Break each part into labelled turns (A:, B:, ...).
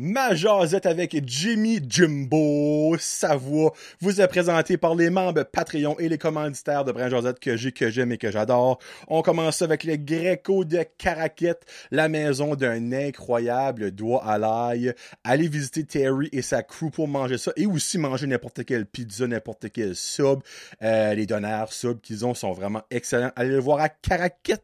A: Ma jasette avec Jimmy Jimbo Savoie vous est présenté par les membres Patreon et les commanditaires de Brin Josette que j'ai, que j'aime et que j'adore. On commence avec le Greco de Caraquette, la maison d'un incroyable doigt à l'ail. Allez visiter Terry et sa crew pour manger ça et aussi manger n'importe quelle pizza, n'importe quel sub. Euh, les donneurs sub qu'ils ont sont vraiment excellents. Allez le voir à Caraquette.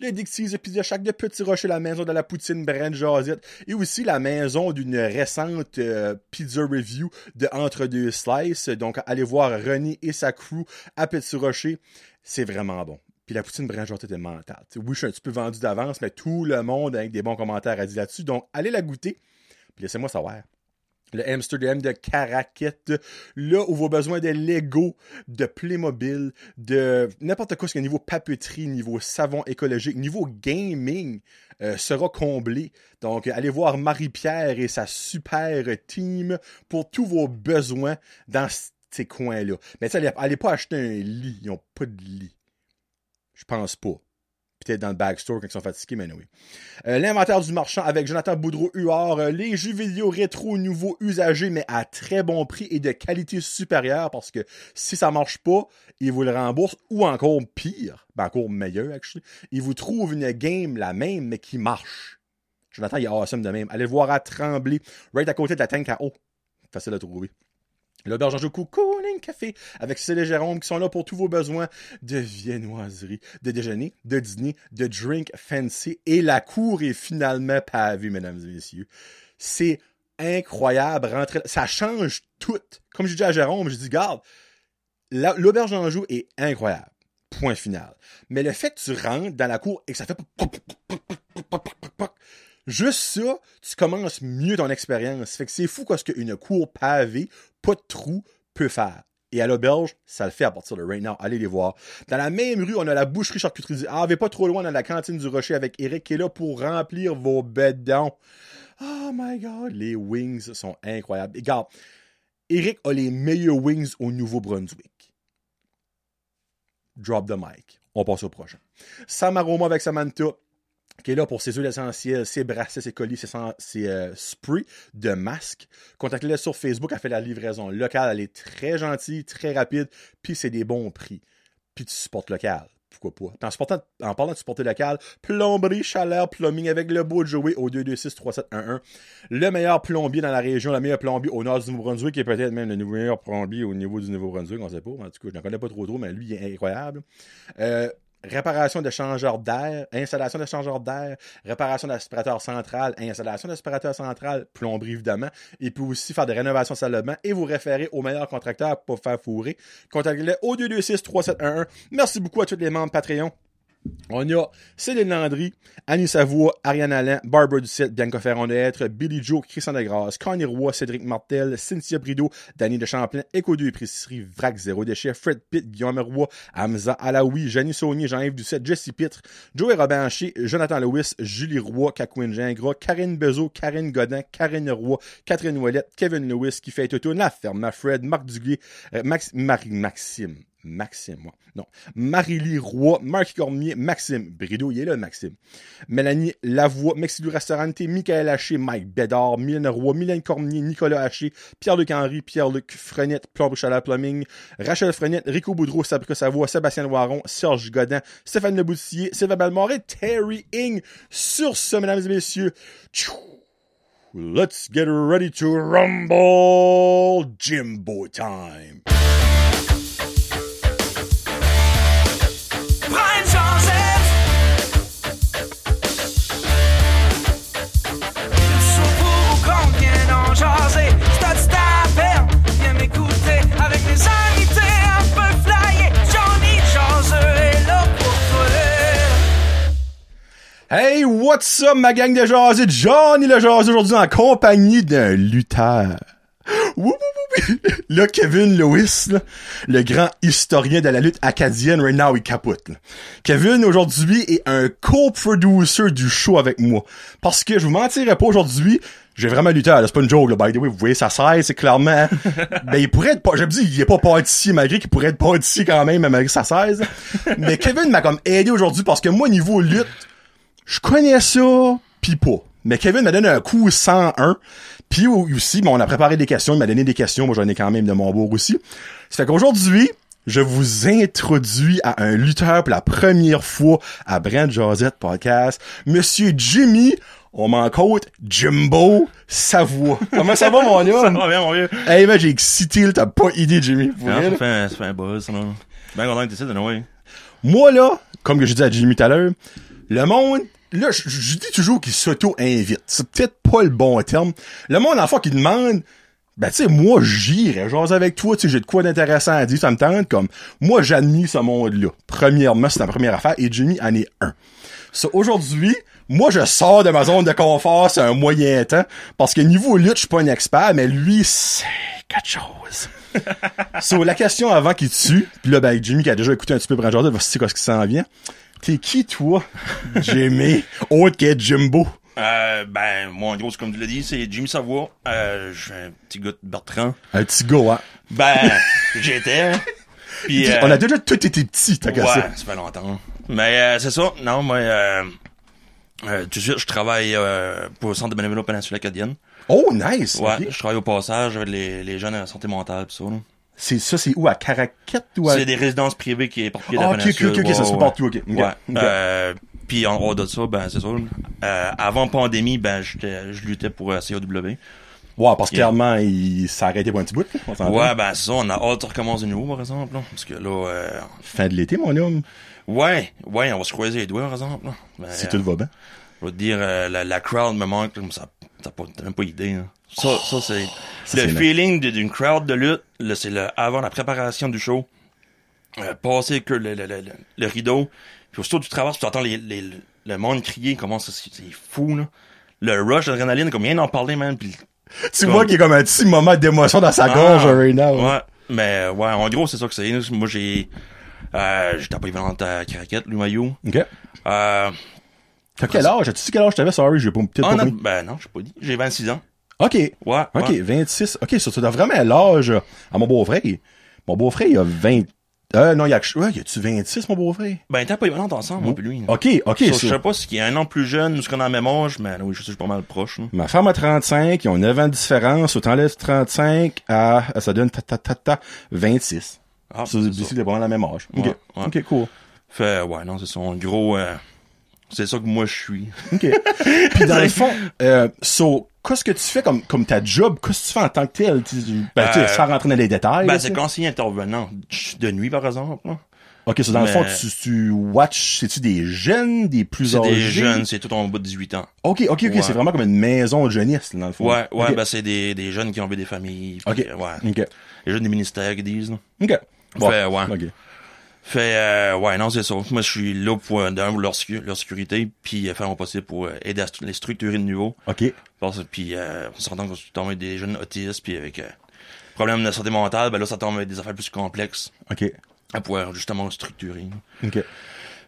A: Le Dixies, le Pizza Shack de Petit Rocher, la maison de la poutine Brin Josette et aussi la maison d'une récente euh, pizza review de Entre deux Slices. Donc, allez voir René et sa crew à Petit Rocher. C'est vraiment bon. Puis la poutine branchante était mentale. T'sais, oui, je suis un petit peu vendu d'avance, mais tout le monde avec des bons commentaires a dit là-dessus. Donc, allez la goûter. Puis laissez-moi savoir le Amsterdam de Caraquette, là où vos besoins de Lego, de Playmobil, de n'importe quoi, ce qu'il niveau papeterie, niveau savon écologique, niveau gaming euh, sera comblé. Donc, allez voir Marie-Pierre et sa super team pour tous vos besoins dans ces coins-là. Mais allez, allez pas acheter un lit, ils n'ont pas de lit. Je pense pas peut-être dans le backstore quand ils sont fatigués, mais oui. Euh, L'inventaire du marchand avec Jonathan Boudreau-Huard, euh, les jeux vidéo rétro nouveaux usagés, mais à très bon prix et de qualité supérieure, parce que si ça marche pas, ils vous le remboursent, ou encore pire, ben encore meilleur, actually, ils vous trouvent une game la même, mais qui marche. Jonathan, il est awesome de même. Allez le voir à Trembler, right à côté de la tank à eau. Facile à trouver. L'auberge en coucou, Café, avec Céline et Jérôme qui sont là pour tous vos besoins de viennoiserie, de déjeuner, de dîner, de drink fancy. Et la cour est finalement pavée, mesdames et messieurs. C'est incroyable. Rentrer... Ça change tout. Comme je dis à Jérôme, je dis, garde, l'auberge en joue est incroyable. Point final. Mais le fait que tu rentres dans la cour et que ça fait... Juste ça, tu commences mieux ton expérience. Fait que c'est fou parce qu'une cour pavée, pas de trou, peut faire. Et à l'auberge, ça le fait à partir de Right Now. Allez les voir. Dans la même rue, on a la boucherie charcuterie du Havre, pas trop loin dans la cantine du Rocher avec Eric qui est là pour remplir vos bedons. Oh my god, les wings sont incroyables. Et regarde, Eric a les meilleurs wings au Nouveau-Brunswick. Drop the mic. On passe au prochain. Sam Aroma avec Samantha qui est là pour ses huiles essentielles, ses bracelets, ses colis, ses, ses euh, sprays de masques. Contactez-la sur Facebook, elle fait la livraison locale, elle est très gentille, très rapide, puis c'est des bons prix. Puis tu supportes local. Pourquoi pas? En, supportant, en parlant de supporter local, plomberie, chaleur, plumbing avec le beau Joey au 226-3711. Le meilleur plombier dans la région, le meilleur plombier au nord du Nouveau-Brunswick, qui est peut-être même le meilleur plombier au niveau du Nouveau-Brunswick, on sait pas. En tout cas, je n'en connais pas trop trop, mais lui, il est incroyable. Euh, réparation de changeur d'air, installation de changeur d'air, réparation d'aspirateur central, installation d'aspirateur central, plomberie évidemment, et puis aussi faire des rénovations salle de bain et vous référer au meilleur contracteur pour faire fourrer. Contactez-le au 226-3711. Merci beaucoup à tous les membres Patreon. On y a Céline Landry, Annie Savoie, Ariane Alain, Barbara Ducette, Bianca ferron être Billy Joe, Christian Degrasse, Connie Roy, Cédric Martel, Cynthia Brideau, Danny de Champlain, Eco 2 Épicerie, Vrac Zéro Déchet, Fred Pitt, Guillaume Roy, Hamza Alaoui, Janie Saunier, Jean-Yves Ducette, Jesse Pitre, Joey Robanché, Jonathan Lewis, Julie Roy, Kakwin Gingras, Karine Bezo, Karine Godin, Karine Roy, Catherine Ouellette, Kevin Lewis, qui fait tout La Ferme, Fred, Marc Duguay, euh, Max, Marie Maxime. Maxime, moi. Non. Marie-Lie Roy, Marc Cormier, Maxime. Brideau, il est là, Maxime. Mélanie Lavoie, Mexilou Restaurante, Michael Haché, Mike Bédard, Mylène Roy, Mylène Cormier, Nicolas Haché, Pierre-Luc Henry, Pierre-Luc Frenette, Plombe Chaleur Plumbing, Rachel Frenette, Rico Boudreau, Sabrina Savoie, Sébastien Loiron, Serge Godin, Stéphane Leboutier, Sylvain Balmore et Terry Ing. Sur ce, mesdames et messieurs, tchou, let's get ready to rumble Jimbo time. Hey, what's up, ma gang de jasés? Johnny le jasé aujourd'hui en compagnie d'un lutteur. Là, Kevin Lewis, là, le grand historien de la lutte acadienne, right now, il capote. Là. Kevin, aujourd'hui, est un co-producer du show avec moi. Parce que je vous mentirais pas aujourd'hui, j'ai vraiment lutteur, c'est pas une joke, là, by the way, vous voyez sa size, c'est clairement, ben, il pourrait être pas, je me dis, il est pas pâtissier, malgré qu'il pourrait être pâtissier quand même, malgré sa size. Mais Kevin m'a comme aidé aujourd'hui parce que moi, niveau lutte, je connais ça, pis pas. Mais Kevin m'a donné un coup 101. Puis aussi, bon, on a préparé des questions, il m'a donné des questions, moi j'en ai quand même de mon bourg aussi. Ça fait qu'aujourd'hui, je vous introduis à un lutteur pour la première fois à Brand Josette Podcast, Monsieur Jimmy, on m'en compte, Jimbo Savoie. Comment ça va, mon
B: Ça
A: homme?
B: va bien, mon vieux.
A: Hey, mec, j'ai excité, là, t'as pas idée, Jimmy. pour
B: Ah,
A: vrai,
B: ça,
A: là.
B: fait un, ça fait un buzz, là. Ben content que t'es ici, de Noé.
A: Moi, là, comme que je dis à Jimmy tout à l'heure, le monde, là, je- je dis toujours qu'il s'auto-invite. C'est peut-être pas le bon terme. Le monde, en fait, qui demande, ben, tu sais, moi, j'irais, j'ose avec toi, tu sais, j'ai de quoi d'intéressant à dire, ça me tente, comme, moi, j'admire ce monde-là. Premièrement, c'est la première affaire, et Jimmy en est un. So, aujourd'hui, moi, je sors de ma zone de confort, c'est un moyen temps, parce que niveau lutte, je suis pas un expert, mais lui, c'est quelque chose. so, la question avant qu'il tue, puis là, ben, Jimmy qui a déjà écouté un petit peu Brand Jordan, va se dire ce qui s'en vient. T'es qui, toi, Jimmy, autre que Jimbo?
B: Euh, ben, moi, en gros, c'est comme tu l'as dit, c'est Jimmy Savoie. Euh, je suis un petit gars de Bertrand.
A: Un petit gars, hein?
B: Ben, j'étais. Puis, euh,
A: On a déjà tout été petits, t'as
B: ouais,
A: cassé.
B: ça fait longtemps. Mais euh, c'est ça. Non, moi, euh, euh, tout de suite, je travaille euh, pour le Centre de bénévolat péninsule acadienne.
A: Oh, nice!
B: Ouais,
A: ok.
B: je travaille au passage avec les, les jeunes en santé mentale pis ça, là.
A: C'est, ça, c'est où? À Caraquette ou à...
B: C'est des résidences privées qui est partie de
A: Ah,
B: la
A: ok, ok,
B: péninsule.
A: ok, ok, ça se
B: ouais,
A: partout, ok. ok,
B: Ouais.
A: ok.
B: Euh, puis en dehors de ça, ben c'est ça. Euh, avant pandémie, ben j'étais, je luttais pour euh, CAW.
A: Ouais, parce que
B: Yeah.
A: clairement, il s'arrêtait pour un petit bout, là, on s'entend.
B: Ouais, ben c'est ça. On a hâte de recommencer de nouveau, par exemple. là, parce que là, euh,
A: Fin de l'été, mon homme.
B: ouais, ouais, on va se croiser les doigts, par exemple. Là. Ben,
A: Si
B: euh,
A: tout va bien.
B: Je vais te dire, euh, la, la crowd me manque. là, mais ça, t'as, pas, t'as même pas idée. là. Ça, ça c'est
A: Oh, Ça, c'est
B: le
A: nice.
B: feeling de- d'une crowd de lutte. Là, c'est le avant la préparation du show. Euh, passer que le, le, le, le- le rideau. Puis aussitôt que tu traverses, tu entends les, les, le monde crier. Comment ça, c'est, c'est fou là. Le rush d'adrénaline, comme rien d'en parler même. Puis
A: Tu vois qu'il y a comme un petit moment d'émotion dans sa
B: Ah,
A: gorge, right now.
B: Ouais, mais ouais, en gros, c'est ça que c'est. Moi, j'ai. Euh, j'étais pas évidente à Craquette, le maillot.
A: OK.
B: Euh,
A: T'as quel âge? As-tu dit quel âge t'avais? Sorry, j'ai pas peut-être
B: on
A: pas
B: a-
A: compris.
B: ben non, j'ai pas dit. J'ai 26 ans.
A: OK.
B: Ouais.
A: OK,
B: ouais.
A: 26. OK, ça, tu as vraiment l'âge euh, à mon beau-frère. il- Mon beau-frère, il a 20... Euh, non, il y a... que- Ouais, il a-tu 26, mon beau-frère?
B: Ben, t'as pas évidente ensemble, moi, puis lui.
A: OK, OK.
B: Mm. So,
A: ça-
B: je sais pas s'il est un an plus jeune ou ce qu'on a la même âge, mais oui, je sais, je suis pas mal proche. là.
A: Ma femme a 35, ils ont 9 ans de différence. Autant t'enlèves 35 à... Ça donne ta, ta, ta, ta, 26.
B: Ah,
A: Ça,
B: c'est
A: d'ici,
B: ça.
A: c'est vraiment la même âge. OK,
B: Ouais, ouais.
A: OK, cool.
B: Fait, ouais, non, c'est ça. En gros, euh, c'est ça que moi, je suis.
A: OK. Puis dans le fond, euh, so, qu'est-ce que tu fais comme, comme ta job? Qu'est-ce que tu fais en tant que tel? Tu- Ben, tu sais,
B: Euh,
A: sans rentrer dans les détails.
B: ben,
A: là,
B: c'est
A: tu sais.
B: conseiller intervenant de nuit, par exemple. là.
A: OK, so, dans le fond,
B: Mais-
A: tu, tu watch, c'est-tu des jeunes, des plus
B: C'est
A: âgés?
B: des jeunes, c'est tout en bas de 18 ans.
A: OK, OK, OK,
B: Ouais.
A: c'est vraiment comme une maison de jeunesse, là, dans le fond.
B: Ouais, ouais,
A: OK.
B: ben, c'est des, des jeunes qui ont vu des familles. puis,
A: Ok.
B: euh, Ouais.
A: OK.
B: Les jeunes des ministères qui disent, là.
A: OK.
B: Fait, ouais.
A: OK.
B: Fait, euh, ouais, non, c'est ça. Moi, je suis là pour, euh, d'un, leur, sécu- leur sécurité, puis euh, faire mon possible pour euh, aider à stru- les structurer de nouveau.
A: OK.
B: Parce- Puis, euh, on s'entend que tu tombes avec des jeunes autistes, puis avec euh, problème de santé mentale, ben là, ça tombe avec des affaires plus complexes
A: OK.
B: à pouvoir justement structurer.
A: OK.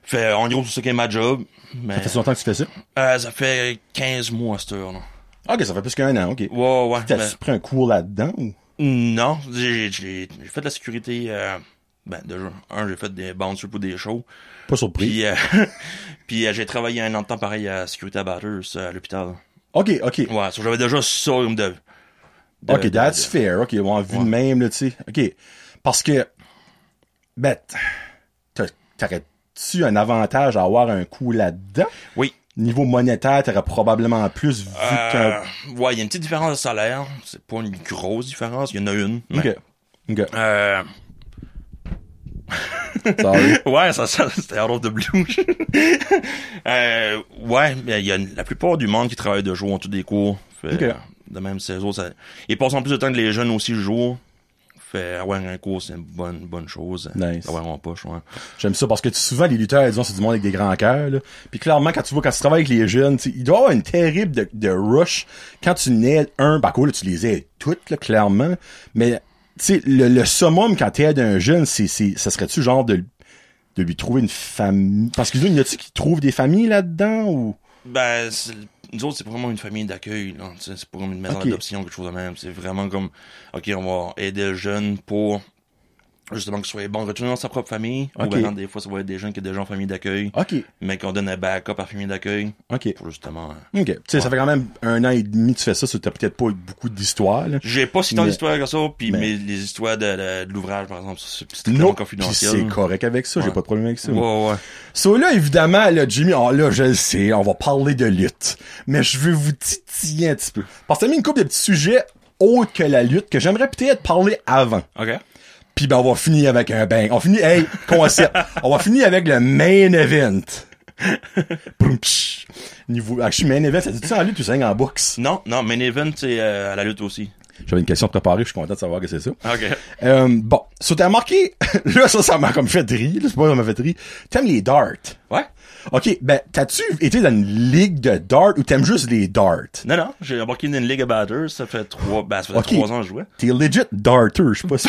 B: Fait, euh, en gros, c'est ça qui est ma job. Mais,
A: Ça fait longtemps que tu fais ça?
B: euh, ça fait 15 mois à cette heure, là.
A: OK, ça fait plus qu'un an, OK.
B: Ouais, ouais.
A: T'as
B: mais-
A: pris un cours là-dedans ou?
B: Non, j'ai j'ai- j'ai fait de la sécurité. Euh, ben, déjà, un, j'ai fait des bouncers pour des shows.
A: Pas surpris.
B: Puis, euh, puis euh, j'ai travaillé un an de temps pareil à Security Batters à l'hôpital.
A: OK, OK.
B: Ouais, so j'avais déjà ça comme de. de-
A: OK,
B: de-
A: that's
B: de-
A: fair. OK, on a vu de même, là, tu sais. OK. Parce que, ben, t- t'a- t'aurais-tu un avantage à avoir un coup là-dedans?
B: Oui.
A: Niveau monétaire, t'aurais probablement plus vu
B: Euh,
A: qu'un...
B: ouais, il y a une petite différence de salaire. C'est pas une grosse différence. Il y en a une. mais-
A: OK. OK.
B: Euh,
A: Sorry.
B: ouais, ça, ça c'était out of the blue. euh, ouais, mais il y a une- la plupart du monde qui travaille de jour en tout des cours. Fait,
A: Ok.
B: euh, De même, ces autres, ça, ils passent en plus de temps que les jeunes aussi jouent. Fait avoir un cours, c'est une bonne, bonne chose.
A: Nice.
B: D'avoir en poche, ouais.
A: J'aime ça parce que souvent, les lutteurs, disons, c'est du monde avec des grands cœurs, là. Puis clairement, quand tu vois, quand tu travailles avec les jeunes, tu sais, il doit y avoir une terrible de, de rush. Quand tu n'aides un, par contre, là, tu les aides toutes, là, clairement. Mais, tu sais, le, le summum quand tu aides un jeune, c'est, c'est, ça serait-tu genre de, de lui trouver une famille? Parce qu'il y en a-tu qui trouvent des familles là-dedans ou?
B: Ben, c'est- nous autres, c'est pas vraiment une famille d'accueil. là. Tu sais, C'est pas comme une maison
A: Ok.
B: d'adoption, quelque chose de même. C'est vraiment comme, OK, on va aider le jeune pour Justement, que ce soit bon, retourner dans sa propre famille. Ou
A: Ok.
B: ben, non, des fois, ça va être des jeunes qui sont déjà en famille d'accueil,
A: OK.
B: mais qu'on donne un backup à famille d'accueil
A: OK.
B: pour justement. euh,
A: OK. Tu sais, ça fait quand même un an et demi que tu fais ça, tu t'as peut-être pas eu beaucoup d'histoire. là.
B: J'ai pas si tant
A: Mais-
B: d'histoires que ça, puis
A: mais-
B: mais... les histoires de, de- de l'ouvrage, par exemple, ça, c'est c'est
A: Non,
B: tellement
A: puis
B: confidentiel.
A: c'est correct avec ça, j'ai
B: Ouais.
A: pas de problème avec ça.
B: Ouais, ouais.
A: So là, évidemment, là, Jimmy, oh, là, je le sais, on va parler de lutte. Mais je veux vous titiller un petit peu. Parce que t'as mis une couple de petits sujets autres que la lutte que j'aimerais peut-être parler avant.
B: OK.
A: Puis ben, on va finir avec un bang. On finit, hey, concept. on va finir avec le main event. Broum, psh. Niveau, ah, je suis main event, ça dit ça en lutte ou ça en boxe?
B: Non, non, main event, c'est euh, à la lutte aussi.
A: J'avais une question préparée, je suis content de savoir que c'est ça.
B: OK.
A: Euh, bon. So, t'as marqué, là, ça, ça m'a comme fait rire, là, c'est pas ça m'a fait rire. T'aimes les darts.
B: Ouais.
A: OK, ben, t'as-tu été dans une ligue de darts ou t'aimes juste les darts?
B: Non, non, j'ai embarqué dans une ligue à batteurs, ça fait trois, ben, ça fait
A: Ok.
B: trois ans que je jouais.
A: T'es legit darter, je sais pas si...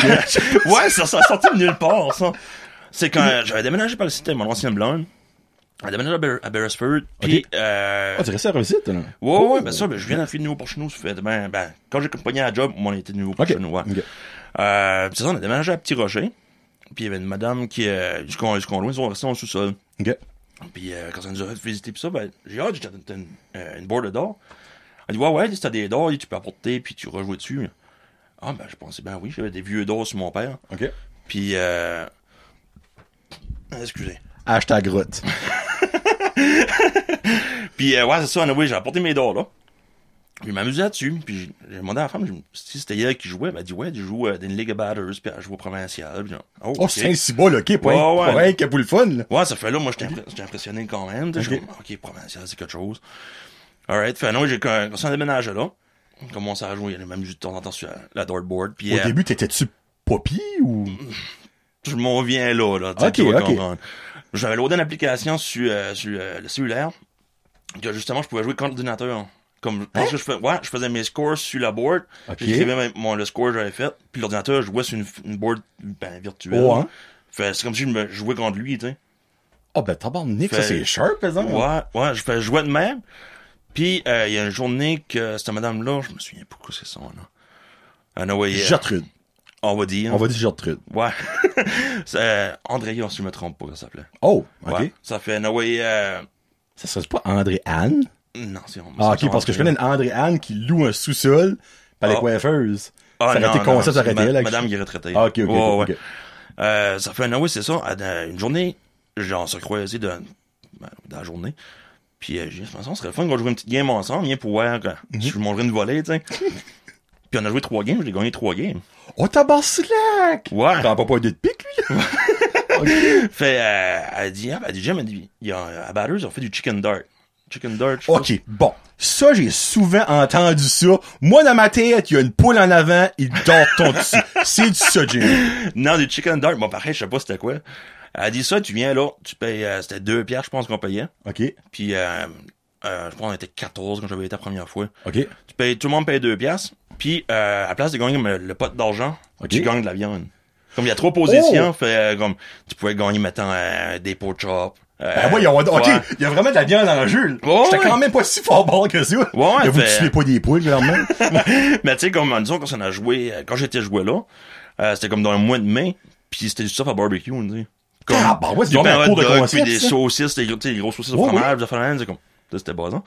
B: Ouais, ça, ça sortait de nulle part, ça. C'est quand euh, j'avais déménagé par le cité, mon ancienne blonde. Elle déménagé à, Ber- à Beresford, puis, euh,
A: Ah, Oh. tu restes à la visite, là?
B: ouais, ouais, ben ça, ben, je viens d'enfiler de nouveau pour chez nous, ça fait, ben, ben, quand j'ai accompagné à la job, moi, on était de nouveau pour
A: OK.
B: chez nous, ouais.
A: OK.
B: Euh, c'est ça, on a déménagé à Petit Rocher, puis il y avait une madame qui, euh, jusqu'en, jusqu'en loin, ils sont restés en sous-sol.
A: OK.
B: Puis euh, quand ça nous a fait visiter pis ça, ben, j'ai hâte, j'étais une, euh, une board d'or. Elle dit, ouais, ouais, si t'as des d'or, tu peux apporter, puis tu rejoues dessus. Ah, ben, je pensais, ben oui, j'avais des vieux d'or sur mon père.
A: OK.
B: Puis, euh... Excusez.
A: Hashtag route.
B: Puis, euh, ouais, c'est ça, oui, j'ai apporté mes d'or, là. Puis, je m'amusais là-dessus, puis j'ai- j'ai demandé à la femme j'ai- si c'était elle qui jouait. Ben, elle dit, ouais, elle joue euh, dans une ligue à batters, puis elle joue au provincial. Puis, genre, oh,
A: Oh,
B: ok.
A: c'est si beau, là, OK, pour
B: Ouais,
A: rien- pour
B: ouais.
A: rien que pour le fun, là.
B: Ouais, ça fait là, moi, j'étais impre- j'étais impressionné quand même. tu sais,
A: Ok.
B: Je suis comme, ok, provincial, c'est quelque chose. Alright, fait non, j'ai quand quand on déménage là. On commence à jouer, il y a même du temps en temps sur la, la dartboard. Puis,
A: Au
B: euh,
A: début, t'étais-tu poppy ou...
B: Mm. je m'en viens là, là. tu sais,
A: Ok,
B: tu vas
A: ok.
B: comprendre. euh, J'avais loadé une application sur, euh, sur, euh, le cellulaire que justement je pouvais jouer contre l'ordinateur. Comme parce que je fais, ouais, je faisais mes scores sur la board,
A: Hein? Ok.
B: j'écrivais même mon- le score que j'avais fait, puis l'ordinateur jouait sur une, une board ben, virtuelle.
A: Oh, hein?
B: Fait, c'est comme si je me jouais contre lui, tu sais.
A: Ah, ben, tabarnak, ça,
B: Fait-
A: c'est sharp, par exemple.
B: Ouais, ouais, je fais jouer de même. Puis euh, il y a une journée que cette madame-là, je me souviens pas quoi c'est son nom. Ah non, ouais, euh,
A: Gertrude.
B: on va dire.
A: On va dire Gertrude.
B: Ouais. c'est euh, Andrea, si je me trompe pas, ça s'appelait.
A: Oh, OK.
B: Ouais, ça fait no way, euh,
A: Ça serait pas André-Anne?
B: Non, c'est on.
A: Ah, ok, parce que je connais une André-Anne qui loue un sous-sol par les
B: Ah.
A: coiffeuses.
B: Ah,
A: ça aurait
B: non,
A: été
B: non,
A: concept, ça aurait été
B: ma-
A: elle, avec-
B: Madame qui est retraitée.
A: Ah, ok, ok.
B: Ouais,
A: ok,
B: ouais.
A: ok.
B: Euh, ça fait un an, oui, c'est ça. À- dans Une journée, genre, on se croisait dans, ben, dans la journée. Puis, euh, j'ai dit, ça serait le fun qu'on joue une petite game ensemble, bien pour voir quand
A: Mhm.
B: je vous montrerai une volée, tu sais. Puis on a joué trois games, j'ai gagné trois games.
A: Oh, tabarcelac!
B: Ouais.
A: T'en vas pas deux de pique, lui? ok.
B: Fait, euh, elle dit, ah, ben, elle dit, j'aime, elle dit, il y a, euh, à Batters, on fait du chicken dart. Chicken dart, je
A: Ok, bon. Ça, j'ai souvent entendu ça. Moi, dans ma tête, il y a une poule en avant, il dort ton dessus. C'est du ça, Jimmy.
B: Non, du chicken dart. Bon, pareil, je sais pas c'était quoi. Elle dit ça, tu viens là, tu payes, euh, c'était deux piastres, je pense qu'on payait.
A: Ok,
B: Puis, euh, euh, je pense qu'on était 14 quand j'avais été la première fois.
A: ok. Ben,
B: Tu payes, tout le monde paye deux piastres. Puis, euh, à la place de gagner euh, le pot d'argent,
A: Ok. Oh!
B: tu gagnes de la viande. Comme il y a trois positions, fait, euh, comme, tu pouvais gagner, mettons, euh, des pots de chop. Euh,
A: Ben voyons, ok,
B: ouais.
A: il y a vraiment de la viande dans le jeu.
B: Ouais,
A: J'étais
B: ouais.
A: quand même pas si fort bon que ça.
B: ouais, ben,
A: Mais vous
B: fait-
A: tuez pas des poules, clairement.
B: Mais tu sais, comme, disons, quand on a joué, euh, quand j'étais joué là, euh, c'était comme dans le mois de mai, puis c'était du stuff à barbecue, on dit. Comme,
A: Ah, bah ouais, c'est
B: du
A: donc
B: pain
A: un
B: hot
A: cours de
B: dog,
A: concept,
B: Puis des
A: ça.
B: saucisses, des, gros- tu sais, des grosses saucisses au
A: Ouais,
B: fromage, des affaires de même, c'est comme, ça c'était basant.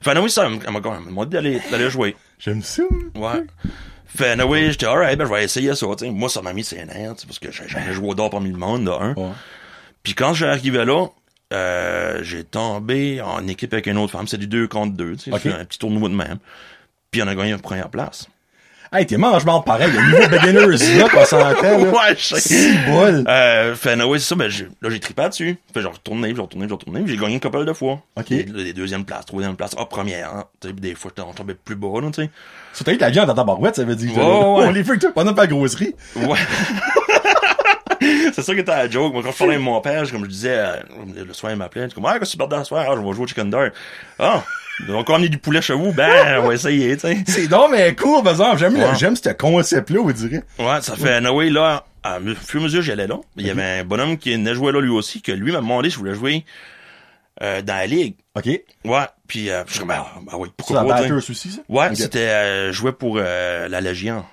B: Fait, non, oui, ça, elle m'a- elle m'a elle m'a demandé d'aller, d'aller jouer.
A: J'aime ça.
B: Ouais. Fait, no way, j'étais, alright, ben, je vais essayer ça, tu sais. Moi, ça m'a mis ses nerfs, tu sais, parce que j'ai jamais joué au dehors parmi le monde, de un.
A: Ouais.
B: Puis quand j'ai arrivé là, euh, j'ai tombé en équipe avec une autre femme. C'est du 2 contre 2, tu sais.
A: Ok.
B: fait Un petit tournoi de même. Puis on a gagné en première place.
A: Hey, t'es mangement pareil. Le niveau beginners, là, qu'on s'entend, là.
B: Ouais, je sais.
A: Si bol.
B: Euh, fait, no way, c'est ça, ben, j'ai- là, j'ai trippé dessus. Fait, j'ai retourné, j'ai retourné, j'ai retourné, puis j'ai gagné une couple de fois.
A: Ok.
B: Des, des deuxièmes places, troisième place, ah, première, hein. Tu sais, puis des fois, j'étais- on tombait plus bas, là, tu sais.
A: Si t'as eu de la viande dans ta barouette, ça veut dire que
B: Ouais,
A: t'as-
B: ouais, ouais.
A: on les fait que t'as pendant ta grosserie.
B: Ouais. c'est ça qui était la joke. Moi, quand je parlais avec mon père, je- comme je disais, euh, le soir, il m'appelait. Je comme, ah, qu'est-ce que tu pars dans le soir? Ah, je vais jouer au chicken dart. Ah, ils ont encore amené du poulet chez vous? Ben, on va essayer, tu sais.
A: C'est donc, mais court, par exemple. J'aime, le-
B: Ouais.
A: j'aime ce concept-là, on dirait.
B: Ouais, ça fait, Noé, là, à me- fur et à mesure, j'allais là. Il y avait un bonhomme qui venait jouer là, lui aussi, que lui m'a demandé si je voulais jouer, euh, dans la ligue.
A: OK.
B: Ouais, puis euh, je suis comme, ah, bah oui,
A: C'est
B: pourquoi
A: la
B: pas, tu sais.
A: batteuse aussi, ça?
B: Ouais,
A: Ok.
B: c'était, euh, jouer pour, euh, la Légion.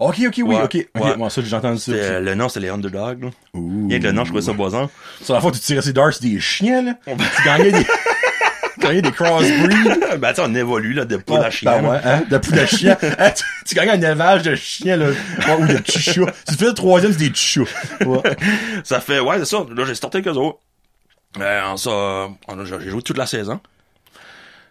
A: Ok, ok, oui,
B: Ouais,
A: ok. ok.
B: ouais.
A: Moi, ça, j'ai entendu ça.
B: C'était, euh,
A: aussi.
B: le nom, c'est les Underdogs. Là.
A: Ouh.
B: Rien que le nom, je trouvais ça boisant.
A: Sur la fois, tu tirais ces darts, c'est des chiens, là. tu gagnais des, tu gagnais des crossbreeds.
B: ben, tu sais, on évolue, là, de pas
A: Oh,
B: la chienne.
A: ben ouais, hein, de poules à chien. Hein, tu, tu gagnais un élevage de chiens, là. Ouais, ou de petits chiots. Tu fais le troisième, c'est des petits chiots. Ouais.
B: Ça fait, ouais, c'est ça. Là, j'ai starté quelques autres. Euh, on s'est- on a- j'ai joué toute la saison.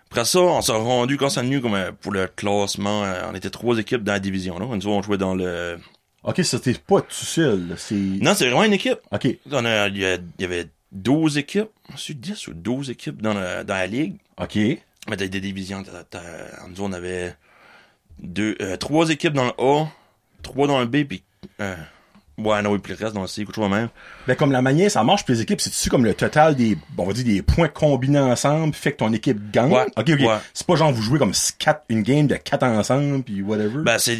B: Après ça, on s'est rendu quand ça venu comme euh, pour le classement. euh, on était trois équipes dans la division. Là. Nous, on jouait dans le.
A: Ok, ça, t'es pas tout seul, là. C'est,
B: Non, c'est vraiment une équipe.
A: ok.
B: On a- Il y, a- il y avait 12 équipes. Ensuite, 10 ou 12 équipes dans, la- dans la ligue.
A: Ok.
B: Mais t'as des divisions. t'as- t'as- nous, on avait deux, euh, trois équipes dans le A, trois dans le B, puis. euh, ouais, non, oui, puis le reste dans le C, quelque chose de même.
A: Ben, comme la manière, ça marche pour les équipes. C'est-tu comme le total des, bon, on va dire, des points combinés ensemble, fait que ton équipe gagne?
B: Ouais,
A: Ok, ok.
B: ouais.
A: C'est pas genre, vous jouez comme quatre, une game de quatre ensemble, puis whatever.
B: Ben, c'est.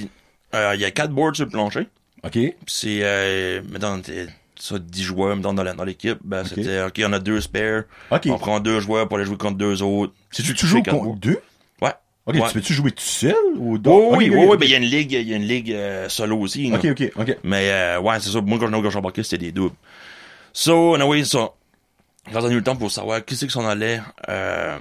B: euh, Il y a quatre boards sur le plancher.
A: ok.
B: Puis c'est, euh, mettons, t'es- ça, 10 joueurs, mettons, dans la- dans l'équipe, ben, c'était, OK, on a deux spares,
A: Ok.
B: on prend deux joueurs pour aller jouer contre deux autres.
A: Si tu,
B: fais
A: joues
B: quatre
A: contre
B: mois.
A: deux?
B: Ouais.
A: Ok,
B: Ouais.
A: tu peux-tu jouer tout seul ou
B: Oui,
A: d'autres?
B: oui,
A: Ok, ok,
B: oui, oui,
A: ok.
B: ben, il y a une ligue, il y a une ligue euh, solo aussi, là.
A: Ok, ok, ok.
B: Mais, euh, ouais, c'est ça, moi, quand je suis embarqué, c'était des doubles. So, anyway, ça, quand on a eu le temps pour savoir qui c'est qui s'en allait, euh,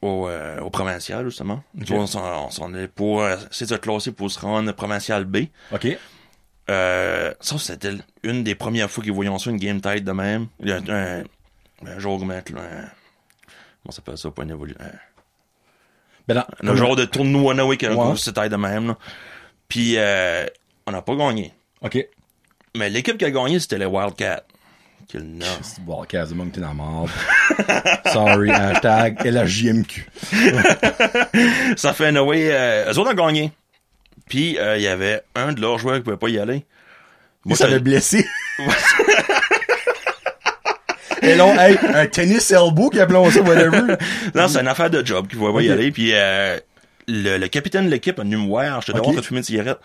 B: au, euh, au provincial, justement. Tu vois, on s'en on s'en allait pour, euh, essayer de se classer pour se rendre provincial B.
A: Ok.
B: Euh, ça, c'était une des premières fois qu'ils voyaient ça, une game tight de même. Il y a un, un jour, comment comment ça s'appelle ça, pas une évolution.
A: Ben, non.
B: Un genre de tournoi Noé qui a
A: Ouais.
B: une grosse taille de même. là. Puis, euh, on n'a pas gagné.
A: Ok.
B: Mais l'équipe qui a gagné, c'était les Wildcats. Quel nom.
A: C'est bon, quasiment que t'es dans la marde. Sorry, hashtag LHJMQ.
B: ça fait Noé. Euh, eux autres ont gagné. Puis, euh, il y avait un de leurs joueurs qui pouvait pas y aller.
A: Moi,
B: Moi,
A: ça
B: ça-
A: m'a blessé. Et non, hey, un tennis elbow qui appelons ça, whatever.
B: Non, c'est une affaire de job qu'il faut pas y
A: Ok.
B: aller. Puis euh, le, le capitaine de l'équipe a venu me voir. J'étais dehors en
A: Ok.
B: train de fumer une cigarette.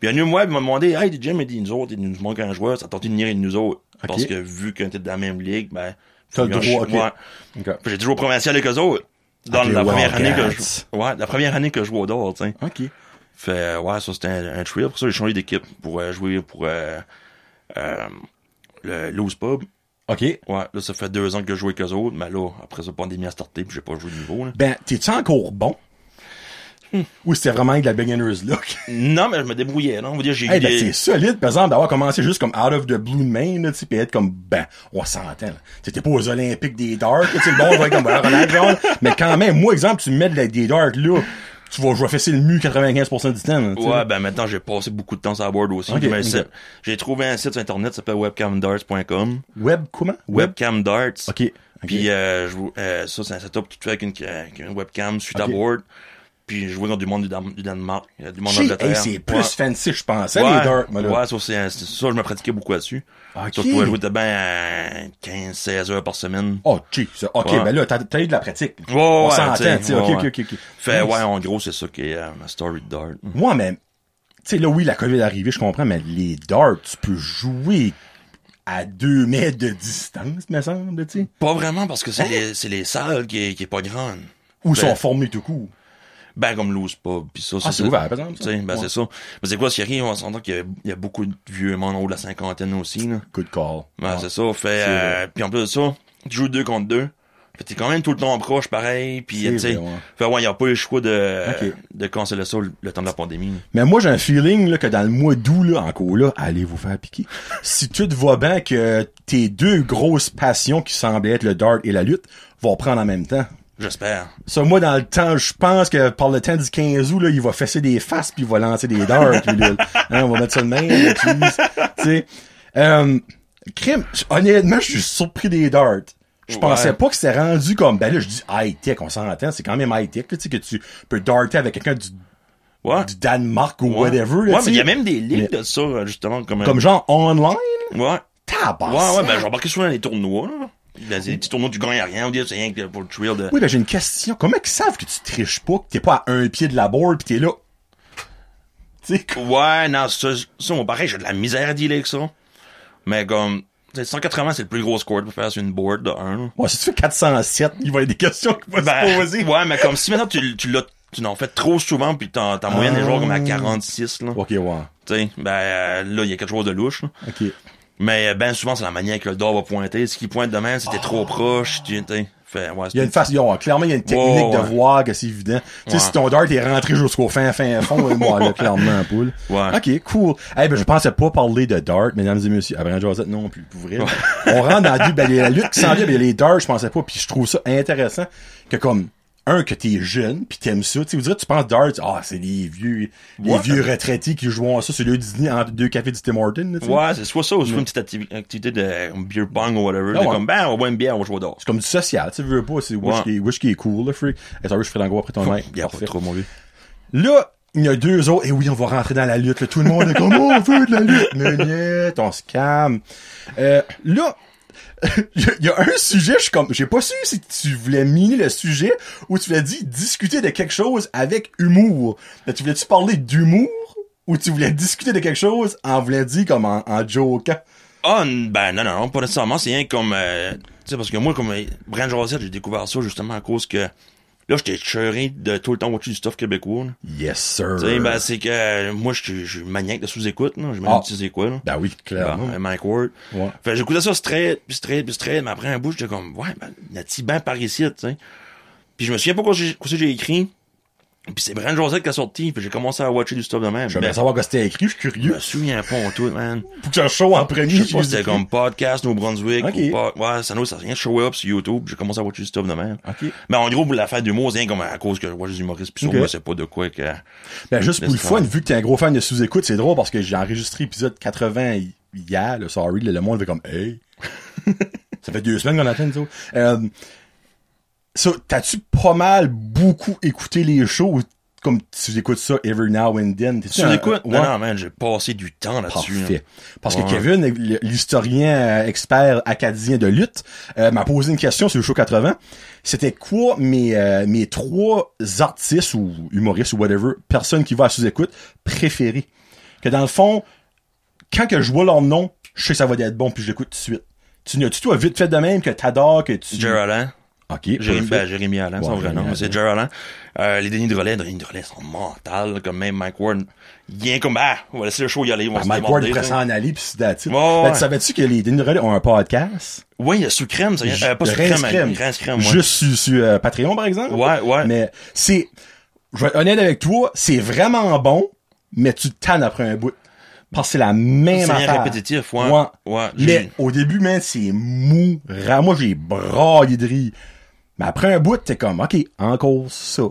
B: Puis il a venu me voir et m'a demandé Hey, DJ, mais dis nous autres, il nous manque un joueur, ça tente de venir avec nous autres.
A: Ok.
B: Parce que vu qu'on était dans la même ligue, ben.
A: T'as le
B: faut bien
A: droit,
B: jouer.
A: ok.
B: Ouais.
A: Ok.
B: Puis j'ai toujours provincial avec eux autres. Dans
A: Ok,
B: la première année que
A: Wildcats.
B: je. Ouais, la première année que je jouais dehors, tu sais.
A: Ok.
B: Fait, euh, ouais, ça c'était un, un trip. Pour ça, j'ai changé d'équipe pour euh, jouer pour euh, euh, le Loose Pub.
A: Ok.
B: Ouais, là, ça fait deux ans que je joue avec eux autres, mais là, après ça, pandémie a starté, puis j'ai pas joué de niveau, là.
A: Ben, t'es-tu encore bon? Ou c'était vraiment avec de la beginner's look?
B: Non, mais je me débrouillais, là. On va dire, j'ai eu
A: Hey, ben,
B: des-
A: c'est solide, par exemple, d'avoir commencé juste comme out of the blue de main, là, tu sais, pis être comme, ben, on s'entend, là. T'étais pas aux Olympiques des darts, là, tu sais, le bon, on va être comme, ben, relax, genre, mais quand même, moi, exemple, tu me mets de la- des darts, là, tu vas jouer fesser le mu 95% du temps, là, tu sais,
B: Ouais,
A: là.
B: ben maintenant, j'ai passé beaucoup de temps sur la board aussi.
A: Ok,
B: Mais c'est-
A: ok.
B: J'ai trouvé un site sur Internet, ça s'appelle webcamdarts.com.
A: Web, comment? Web?
B: Webcamdarts.
A: Ok. ok.
B: Puis, euh, je vous- euh, ça, c'est un setup tout fait avec une, avec une webcam sur ta
A: Ok.
B: board. Puis, je jouais contre du monde du, Dam- du Danemark, euh, du monde
A: Chi-
B: d'Angleterre.
A: hey, c'est plus
B: Ouais.
A: fancy, je pensais, les darts, moi,
B: Ouais,
A: là.
B: ouais, ça, c'est un- c'est- ça, je me pratiquais beaucoup là-dessus.
A: Ok.
B: Ça, je pouvais jouer de ben 15-16 heures par semaine.
A: Oh, chi, ça. Ok,
B: Ouais.
A: ben là, t'as t'as eu de la pratique.
B: Ouais, ouais,
A: on
B: ouais,
A: s'entend, tu sais, ok,
B: ouais,
A: ok,
B: ouais.
A: ok, ok.
B: Fait,
A: Nice. Mm.
B: ouais, en gros, c'est ça qui est euh, ma story de Dart.
A: Moi, mais, tu sais, là, oui, la COVID est arrivée, je comprends, mais les darts, tu peux jouer à deux mètres de distance, me semble, tu sais.
B: Pas vraiment, parce
A: Hein?
B: que c'est les, c'est les salles qui est, qui est pas grande.
A: Ou
B: Ben-
A: sont formés tout court.
B: Ben, comme Loose Pub, pis ça,
A: Ah, c'est ouvert, par exemple,
B: Tu
A: ça?
B: sais, ben,
A: Ouais.
B: c'est ça. Mais c'est quoi, ce qui arrive, on s'entend qu'il y a, il y a beaucoup de vieux monde en haut de la cinquantaine aussi, là.
A: Good call.
B: Ben, c'est ça. Fait,
A: Ah, vrai.
B: euh, pis en plus de ça, tu joues deux contre deux. Fait, que t'es quand même tout le temps proche, pareil, pis,
A: C'est
B: tu sais.
A: vrai, ouais.
B: Fait, ouais, y a pas eu le choix de,
A: Ok.
B: de canceller ça le, le temps de la pandémie.
A: Mais moi, j'ai un feeling là, que dans le mois d'août, là, encore là, allez vous faire piquer. Si tu te vois bien que tes deux grosses passions qui semblaient être le dart et la lutte vont prendre en même temps.
B: J'espère.
A: Ça, moi, dans le temps, je pense que par le temps du 15 août, là, il va fesser des faces puis il va lancer des darts. lui, là. Hein, on va mettre ça de même. là, please. Tu sais. Euh, crime, j- honnêtement, je suis surpris des darts. Je
B: Ouais.
A: pensais pas que c'était rendu comme, ben là, je dis high-tech, on s'entend, c'est quand même high-tech, là, tu sais, que tu peux darter avec quelqu'un du,
B: Ouais.
A: du Danemark ou
B: Ouais.
A: whatever,
B: Ouais,
A: là,
B: mais
A: tu
B: il y
A: sais.
B: a même des ligues de ça, euh, justement, comme,
A: comme genre online,
B: ouais.
A: tabac.
B: Ouais,
A: Ah,
B: ouais, ben, j'ai embarqué souvent dans les tournois, là. Ben, c'est des petits tournois, tu gagnes à rien, on dit, c'est rien que pour le thrill de,
A: Oui, ben j'ai une question. Comment ils savent que tu triches pas, que t'es pas à un pied de la board pis t'es là? Tu sais,
B: Ouais, non, ça, ça moi, pareil, j'ai de la misère à dealer avec ça. Mais comme, tu sais, 180, c'est le plus gros score pour faire sur une board de 1.
A: Ouais, si tu fais 407, il va y avoir des questions qui vont se poser.
B: Ben, ouais, mais comme si maintenant tu, l- tu l'as tu n'en fais trop souvent, puis t'en, t'en moyenne des
A: Ah.
B: joueurs comme à 46, là.
A: Ok, ouais.
B: Tu sais, ben, euh, là, il y a quelque chose de louche, là.
A: Ok.
B: Mais, euh, ben, souvent, c'est la manière que le dard va pointer. Si qui pointe de même, c'était trop proche, tu tu sais. Fait, ouais, c'est
A: Il y a une façon, ouais, clairement, il y a une technique
B: Ouais,
A: de
B: ouais.
A: voir que c'est évident. Tu sais,
B: Ouais.
A: si ton dart est rentré jusqu'au fin, fin fond, ouais, moi, là, clairement, en poule.
B: Ouais.
A: Ok, cool. Eh ben, je pensais pas parler de dart, mesdames et messieurs. Ah, ben, Josette, non plus, pour vrai. On rentre dans du, ben, il y a la lutte qui s'en vient, ben, il y a les darts, je pensais pas, puis je trouve ça intéressant que comme, un, que t'es jeune, puis t'aimes ça. Tu sais, vous direz, tu penses darts, ah, c'est les vieux, les
B: Ouais.
A: vieux retraités qui jouent à ça sur le Disney entre deux cafés du Tim Hortons, là, tu sais.
B: Ouais, c'est soit ça ou soit une petite activi- activité de beer pong ou whatever.
A: Ah
B: de
A: ouais.
B: Comme, ben, on boit une bière, on joue au dard.
A: C'est comme du social, tu veux pas, c'est Wish,
B: Ouais.
A: qui, est- Wish qui est cool, là, freak. Eh, sorry, je ferai l'angoisse après ton mec.
B: Il y a pas
A: Parfait.
B: trop mauvais.
A: Là, il y a deux autres, et oui, on va rentrer dans la lutte, là. tout le monde est comme, oh, on veut de la lutte, Meuniette, on se calme. Euh, là, il y a- il y a un sujet, je suis comme, j'ai pas su si tu voulais miner le sujet, ou tu voulais dire discuter de quelque chose avec humour. Là, tu voulais-tu parler d'humour, ou tu voulais discuter de quelque chose en voulait dire comme en, en jokant?
B: Ah, n- ben non, non, non, pas nécessairement. C'est rien comme. euh, tu sais, parce que moi, comme euh, Brand Josette, j'ai découvert ça justement à cause que. Là, j'étais cheuré de tout le temps watcher du stuff québécois. là.
A: Yes, sir.
B: Tu sais, ben, c'est que euh, moi, je suis- je suis maniaque de sous-écoute. là. Je me
A: Ah.
B: dis, tu sais quoi, là.
A: Ben oui, clairement.
B: Ben, euh, Mike Ward.
A: Ouais.
B: Fait que j'écoutais ça straight, puis straight, puis straight, mais après un bout, j'étais comme, ouais, ben, y a-t-il ben par ici, tu sais? Puis je me souviens pas quoi j'ai, quoi j'ai écrit, puis c'est Brand Josette qui a sorti, puis j'ai commencé à watcher du stuff de même.
A: je
B: Ben,
A: vais savoir que c'était écrit, je suis
B: je
A: curieux.
B: me souviens pas en tout, man.
A: Faut que je show en premier.
B: Ah, Je sais pas si
A: j'ai
B: c'était
A: écrit.
B: comme podcast New Brunswick
A: Ok.
B: ou pas. Ouais, ça nous, ça rien de show up sur YouTube. J'ai commencé à watcher du stuff de même.
A: Ok.
B: Mais en gros, pour l'affaire d'humour, c'est rien comme à cause que je vois des humoristes pis ça,
A: Ok.
B: moi, c'est pas de quoi que.
A: Ben juste pour le
B: Laisse
A: fun, vu que t'es un gros fan de sous-écoute, c'est drôle parce que j'ai enregistré épisode 80 hi- hier, le sorry, le, le monde fait comme Hey! ça fait deux semaines qu'on attend nous autres. Euh, ça, t'as-tu pas mal beaucoup écouté les shows ou comme tu écoutes ça every now and then? T'es-tu
B: Tu
A: un- euh,
B: l'écoutes?
A: ouais?
B: Non, non, man, j'ai passé du temps là-dessus. hein.
A: Parfait. Parce
B: Ouais.
A: que Kevin, le- l'historien euh, expert acadien de lutte, euh, m'a posé une question sur le show 80. C'était quoi mes, euh, mes trois artistes ou humoristes ou whatever, personnes qui vont à sous-écoute, préférées? Que dans le fond, quand que je vois leur nom, je sais que ça va être bon puis je l'écoute tout de suite. Tu n'as-tu, toi, vite fait de même que t'adores, que tu...
B: Jerry Allen.
A: Ok,
B: Jérémy,
A: parfait.
B: ben, Jérémy Allen, c'est son
A: Ouais,
B: vrai
A: Jérémy
B: nom, mais c'est
A: Allen.
B: Jerry Allen. Euh, les Denis Drolet, Denis Drolet sont mentales, comme même Mike Ward. Il est comme, ah, on va laisser le show y aller, on va
A: Ah,
B: se
A: Mike Ward
B: déborder,
A: pourrait
B: ça.
A: s'en aller puis c'est that's it.
B: Ouais, ouais,
A: Ben,
B: ouais.
A: tu savais-tu que les Denis Relais ont un podcast?
B: Oui, il y a sous crème, ça vient, euh, pas
A: Le
B: sous crème,
A: Rince-Crème.
B: mais Rince crème, ouais.
A: Juste sur, sur, euh, Patreon, par exemple.
B: Ouais, ouais.
A: Mais c'est, je vais être honnête avec toi, c'est vraiment bon, mais tu te tannes après un bout. Parce que c'est la même
B: C'est bien
A: affaire.
B: répétitif, ouais. Ouais,
A: mais
B: j'ai-
A: au début, man, c'est mou. ra- Moi, j'ai braillé de rire. Mais après un bout, t'es comme, OK, encore ça.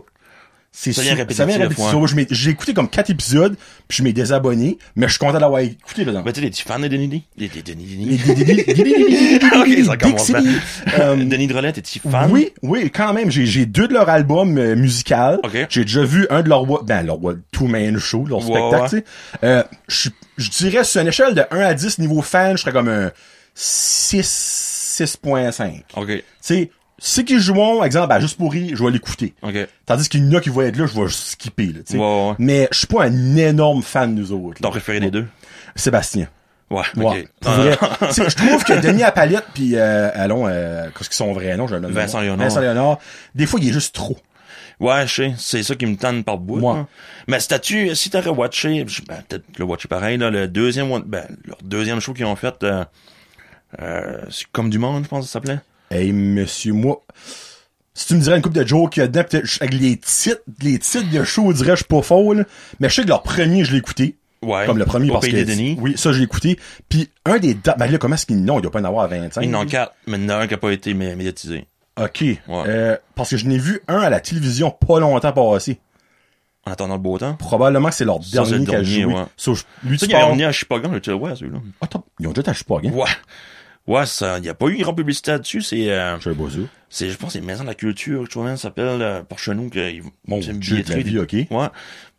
A: C'est
B: Ça vient
A: sou-
B: répétitif,
A: ça vient répétitif.
B: ouais.
A: Je m'ai- J'ai écouté comme quatre épisodes, puis je m'ai désabonné, mais je suis content d'avoir écouté dedans.
B: Ben, tu sais, les petits fans de Denis Denis? Les, les Denis Denis?
A: OK,
B: Ok, ça commence bien. Euh,
A: Euh,
B: Denis Drolet, t'es-tu fan?
A: Oui, oui, quand même. J'ai, j'ai deux de leur album euh, musical.
B: Ok.
A: J'ai déjà vu un de leur wa- ben leur wa- two man show, leur
B: Ouais,
A: spectacle.
B: ouais.
A: tu sais. Euh, je suis- je dirais sur une échelle de 1 à 10 niveau fan, je serais comme un 6 6.5. Tu
B: Ok,
A: sais, ceux qui jouent, exemple, ben, juste pour rire, je vais l'écouter.
B: ok.
A: Tandis qu'il y en a qui vont être là, je vais skipper. Là, tu sais.
B: Ouais, ouais.
A: Mais je suis pas un énorme fan nous autres. là.
B: T'en préféré les deux?
A: Sébastien.
B: Ouais,
A: Ouais,
B: ok. Ah,
A: pour vrai. Tu sais, je trouve que Denis Apalette puis euh, allons euh, qu'est-ce qu'ils sont vrais noms, je le nomme.
B: Vincent
A: non?
B: Léonard.
A: Vincent Léonard, des fois il est juste trop.
B: Ouais, je sais, c'est ça qui me tanne par bout.
A: Ouais.
B: là. Mais statut, si t'aurais watché, je- ben, peut-être le watché pareil, là, le deuxième, one- ben, leur deuxième show qu'ils ont fait, euh, euh, c'est comme du monde, je pense que ça s'appelait.
A: Hey monsieur, moi si tu me dirais une coupe de jokes qu'il y a dedans, peut-être je- avec les titres, les titres de show, on dirait je suis pas faux là. mais je sais que leur premier je l'ai écouté.
B: Ouais.
A: Comme le premier
B: Au
A: parce
B: Pays
A: que
B: des Denis.
A: oui, ça je l'ai écouté. Puis un des da- ben là comment est-ce qu'il non, il doit pas en avoir à 25.
B: Une enquête, mais il y en a un qui a pas été mé- médiatisé.
A: OK. Euh, parce que je n'ai vu un à la télévision pas longtemps passé.
B: En attendant le beau temps.
A: Probablement que c'est leur
B: Ça, c'est
A: dernier
B: le
A: qu'elle a
B: dernier,
A: joué.
B: ouais.
A: So, je- lui, tu
B: Tu sais qu'il avait
A: parles-
B: emmené à Chipagan, le ouais, celui-là.
A: Attends, ils ont déjà tâché pas, hein?
B: Ouais. Ouais, ça, il n'y a pas eu une grande publicité là-dessus, c'est, euh,
A: Je suis un beau zoo.
B: c'est, je pense, que c'est Maison de la Culture, tu vois, ça s'appelle, euh, par chez nous, que, ils-
A: Mon
B: c'est une
A: Dieu de la
B: billetterie,
A: vie, ok. Puis
B: Ouais.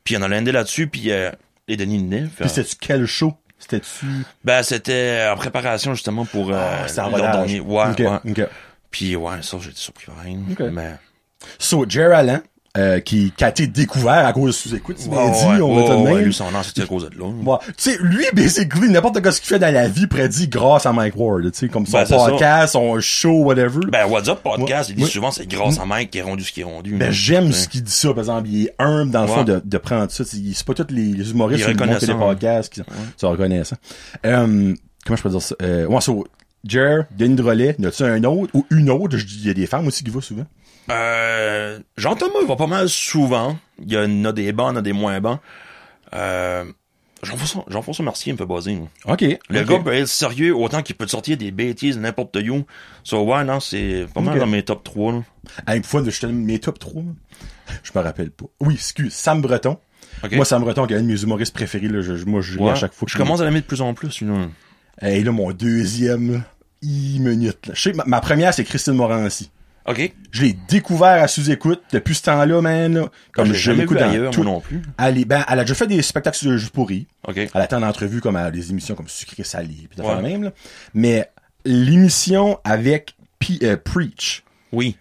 B: Puis il y en a l'indé là-dessus, puis euh, les Denis Ninet. fait-
A: c'était-tu quel show? C'était-tu...
B: Ben, c'était en préparation justement pour euh,
A: Ah, c'était en
B: leur
A: rodage.
B: dernier. Ouais,
A: Ok,
B: ouais.
A: ok.
B: Puis ouais, ça, j'étais surpris pareil.
A: Ok.
B: Mais
A: So, Jer Allen, euh, qui, qui a été découvert à cause de sous-écoute, tu m'as dit, on va te le
B: ouais, ouais,
A: même.
B: lui, son nom, c'était à cause de là.
A: Ouais. Tu sais, lui, basically, n'importe quoi ce qu'il fait dans la vie prédit grâce à Mike Ward, tu sais, comme son
B: Ben, c'est ça.
A: podcast, son show, whatever. Ben,
B: Ben, What's Up Podcast,
A: Ouais.
B: il dit
A: Ouais. Ben,
B: souvent c'est grâce à Mike qui est rendu ce qui est rendu. là.
A: j'aime
B: Ouais.
A: ce qu'il dit ça, par exemple, il est humble dans le
B: Ouais.
A: fond de, de prendre ça. C'est c'est pas tous les, les humoristes
B: Il
A: qui
B: est
A: ont monté des
B: reconnaissant, hein.
A: podcasts qui sont, sont reconnaissants. Euh, comment je peux dire ça? Euh, ouais, so, Jer, Denis Drolet, y a-tu un autre ou une autre? Je dis, Il y a des femmes aussi qui vont souvent.
B: Euh, Jean-Thomas, il va pas mal souvent. Il y en a des bons, il y en a des moins bons. Euh, Jean-François Jean-François Mercier me fait buzzer. moi.
A: OK.
B: Le
A: OK.
B: gars peut être sérieux autant qu'il peut te sortir des bêtises n'importe où. So, ouais, non, c'est pas mal
A: Ok.
B: dans mes top 3. Là.
A: Hey, une fois, je te donne mes top 3. Je me rappelle pas. Oui, excuse, Sam Breton.
B: Ok.
A: Moi, Sam Breton, qui est un de mes humoristes préférés, là, je, je- moi, je ris
B: Ouais.
A: à chaque fois.
B: Je
A: qu'il-
B: commence à l'aimer de plus en plus. Là.
A: Hey, là, mon deuxième, là, i minute. là. Je sais, ma, ma première, c'est Christine Morancy.
B: Ok.
A: Je l'ai découvert à sous-écoute depuis ce temps-là, man. là.
B: Comme Ah, je l'ai jamais vu
A: l'écoute dans
B: ailleurs,
A: tout-
B: moi non plus.
A: Elle, est- ben, elle a déjà fait des spectacles sur le jus pourri.
B: Ok.
A: Elle attend l'entrevue comme à des émissions comme Sucré Salé, pis
B: Ouais.
A: même, là. Mais l'émission avec P- euh, Preach,
B: Oui.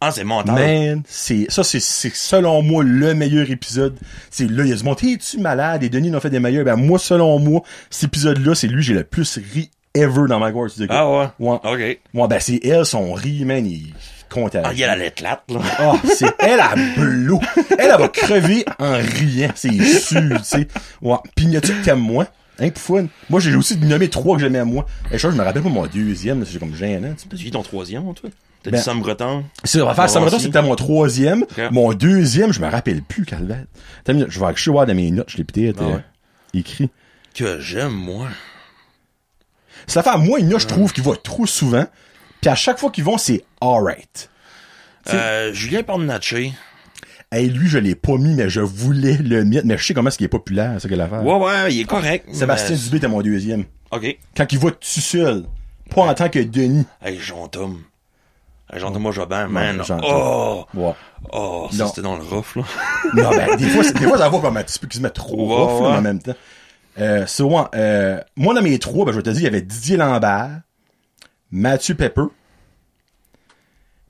B: Ah, c'est mental.
A: Man, c'est ça, c'est c'est selon moi le meilleur épisode. C'est là, il y a du monde. Es-tu malade? Et Denis en fait des meilleurs. Ben moi, selon moi, cet épisode-là, c'est lui j'ai le plus ri ever dans ma course.
B: Ah ouais.
A: Ouais.
B: Ok.
A: Moi, ben c'est elle, son ri, man, il compte à
B: Ah, il y a la lettre là.
A: Ah, c'est elle à bleu. Elle, elle va crever en riant, c'est sûr, tu sais. Ouais. Pis y a-tu que t'aimes moins? Hein, pour fun. Moi, j'ai aussi nommé trois que j'aimais moins. Et je, je me rappelle pas mon deuxième, c'est comme gênant, tu sais.
B: T'as dit ton troisième, en tout cas? T'as
A: Ben-
B: dit Sam Breton?
A: C'est va faire
B: Morancy.
A: ça maintenant, c'était mon troisième.
B: Ok.
A: Mon deuxième, je me rappelle plus, Calvette. Attends une minute, je vais je vais voir dans mes notes, je l'ai peut-être
B: Ah
A: euh,
B: ouais.
A: écrit.
B: Que j'aime, moi.
A: C'est l'affaire, moi, il y en a, je trouve, qui va trop souvent. Puis à chaque fois qu'ils vont, c'est alright.
B: Euh, Julien Parmenaché.
A: Hey, lui, je l'ai pas mis, mais je voulais le mettre. Mais je sais comment est-ce qu'il est populaire, c'est ça que l'affaire.
B: Ouais, ouais, il est correct.
A: Sébastien
B: mais-
A: Dubé était mon deuxième.
B: Ok.
A: Quand il va tout seul. Pas en tant que Denis.
B: Hey, Jean-Tom. Hey, Jean-Thomas Jobin, man.
A: Ouais, Jean-Tom.
B: oh!
A: Ouais.
B: Oh, ça,
A: Non.
B: c'était dans le rough, là.
A: non, ben, des fois, c'est- des fois, ça va comme un petit peu qui se met trop
B: Ouais,
A: rough, là,
B: ouais.
A: en même temps. Euh, so, ouais, euh, moi, dans mes trois, ben, je vais te dire, il y avait Didier Lambert, Mathieu Pepper.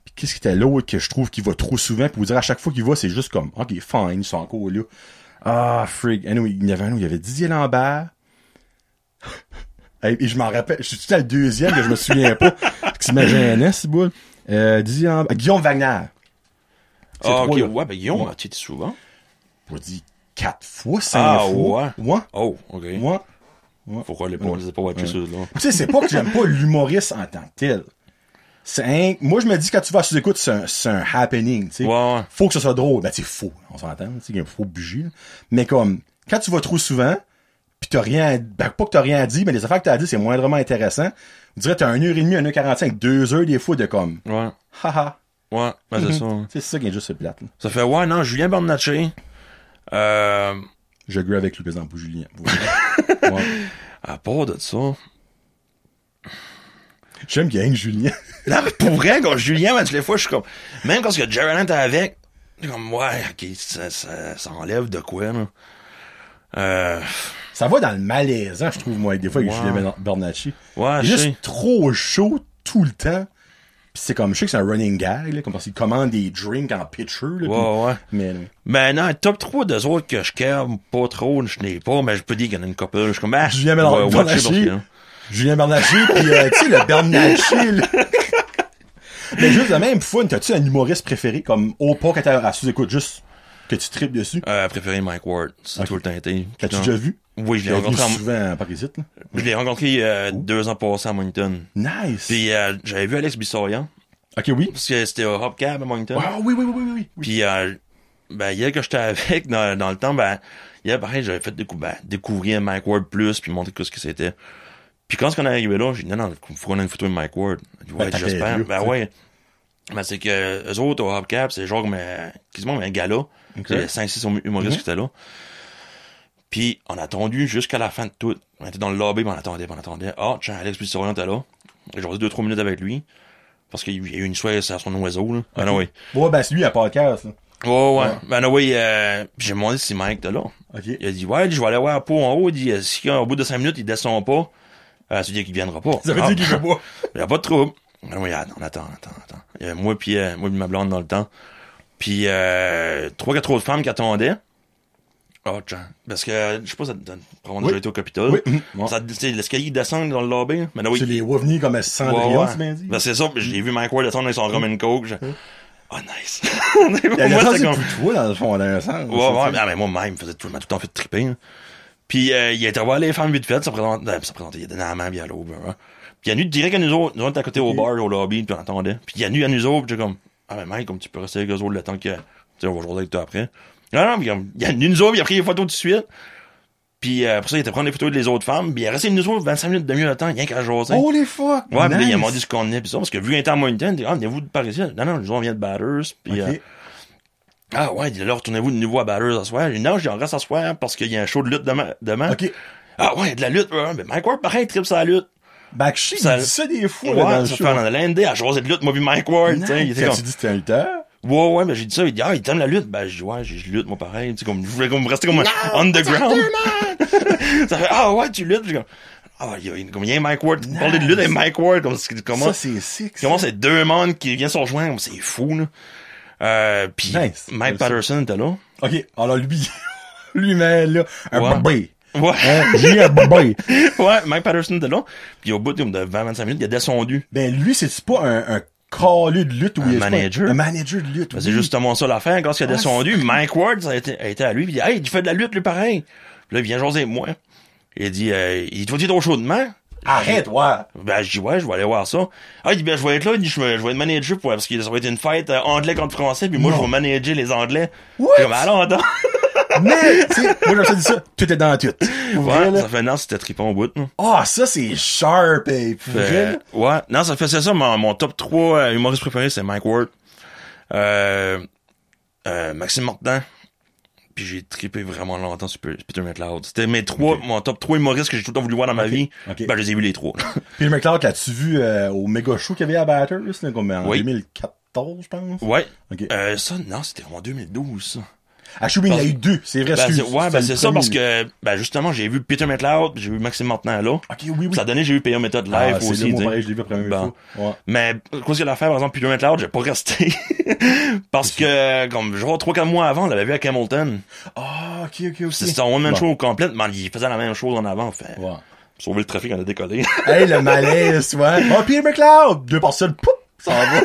A: Puis qu'est-ce qui était l'autre que je trouve qui va trop souvent? Pour vous dire, à chaque fois qu'il va, c'est juste comme, OK, fine, ils sont encore là. Ah, frig. Anyway, il y en avait un, où il y avait Didier Lambert. Hey, Et je m'en rappelle, je suis tout à le deuxième que je me souviens pas. Parce que c'est ma c'est boule. Euh, Didier Lambert- Guillaume Wagner. Ces
B: Ah, ok.
A: trois-là.
B: Ouais, ben, Guillaume, tu étais souvent.
A: Je vous dis quatre fois, cinq
B: Ah,
A: fois.
B: ouais.
A: Moi,
B: Oh, ok.
A: moi.
B: Pourquoi les pas, les pas watché ceux-là?
A: Tu sais, c'est pas que j'aime pas l'humoriste en tant que tel. C'est un- Moi, je me dis, quand tu vas sur écoute, c'est un, c'est un happening, tu sais.
B: Ouais, ouais.
A: Faut que ce soit drôle. Ben, c'est faux. On s'entend, tu sais, qu'il faut bouger. là. Mais comme, quand tu vas trop souvent, pis t'as rien, à- ben, pas que t'as rien à dire, mais les affaires que t'as dit, c'est moindrement intéressant. Je dirais, t'as 1h30, 1h45, 2h des fois de comme,
B: Ouais.
A: haha.
B: Ouais, ben, c'est ça. hein.
A: Tu sais, c'est ça qui est juste sur le plate, là.
B: Ça fait, ouais, non, Julien Parmenaché. Euh,
A: Je gueule avec lui, par exemple, pour Julien. Ouais. Ouais.
B: à part de ça.
A: J'aime bien Julien.
B: Non, mais pour vrai, quand Julien, ben, toutes les fois, je suis comme. Même quand ce que Jerry Allen était avec, je suis comme, ouais, ok, ça, ça, ça enlève de quoi, là. Euh,
A: Ça va dans le malaisant, je trouve, moi, des fois, avec
B: Ouais.
A: Julien Ben- Bernacchi.
B: ouais,
A: Il est
B: je sais.
A: juste trop chaud tout le temps. Pis c'est comme, je sais que c'est un running gag, là, comme parce qu'il commande des drinks en pitcher, là.
B: Ouais, ouais.
A: pis- Mais, euh, non.
B: Mais non, top 3 des autres que je kève pas trop, je n'ai pas, mais je peux dire qu'il y en a une couple. Je suis comme, ah,
A: Julien
B: ouais,
A: Mélan-
B: ouais,
A: Bernacchi.
B: je sais pas hein. ce qu'il y a.
A: Julien Bernacchi, pis, euh, tu sais, le Bernacchi, là. Mais juste de même, fun, t'as-tu un humoriste préféré, comme, au pas quand t'as à sous-écoute, juste, que tu tripes dessus?
B: Euh, préféré Mike Ward, c'est tout le temps été.
A: T'as-tu
B: Putain.
A: déjà vu?
B: Oui, je
A: Je
B: l'ai
A: l'ai vu Oh.
B: rencontré, en-
A: souvent par ici, là.
B: je l'ai rencontré euh, deux ans passés à Moncton.
A: Nice!
B: Puis euh, j'avais vu Alex Bissoyan,
A: Ok, oui.
B: parce que c'était au Hopcab à Moncton.
A: Ah, oui, oui, oui, oui, oui, oui.
B: Puis, euh, ben, hier que j'étais avec, dans, dans le temps, ben, hier, pareil, j'avais fait décou- ben, découvrir Mike Ward plus, puis montrer ce que c'était. Puis quand on est arrivé là, j'ai dit, non, non, faut qu'on ait une photo de Mike Ward. Il dit, ouais,
A: Ben, t'as fait
B: j'espère.
A: vieux,
B: Ben,
A: t'sais.
B: ouais. Ben, c'est que, eux autres, au Hubcap, c'est genre, mais, quasiment, mais un gala.
A: Ok. Mhm.
B: C'est 5-6 hum- humoristes qui étaient là. Puis, on a attendu jusqu'à la fin de tout. On était dans le lobby, puis on attendait, puis on attendait. Ah, tiens, Alex Pistorian était là. J'ai passé 2-3 minutes avec lui. Parce qu'il y a eu une soirée sur son oiseau, là. Ah, non, oui.
A: Ouais, ben, c'est lui à podcast, là.
B: Ouais, ouais. Ben, oui, euh, pis j'ai demandé si Mike était là.
A: Ok.
B: Il a dit, ouais, je vais aller voir Pau en haut. Il dit, si au bout de 5 minutes, il descend pas, euh, ça veut dire qu'il viendra pas.
A: Ça veut
B: Ah,
A: dire qu'il veut pas.
B: Il y a pas de trouble. Ben oui, attends, attends, attends, attends. Il y avait moi puis euh, moi puis ma blonde dans le temps. Puis, euh, trois, quatre autres femmes qui attendaient. Oh, tiens. Parce que, je sais pas, ça, ça, on a
A: Oui.
B: déjà été au Capitole.
A: Oui.
B: Bon, Ah. Mm-hmm. ça, tu sais, l'escalier descend dans le lobby. Mais non, oui.
A: Tu les vois venir comme à Cendrillon,
B: Ouais, ouais.
A: tu m'as dit. Mm.
B: Ben, c'est ça, puis j'ai vu Mike Ward descendre avec son rum and coke. j'ai- Oh, nice.
A: La
B: Moi,
A: naissance,
B: c'était comme-
A: c'est plus toi, dans le fond, d'un sens.
B: Ouais, ouais, mais, ah, mais moi, même, faisait tout, il m'a tout le temps fait triper. hein. Puis, euh, il était voir les femmes vite fait, ça présentait, euh, ça présentait, il a donné la main, puis il allait au bar. hein. Puis, il y a nu direct à nous autres, nous autres, on était à côté au
A: Ok.
B: bar, au lobby, puis on attendait. Puis, il y a nu à nous autres, puis j'étais comme, ah, mais Mike, comme tu peux rester avec eux autres le temps que, tu sais, on va jouer avec toi après. Non, non, puis, il y a nu nous autres, il a pris les photos tout de suite. Puis, euh, pour ça, il était prendre les photos des autres femmes, puis il est resté avec nous autres 25 minutes, demi-heure de temps, rien qu'à jaser.
A: Oh les fuck!
B: Ouais, puis là,
A: nice.
B: il m'a dit ce qu'on venait, pis ça, parce que vu qu'il était en Moncton, il dit, ah, venez-vous de Paris? Non, non, nous, on vient de Batters, puis
A: Ok.
B: euh, ah ouais, il dit, là, retournez-vous de nouveau à Batters ce soir. J'ai dit, non, j'en reste ce soir, parce qu'il y a un show de lutte demain. demain.
A: Ok.
B: Ah ouais, de la lutte, ouais, mais Mike Ward, pareil, il tripe sur la lutte.
A: Bakshi,
B: Ça-
A: il dit ça des fois,
B: Ouais,
A: là, dans le
B: ça
A: show.
B: fait en Allende, à jaser de lutte, moi, vu Mike Ward, tu sais, il était
A: Quand tu
B: comme,
A: dis que t'es un lutteur,
B: ouais, ouais, mais j'ai dit ça, il dit, ah, il t'aime la lutte. Ben, j'ai dit, ouais, j'ai- je lutte, moi, pareil, tu sais, comme, je voulais comme rester comme un underground. ça fait, ah ouais, tu luttes, J'ai comme, ah, il y a, comme, il y a un Mike Ward, on parlait de lutte et Mike Ward, comme, c'est- comment,
A: ça c'est sick.
B: Comment c'est deux mondes qui viennent se rejoindre, c'est fou, là. Euh, puis
A: Nice.
B: Mike
A: Merci.
B: Patterson était là.
A: ça. Ok, alors lui, lui-même, là,
B: Ouais.
A: un bébé.
B: Ouais,
A: Hein, j'ai un bébé.
B: ouais, Mike Patterson était là. Puis au bout de 20-25 minutes, il a descendu.
A: Ben lui, c'est-tu pas un, un calé de lutte ou il est pas-
B: manager?
A: Un manager de lutte.
B: Ben,
A: oui.
B: c'est justement ça l'affaire. Quand il a
A: Ah,
B: descendu, Mike Ward ça a été, a été à lui. puis Il dit Hey, tu fais de la lutte, lui, pareil. Puis là, il vient jaser avec moi. Il dit euh, Il te dit au show demain
A: Arrête, ouais.
B: Ben, je dis Ouais, je vais aller voir ça. Ah, il dit Ben, je vais être là. Il dit Je, me- je vais être manager pour, parce que ça va être une fête euh, anglais contre français. Puis moi,
A: Non.
B: je vais manager les anglais.
A: What?
B: Puis comme, allons, donc.
A: Mais, tu sais, moi j'aime ça dit ça, tout est dans tout. Pour vrai,
B: Ouais,
A: là.
B: ça fait non, c'était tripant au bout. hein. là.
A: Ah, ça c'est sharp, et pour vrai,
B: Euh,
A: là.
B: ouais, non, ça fait c'est ça. Mon, mon top 3 euh, humoriste préféré, c'est Mike Ward. Euh, euh, Maxime Martin. Puis j'ai trippé vraiment longtemps sur Pe- Peter McLeod. C'était mes trois, mon top 3 humoristes que j'ai tout le temps voulu voir dans ma vie.
A: ok.
B: Ben, je les ai vus les trois.
A: Puis McLeod, l'as-tu vu euh, au méga show qu'il y avait à Batters, là, comme en
B: Oui.
A: 2014, je pense?
B: ouais.
A: Ok.
B: Euh, ça, non, c'était en 2012, ça.
A: À Choubin, il y a eu deux, c'est vrai,
B: Ben, c'est-
A: excuse,
B: ouais, ben,
A: le
B: c'est ça
A: premier.
B: parce que, ben, justement, j'ai vu Peter McLeod, puis j'ai vu Maxime Martin là.
A: Ok, oui, oui.
B: Ça donnait, j'ai vu P.A. Méthode live
A: Ah, c'est
B: aussi.
A: le mot
B: tu sais.
A: pareil, je l'ai vu la première
B: Bon.
A: fois. Ouais.
B: Mais quoi que l'affaire, par exemple, Peter McLeod, j'ai pas resté. Parce que, comme genre 3-4 mois avant, on l'avait vu à Camilton.
A: Ah, ok, ok, ok.
B: C'est son one-man
A: Bon.
B: show au complet, mais il faisait la même chose en avant. Fait,
A: Ouais.
B: Sauver le trafic, on a décollé.
A: Hey, le malaise, ouais. Oh, Pierre McLeod! Deux parcelles, pouf! Ça va.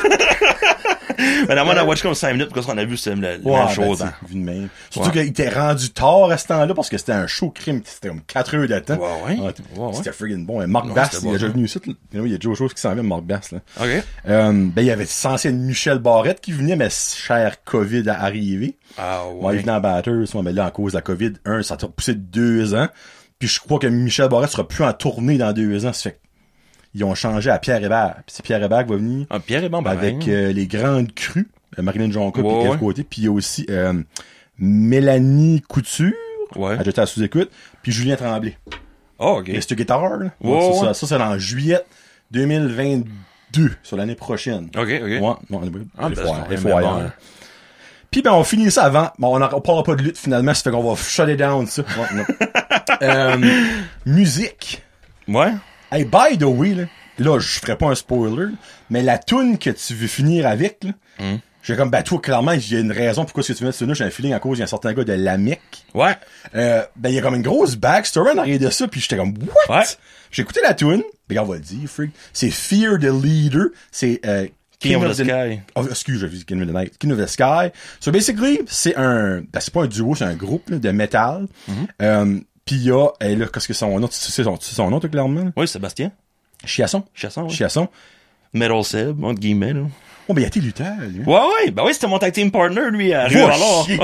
B: mais d'abord, on a watché comme 5 minutes, parce qu'on a vu c'est la, la
A: Ouais,
B: même chose.
A: ben,
B: hein.
A: tu sais, vu de même. Surtout
B: Ouais.
A: qu'il était rendu tard à ce temps-là parce que c'était un show crime. C'était comme 4 heures d'attente.
B: Ouais, ouais.
A: Ah, t-
B: Ouais, ouais.
A: C'était friggin' bon. Et Marc
B: Ouais,
A: Bass, il
B: c'était
A: est
B: bon. hein.
A: déjà venu ici. là. Il y a déjà autre chose qui s'en vient, Marc Bass. Là.
B: OK.
A: Euh, ben, il y avait censé être Michel Barrette qui venait, mais cher COVID à arriver.
B: Ah
A: Ouais, il
B: ouais.
A: venait en batteuse. Ouais, mais là, en cause de la COVID, un, ça t'a repoussé de deux ans. Puis je crois que Michel Barrette sera plus en tournée dans deux ans. Ça fait qu'ils ont changé à Pierre Hébert. Puis c'est Pierre Hébert qui va venir
B: Ah, Pierre est bon, ben,
A: avec
B: hein.
A: euh, les grandes crues, euh, Marilyn Jonca
B: Ouais,
A: puis Eve
B: ouais.
A: Côté, puis il y a aussi euh, Mélanie Couture,
B: Ouais.
A: ajoutée à sous-écoute, puis Julien Tremblay.
B: Oh, OK.
A: Et c'est guitare, là.
B: Ouais,
A: Ouais, c'est
B: ouais.
A: ça, ça c'est en juillet 2022, sur l'année prochaine.
B: OK,
A: Ouais,
B: OK.
A: bon,
B: Ah,
A: il
B: ben,
A: faut
B: c'est
A: voir,
B: quand
A: il
B: même
A: faut voir,
B: bon,
A: hein.
B: hein.
A: Puis ben on finit ça avant. Bon, on, en- on parlera pas de lutte finalement, ça fait qu'on va shut it down ça. Ouais, non. Euh, musique.
B: Ouais.
A: Hey, by the way, là, là je ferai pas un spoiler, mais la toune que tu veux finir avec, là,
B: Hum.
A: j'ai comme, bah, toi, clairement, il y a une raison pourquoi est-ce que tu veux mettre là j'ai un feeling à cause d'un certain gars de l'AMIC.
B: Ouais.
A: Euh, ben, il y a comme une grosse backstory en arrière de ça, puis j'étais comme, what?
B: Ouais.
A: J'ai écouté la toune, ben, on va le dire, freak. C'est Fear the Leader, c'est, euh,
B: King of the Sky.
A: Oh, excuse, j'ai vu King of the Night. King of the Sky. So, basically, c'est un, ben, c'est pas un duo, c'est un groupe, là, de métal.
B: Mm-hmm.
A: Euh, puis il y a, et là, qu'est-ce que son nom, tu sais son, tu sais son nom, toi, clairement? là?
B: Oui, Sébastien.
A: Chiasson.
B: Chasson, ouais.
A: Chiasson.
B: Metal Seb, entre guillemets, là.
A: Bon, ben, il a été lutteur, lui.
B: Ouais, ouais. Ben oui, c'était mon tag team partner, lui, à Rio
A: Va
B: alors.
A: chier.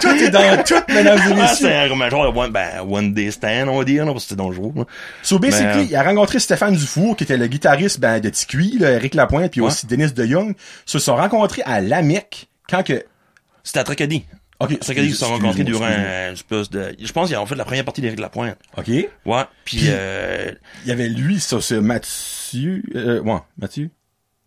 A: tout est dans tout, mesdames et
B: Ah, c'est
A: messieurs.
B: un comme genre de one, ben, one day stand, on va dire, là, parce que c'était dans le jour. là.
A: So, basically,
B: Mais, euh,
A: il a rencontré Stéphane Dufour, qui était le guitariste ben, de TQI, là, Eric Lapointe, puis
B: Ouais.
A: aussi Denis De Jong, se sont rencontrés à l'AMEC quand que...
B: C'était à Tracadie.
A: Ok,
B: À Tracadie, ils se sont rencontrés durant
A: excuse-moi,
B: un espèce de. Je pense qu'ils ont fait la première partie d'Éric Lapointe.
A: excuse-moi. OK.
B: Ouais. Puis,
A: Puis-
B: euh,
A: Il y avait lui, ça, c'est Mathieu... Euh, ouais, Mathieu.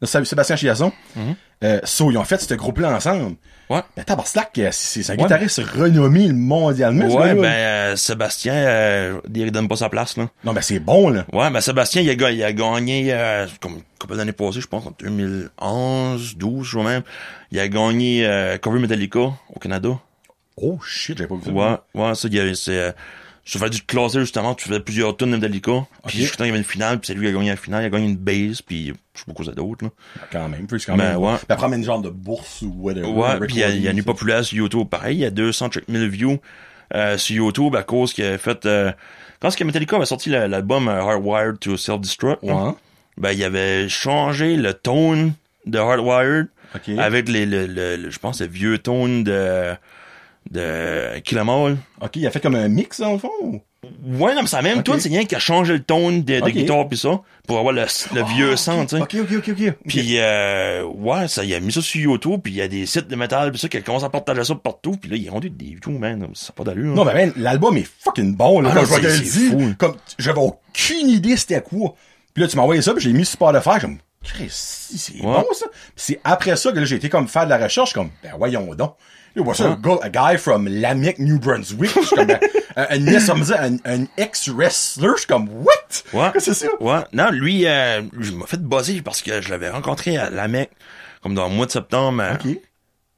A: de Seb- Sébastien Chiasson.
B: Mhm.
A: Euh, so, ils ont fait ce groupe-là ensemble.
B: Ouais.
A: Mais tabarnak, euh, c'est c'est un
B: Ouais.
A: guitariste renommé mondialement. ce
B: Ouais,
A: gars-là.
B: ben, euh, Sébastien, euh, il donne pas sa place, là.
A: Non, ben c'est bon, là.
B: Ouais, ben Sébastien, il a, ga- il a gagné, euh, comme une couple d'années passées, je pense, en 2011, 12, je crois même. Il a gagné euh, Cover Metallica au Canada.
A: Oh shit, j'avais pas vu ça.
B: Ouais, ouais, ça, il a, c'est, euh, je faisais du classé, justement, tu faisais plusieurs tonnes de Metallica. Puis
A: Ok.
B: jusqu'à temps qu'il y avait une finale, puis c'est lui qui a gagné la finale, il a gagné une base, puis je sais pas quoi d'autre, là.
A: Quand même, plus quand
B: Ben,
A: même.
B: ouais.
A: Puis après, même une genre de bourse ou whatever.
B: Ouais,
A: Rick
B: puis il y a, il y a
A: Rubin,
B: une populaire sur YouTube. Pareil, il y a 200 000 views euh, sur YouTube à cause qu'il a fait... euh, quand ce que Metallica avait sorti la- l'album euh, Hardwired to Self-Destruct,
A: ça. Ouais.
B: ben, il avait changé le tone de Hardwired
A: Ok.
B: avec, les, le, le- le- je pense, le vieux tone de, de Kill 'Em All.
A: Ok, il a fait comme un mix, dans le fond. ou?
B: Ouais, non, mais c'est la même
A: Ok.
B: tune, c'est rien qui a changé le tone des de
A: Ok.
B: guitares pis ça, pour avoir le, le vieux
A: Ah,
B: sang,
A: ok,
B: tu sais.
A: Ok, ok, ok, ok.
B: Puis euh, ouais, ça, il a mis ça sur YouTube, puis il y a des sites de métal, puis ça, qui commencent à partager ça partout, puis là, ils ont rendu des views, man, ça n'a pas d'allure. hein.
A: Non, mais ben, l'album est fucking bon, là.
B: Ah
A: Comme
B: non,
A: je vais te
B: c'est-
A: le
B: c'est
A: dire.
B: fou.
A: Comme, j'avais aucune idée c'était quoi. Puis là, tu m'as envoyé ça, puis j'ai mis sur Spotify, j'ai comme, Chris, c'est bon, ça. Puis c'est après ça que là, j'ai été comme faire de la recherche, comme, ben, voyons donc. Là, voici un gars, a guy from Lamech, New Brunswick. Je suis comme, ben, un, un, yes, on me dit, un, un ex-wrestler. Je suis comme, what?
B: Ouais.
A: Qu'est-ce que c'est ça?
B: Ouais. Non, lui, euh, je m'a fait buzzer parce que je l'avais rencontré à la Mecque, comme dans le mois de septembre euh,
A: Ok.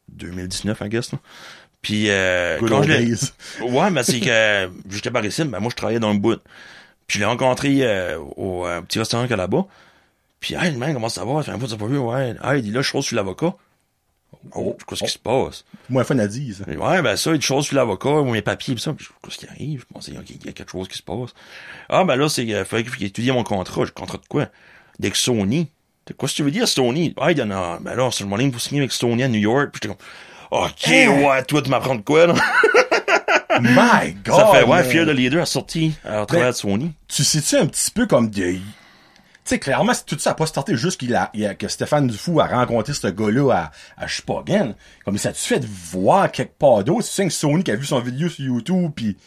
B: 2019, I guess. là. Puis euh,
A: Good
B: quand
A: old
B: je l'ai...
A: days.
B: Ouais, mais c'est que jusqu'à par ici, ben, moi, je travaillais dans le bout. Puis je l'ai rencontré euh, au euh, petit restaurant qu'il y a là-bas. Puis, hey, le man, comment ça va? Ça fait un bout que t'as pas vu, ouais. Hey, il dit là, je suis sur l'avocat. Oh, qu'est-ce qui se passe?
A: Moi, la fois, a dit, ça.
B: Ouais, ben ça, une chose sur l'avocat, ou mes papiers, pis ça. Puis, Qu'est-ce qui arrive? Je pensais, OK, il y a quelque chose qui se passe. Ah, ben là, c'est, euh, fallait qu'il étudie mon contrat. Je contrat de quoi? Avec Sony. Qu'est-ce que tu veux dire, Sony? Ah, il donne, un- ben là, sur le morning, vous signez avec Sony à New York. Puis j'étais comme, OK,
A: Hein?
B: ouais, toi, tu m'apprends de quoi, là?
A: My God!
B: ça fait, ouais,
A: man.
B: Fear the Leader a sorti euh, à travers de Sony.
A: Ben, tu situes un petit peu comme des. Tu sais, clairement, c'est- tout ça a pas starté juste qu'il a, il a- que Stéphane Dufou a rencontré ce gars-là à, à Je sais pas bien. Comme ça, tu fait de voir quelque part d'autre. Tu sais que Sony qui a vu son vidéo sur YouTube, puis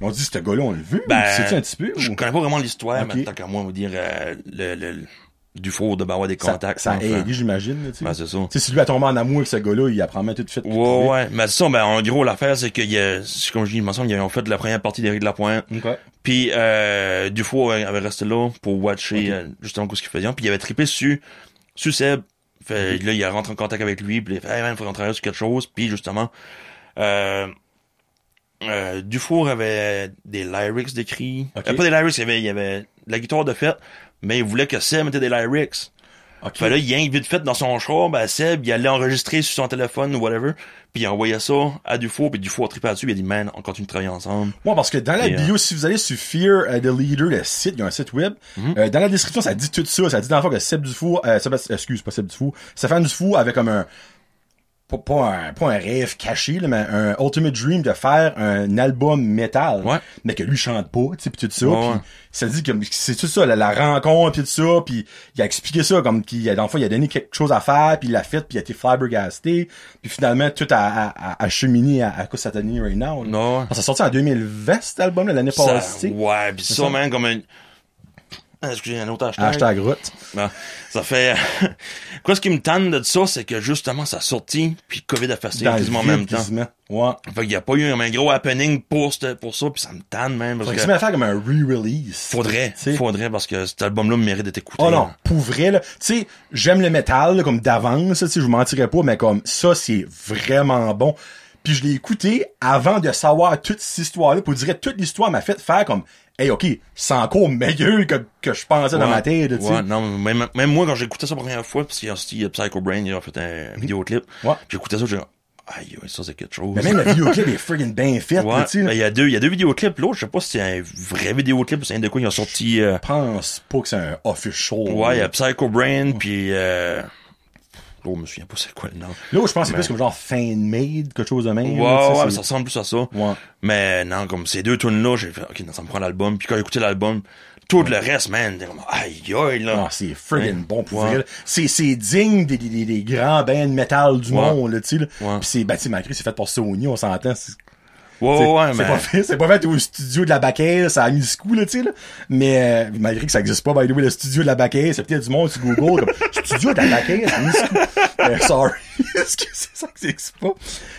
A: ils ont dit, ce gars-là, on l'a vu.
B: Ben,
A: tu sais un petit peu?
B: Je
A: ou-
B: connais pas vraiment l'histoire,
A: Ok.
B: mais tant qu'à moi, on va dire, euh, le, le, le- du four de Bawa des
A: Ça,
B: contacts.
A: ça a
B: enfin.
A: aidé, j'imagine. là, Tu sais.
B: Ben, c'est ça.
A: Tu sais, si lui a tombé en amour avec ce gars-là, il apprend tout de suite.
B: Ouais, ouais. Mais ça, ben, en gros, l'affaire, c'est que, il y a- c'est comme je dis, il me semble, ils ont fait la première partie des Rires de la Pointe.
A: Ok.
B: Puis, euh, Dufour avait resté là pour watcher, euh, justement, ce qu'il faisait. Puis, il avait trippé sur, sur Seb. Fait, là, il rentre en contact avec lui. Puis, il a fait, hey, man, faut qu'on travaille sur quelque chose. Puis, justement, euh, euh, Dufour avait des lyrics d'écrit.
A: Ok.
B: Euh, pas des lyrics, il y avait, il y avait de la guitare de fête. Mais il voulait que Seb mette des lyrics.
A: Ok.
B: Fait là, il y vite fait dans son char, ben Seb, il allait enregistrer sur son téléphone ou whatever, puis il envoyait ça à Dufour, puis Dufour a trippé là-dessus, puis il a dit, man, on continue de travailler ensemble.
A: Ouais, parce que dans la
B: Et, euh,
A: bio, si vous allez sur Fear euh, the Leader, le site, il y a un site web,
B: Mhm.
A: euh, dans la description, ça dit tout ça. Ça dit dans le fond que Seb Dufour, euh, Sébastien- excuse, pas Seb Dufour, Stéphane Dufour avait comme un, pas, pas un, pas un rêve caché, là, mais un ultimate dream de faire un album métal.
B: Ouais.
A: Mais que lui chante pas, tu sais, pis tout ça.
B: Ouais,
A: pis
B: ouais.
A: ça dit que c'est tout ça, la, la rencontre, pis tout ça, pis il a expliqué ça, comme qu'il, a- dans le fond, il a donné quelque chose à faire, pis il l'a fait, pis il a été flabbergasté, pis finalement, tout a, a, a, a cheminé à, à cause de Satani right now. là.
B: Non.
A: Ah, Ça sorti en 2020, cet album, là, l'année
B: Ça,
A: passée.
B: ouais, puis ça,
A: ça.
B: man, comme un... Ah, Excusez, un autre hashtag.
A: Hashtag route.
B: Ah, ça fait... Quoi, ce qui me tanne de ça, c'est que justement, ça sortit, puis COVID a fait ça
A: Dans le
B: quasiment en
A: vide,
B: même temps.
A: quasiment. Ouais.
B: Fait qu'il n'y a pas eu un gros happening pour, ce- pour ça, puis ça me tanne, même, parce
A: Fait que
B: que...
A: c'est même à faire comme un re-release.
B: Faudrait,
A: Tu sais.
B: faudrait, parce que cet album-là mérite d'être écouté. hein.
A: Oh non,
B: là.
A: pour vrai, là. Tu sais, j'aime le métal, là, comme d'avance, tu sais, je vous mentirais pas, mais comme ça, c'est vraiment bon. Puis je l'ai écouté avant de savoir toute cette histoire-là. Pour dire toute l'histoire m'a fait faire comme, hey, ok, c'est encore meilleur que, que je pensais dans
B: Ouais,
A: ma tête, tu sais.
B: ouais, non, mais même, même moi, quand j'écoutais ça la première fois, parce qu'il y a aussi euh, Psycho Brain, il a fait un vidéoclip.
A: Mhm. Ouais.
B: J'écoutais ça, j'ai dit, aïe, ouais, ça c'est quelque chose.
A: Mais même le vidéoclip est friggin' bien fait,
B: Ouais,
A: là, tu sais.
B: ben, il y a deux, il y a deux vidéoclips. L'autre, je sais pas si c'est un vrai vidéoclip ou c'est un de quoi ils ont sorti, euh,
A: Je pense pas que c'est un official.
B: ouais, il y a Psycho Brain, puis euh, oh, je me souviens pas c'est quoi le nom.
A: Là, je pense que c'est
B: Mais-
A: plus comme genre fan-made, quelque chose de même.
B: Ouais,
A: là, tu sais,
B: ouais, mais
A: c'est-
B: ça ressemble plus à ça.
A: Ouais.
B: Mais non, comme ces deux tunes là, j'ai fait, ok, non, ça me prend l'album. Puis quand j'ai écouté l'album, tout le reste, man, t'es comme, aïe, aïe, là.
A: Ah, c'est friggin'
B: Hein?
A: bon pour
B: Ouais.
A: vrai. là. C'est, c'est digne des, des, des, des grands bands de métal du
B: Ouais.
A: monde, là, ben, tu sais. là.
B: Ouais.
A: Pis c'est, bah, tu sais, malgré que c'est fait pour Sony, on s'entend. C'est,
B: Ouais,
A: T'sais,
B: Oh, ouais,
A: c'est
B: mais-
A: pas fait, c'est pas fait au studio de la Bacaire, ça a mis du coup, là, tu sais, là. Mais, euh, malgré que ça existe pas, by the way, le studio de la Bacaire, c'est peut-être du monde sur Google, comme, studio de la Bacaire, ça a mis du coup. Euh, sorry. Est-ce que c'est ça que ça existe pas?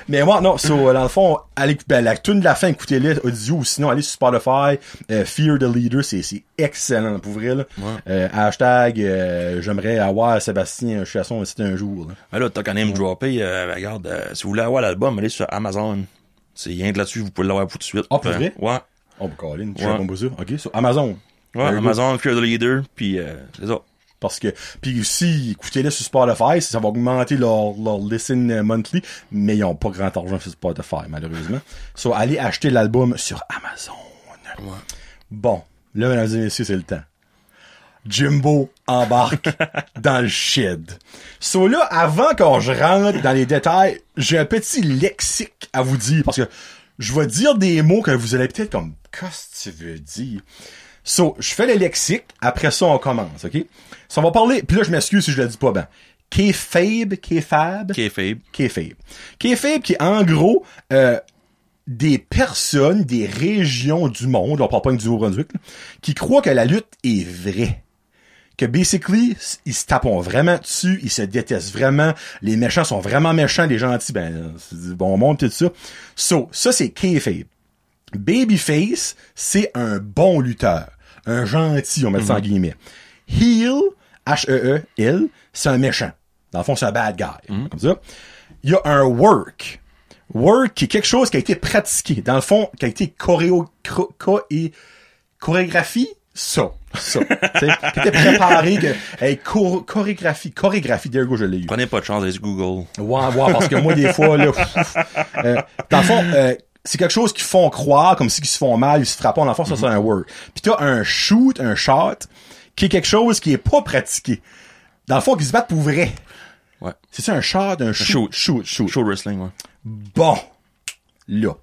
A: Mais moi, non, so, euh, dans le fond, allez, ben, la tune de la fin, écoutez-la, audio, ou sinon, allez sur Spotify, euh, Fear the Leader, c'est, c'est excellent, pour vrai, là. Euh, hashtag, euh, j'aimerais avoir Sébastien Chasson ici un jour, là.
B: Mais là, t'as quand même droppé. euh, regarde, euh, si vous voulez avoir l'album, allez sur Amazon. C'est rien que là-dessus, vous pouvez l'avoir pour tout de suite. Euh,
A: Ah, pour vrai?
B: Ouais.
A: Oh, bah, Colin, tu
B: Ouais.
A: as bon buzzer. OK, sur Amazon.
B: Ouais,
A: Very good.
B: Amazon, Fear the Leader, puis euh, c'est ça.
A: Parce que, puis aussi, écoutez-les sur Spotify, ça va augmenter leur, leur listen euh, monthly, mais ils ont pas grand argent sur Spotify, malheureusement. So, allez acheter l'album sur Amazon. Bon, là, mesdames et messieurs, c'est le temps. Jimbo embarque dans le shed. So là, avant qu'on je rentre dans les détails, j'ai un petit lexique à vous dire parce que je vais dire des mots que vous allez peut-être comme qu'est-ce que tu veux dire. So, je fais le lexique, après ça on commence, OK So on va parler, puis là je m'excuse si je le dis pas bien. K-fab, K-fab,
B: Qui est faible.
A: K-fab. K-fab qui est en gros euh, des personnes des régions du monde, on parle pas que du Haut-Brunswick, là, qui croient que la lutte est vraie que basically, s- ils se tapent vraiment dessus, ils se détestent vraiment, les méchants sont vraiment méchants, les gentils, ben, euh, c'est du bon monde, tout ça. So, ça, c'est kayfabe. Babyface, c'est un bon lutteur. Un gentil, on met ça en guillemets. Heel, H-E-E-L, c'est un méchant. Dans le fond, c'est un bad guy. Comme ça. Il y a un work. Work, qui est quelque chose qui a été pratiqué. Dans le fond, qui a été choréo... chro- cho- et- chorégraphie, ça. Ça. Tu sais, qui a été préparé. Que, hey, chor- chorégraphie, chorégraphie, there you go, je l'ai eu.
B: Prenez pas de chance, allez sur Google.
A: Ouais, ouais, parce que moi, des fois, là, pff, pff, euh, dans le fond, euh, c'est quelque chose qu'ils font croire, comme s'ils se font mal, ils se frappent, dans le fond, ça, c'est un word. Puis t'as un shoot, un shot, qui est quelque chose qui est pas pratiqué. Dans le fond, qu'ils se battent pour vrai.
B: Ouais.
A: C'est ça, un shot, un shoot?
B: shoot.
A: Shoot, shoot.
B: Show Wrestling, ouais.
A: Bon. Là.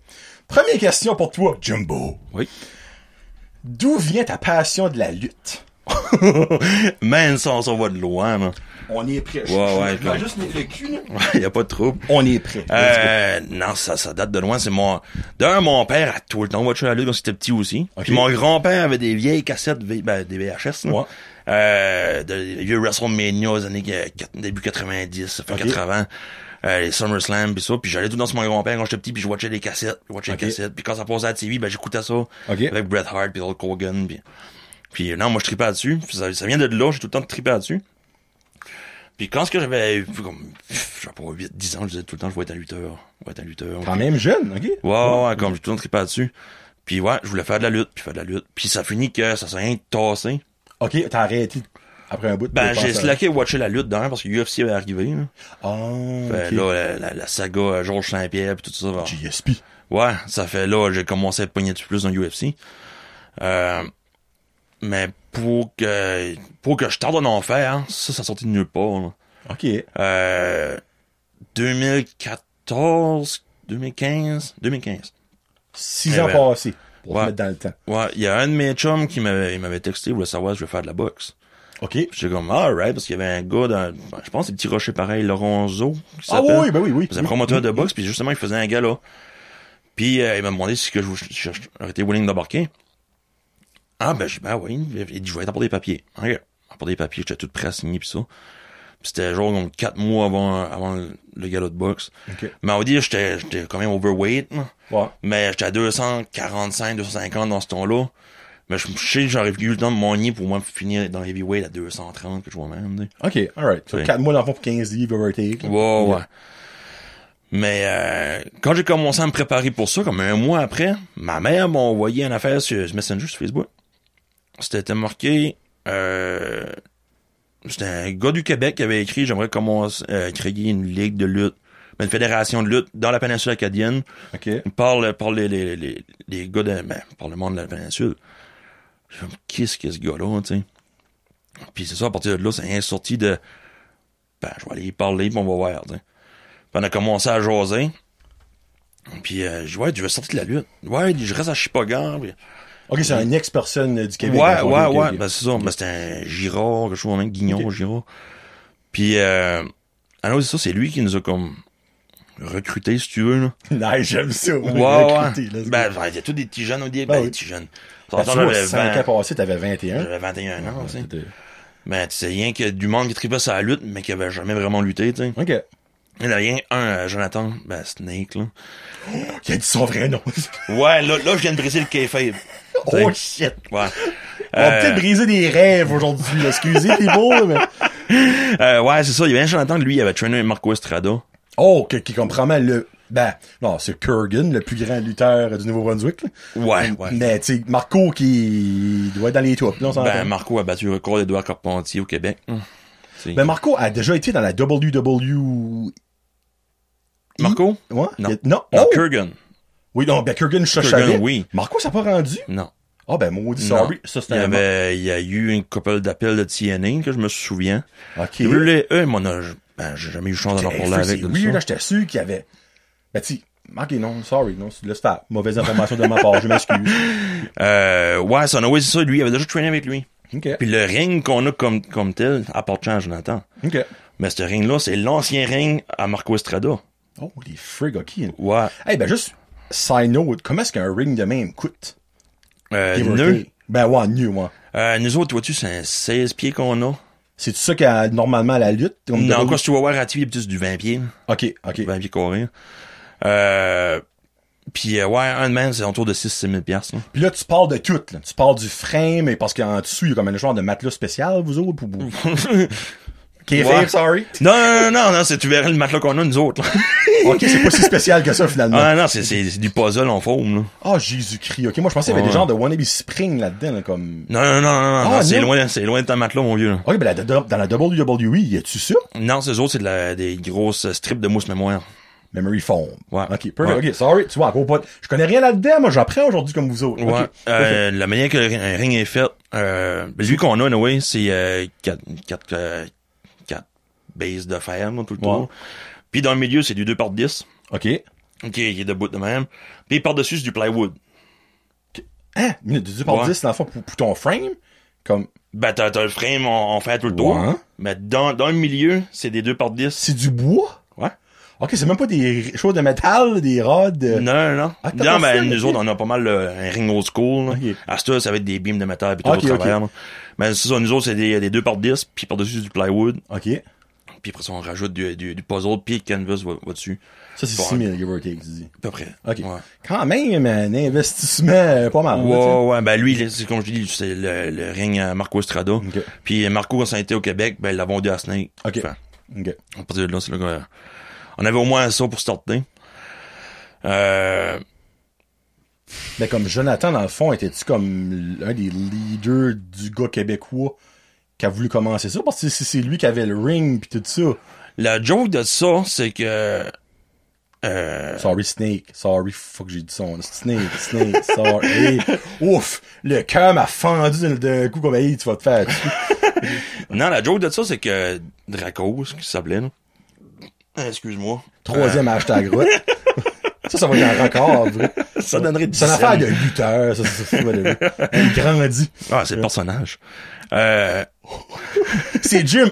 A: Première question pour toi, Jumbo.
B: Oui.
A: D'où vient ta passion de la lutte?
B: Man, ça, on s'en va de loin, là.
A: On est prêt. Je-
B: Ouais,
A: je-
B: ouais,
A: je- je-
B: ouais.
A: juste le cul, là.
B: Il a pas de trouble.
A: On est prêt.
B: Euh, non, ça, ça date de loin. C'est mon. D'un, mon père a tout le temps watché la lutte quand c'était petit aussi.
A: Ok.
B: Puis mon grand-père avait des vieilles cassettes, V- ben, des VHS, là.
A: Ouais.
B: Euh, de, des vieux WrestleMania aux années que- quat- début 90, ça fait
A: Ok.
B: 80. Euh, les SummerSlam pis ça, puis j'allais tout dans ce mon grand-père quand j'étais petit, puis je watchais les cassettes, je watchais
A: Ok.
B: les cassettes, puis quand ça passait à la TV, ben j'écoutais ça
A: Ok.
B: avec Bret Hart puis Hulk Hogan, puis puis euh, non, moi je tripais là-dessus, Puis ça, ça vient de là, j'ai tout le temps tripé là-dessus. Puis quand ce que j'avais vu comme pff, je sais pas 8 10 ans, je disais tout le temps je vais être un lutteur, je vais être un lutteur.
A: Quand même jeune, OK?
B: Ouais, ouais, ouais, comme j'ai tout le temps tripé là-dessus. Puis ouais, je voulais faire de la lutte, puis faire de la lutte. Puis ça finit que ça s'est rien tassé.
A: OK, t'as arrêté après un bout de
B: Ben,
A: temps,
B: j'ai
A: ça-
B: slacké watché la lutte d'un parce que UFC avait arrivé. Là,
A: Ah,
B: Ben,
A: ok.
B: là la, la- la saga euh, Georges Saint-Pierre puis tout ça. ben,
A: GSP.
B: ouais, ça fait là, j'ai commencé à pogner du plus dans UFC. Euh, mais pour que pour que je tarde à en faire, hein, ça, ça sortit de nulle part. là.
A: OK.
B: Euh, 2014, 2015, 2015.
A: Six
B: Eh
A: ans
B: ben.
A: passés pour te
B: Ouais.
A: mettre dans le temps.
B: Ouais, il y a un de mes chums qui m'avait il m'avait texté, il voulait savoir si je voulais faire de la boxe.
A: OK.
B: Puis J'étais comme, alright, parce qu'il y avait un gars dans, ben, je pense, c'est Petit Rocher pareil, Lorenzo. qui
A: Ah oui,
B: s'appelle.
A: oui, ben oui, oui.
B: C'est un
A: Oui.
B: promoteur de boxe, puis justement, il faisait un gala. Puis euh, il m'a demandé si que je, je- je- j'aurais été willing d'embarquer. Ah, ben, je ben oui. Il dit, je vais t'apporter des papiers. Ok. Apporter des papiers, j'étais tout prêt à signer, puis ça. Puis c'était genre comme quatre mois avant, avant le, le gala de boxe.
A: OK.
B: Mais on va dire, j'étais, j'étais quand même overweight, là.
A: Ouais.
B: Mais j'étais à 245, 250 dans ce temps-là. Mais je je sais que j'aurais eu le temps de m'ennuyer pour moi finir dans l'heavyweight à 230 que je vois même, tu sais.
A: OK, alright. So,
B: Oui.
A: 4 mois dans le fond pour 15 livres, overtake.
B: Ouais, ouais. Mais euh, quand j'ai commencé à me préparer pour ça, comme un mois après, ma mère m'a envoyé une affaire sur Messenger sur Facebook. C'était marqué euh, C'était un gars du Québec qui avait écrit J'aimerais commencer euh, créer une ligue de lutte, une fédération de lutte dans la péninsule acadienne
A: OK.
B: parle, parle les, les, les, les gars de, ben, par le monde de la péninsule. Je me qu'est-ce que ce gars-là, tu sais. Puis c'est ça, à partir de là, c'est rien sorti de, ben, je vais aller y parler, puis on va voir, tu sais. Puis on a commencé à jaser. Puis, euh, je dis, ouais, je vais sortir de la lutte. Ouais, je reste à Chipagan. Puis...
A: OK, c'est un ex-personne euh, du Québec.
B: Ouais,
A: dans
B: ouais,
A: le
B: ouais.
A: fond, ok, ok.
B: Ben, c'est ça. Ben, c'était un Girard, quelque chose, même Guignon,
A: Ok.
B: Girard. Puis, euh, alors, c'est ça, c'est lui qui nous a comme recrutés, si tu veux. Là.
A: Nice, j'aime ça.
B: Ouais,
A: moi,
B: ouais.
A: recruter, là, c'est-
B: Ben, ben, il y a tous des petits jeunes au début.
A: Ben
B: Ben,
A: oui.
B: des petits jeunes. Ça,
A: Ben,
B: ça,
A: tu vois,
B: j'avais
A: 5 ans
B: 20
A: passés, t'avais 21.
B: j'avais 21 ans, tu sais.
A: C'était-
B: Ben, tu sais, rien que du monde qui tripait sur la lutte, mais qui avait jamais vraiment lutté, tu sais.
A: Ok.
B: Il y en a rien, un, euh, Jonathan, ben, Snake, là.
A: Il a dit son vrai nom.
B: Ouais, là, là, je viens de briser le kayfabe.
A: oh
B: T'sais.
A: shit.
B: Ouais.
A: On va
B: Euh,
A: peut-être briser des rêves aujourd'hui. là. Excusez, les beau, là, mais.
B: euh, ouais, c'est ça. Il y avait un Jonathan, lui, il avait traîné Marco Estrada.
A: Oh, que- qui comprend mal le. Ben, non, c'est Kurgan, le plus grand lutteur du Nouveau-Brunswick. là.
B: Ouais, ouais.
A: Mais, tu sais, Marco qui doit être dans les tops, là, on s'en
B: Ben,
A: entend.
B: Marco a battu le record d'Edouard Carpentier au Québec. Hum. C'est-
A: Ben, Marco a déjà été dans la WWE.
B: Marco?
A: Ouais?
B: Non.
A: Il a- Non.
B: Non,
A: Oh!
B: Kurgan.
A: Oui, non, ben, Kurgan, je
B: Kurgan,
A: savais.
B: oui.
A: Marco, ça n'a pas rendu.
B: Non.
A: Ah, ben, maudit,
B: Non.
A: sorry. Ça,
B: Il
A: c'était
B: y,
A: un-
B: avait, il y a eu une couple d'appels de TNA que je me souviens.
A: Ok.
B: Et eux, les- eux, moi, non, je- ben, j'ai jamais eu chance d'en
A: Hey,
B: parler
A: eh, c'est
B: avec. de
A: Oui,
B: ça.
A: là, j'étais sûr qu'il y avait. Ben, tu sais, ok, non, sorry, non, c'est- là, c'était mauvaise information de ma part, je m'excuse.
B: Euh, ouais, Son Away, c'est ça. Lui, il avait déjà traîné avec lui.
A: Ok.
B: Puis le ring qu'on a comme, comme tel appartient à Jonathan.
A: Ok.
B: Mais ce ring-là, c'est l'ancien ring à Marco Estrada.
A: Oh, les frig, ok.
B: Ouais.
A: Hey, ben, juste, side note, comment est-ce qu'un ring de même coûte?
B: Euh,
A: Give or
B: nul.
A: take. Ben, ouais, nu, moi.
B: Euh, nous autres, vois-tu, c'est un 16 pieds qu'on a.
A: C'est ça qu'a normalement à la lutte? comme
B: Non, Ben.
A: double-
B: quoi, si tu vas voir à TV, plus du 20 pieds. là.
A: Ok, ok.
B: 20 pieds carrés. Euh, puis euh, ouais, un de même, c'est autour de 6-6 000 piastres, là.
A: Puis là, tu parles de tout, là. Tu parles du frame, et parce qu'en dessous, il y a comme un genre de matelas spécial, vous autres, pour vous. Qui
B: Ouais.
A: sorry.
B: Non, non, non, non, non, c'est, tu verras le matelas qu'on a, nous autres, là.
A: Ok, c'est pas si spécial que ça, finalement.
B: Ah, non, c'est, c'est, c'est du puzzle en forme, là.
A: Oh, Jésus-Christ. Ok, moi, je pensais qu'il y avait
B: Ouais.
A: des genres de wannabe spring là-dedans, là, comme.
B: Non, non, non, non, non,
A: Ah,
B: c'est
A: non.
B: loin, c'est loin de ta matelas, mon vieux, là.
A: Ok, ben, la- dans la WWE, y a-tu ça?
B: Non, ces autres, c'est de la, des grosses strips de mousse mémoire.
A: Memory foam.
B: Ouais.
A: Ok, perfect. Ok, sorry. Tu vois, encore pas. Je connais rien là-dedans, moi, j'apprends aujourd'hui comme vous autres.
B: Ouais.
A: Ok, perfect.
B: Euh, la manière que le ri- un ring est fait, euh, ben, lui qu'on a, anyway, c'est euh, quatre, quatre, euh, quatre bases de fer, là, tout le
A: Ouais.
B: tour. Puis dans le milieu, c'est du 2 par 10.
A: Ok.
B: Ok, il est debout de même. Puis par-dessus, c'est du plywood.
A: Hein? Minute du 10 par
B: Ouais.
A: 10, dans le fond, pour, pour ton frame? Comme,
B: Ben, t'as, t'as le frame en, en fer tout le tour.
A: Ouais.
B: Mais dans, dans le milieu, c'est des 2 par 10.
A: c'est du bois?
B: Ouais.
A: Ok, c'est même pas des r- choses de métal, des rods. euh,
B: Non, non.
A: Ah, t'as
B: non,
A: pas
B: ben,
A: ça,
B: nous
A: ok.
B: autres, on a pas mal euh, un ring old school. là.
A: Ok.
B: À ce ça va être des beams de métal puis tout
A: Ok,
B: au
A: ok.
B: travers. là. Mais c'est ça, nous autres, c'est des, des 2 par 10, puis par-dessus, c'est du plywood.
A: Ok.
B: Puis après ça, on rajoute du, du, du puzzle, puis le canvas va, va dessus.
A: Ça, c'est
B: Bon.
A: 6 000, give or take, tu dis.
B: À peu près.
A: Ok.
B: Ouais.
A: Quand même, un investissement euh, pas mal. là,
B: Ouais, ouais, ben lui, il- c'est comme je dis, c'est le, le ring à Marco Estrada.
A: Ok.
B: Puis euh, Marco, quand ça a été au Québec, ben, il l'a vendu à Snake.
A: Ok.
B: Enfin,
A: tu sais. Ok.
B: à partir de là, c'est là qu'on- on avait au moins ça pour starter. Euh,
A: Mais comme Jonathan, dans le fond, était-tu comme l'un des leaders du gars québécois qui a voulu commencer ça? Parce que c'est- c'est lui qui avait le ring pis tout ça.
B: la joke de ça, c'est que, euh,
A: Sorry Snake, sorry, fuck j'ai dit son. Snake, Snake, sorry. Hey, Ouf! Le cœur m'a fendu d'un- d'un coup comme hey, tu vas te faire. tuer.
B: non, la joke de ça, c'est que Draco, ce qu'il s'appelait, là. Euh, Excuse-moi.
A: Troisième hashtag route. Euh. Ça, ça va être un record, vrai.
B: Euh, ça donnerait du
A: C'est une affaire de lutteur, ça, ça, ça, ça, whatever. Il grandit.
B: Ah, c'est le personnage. Euh,
A: C'est Jim!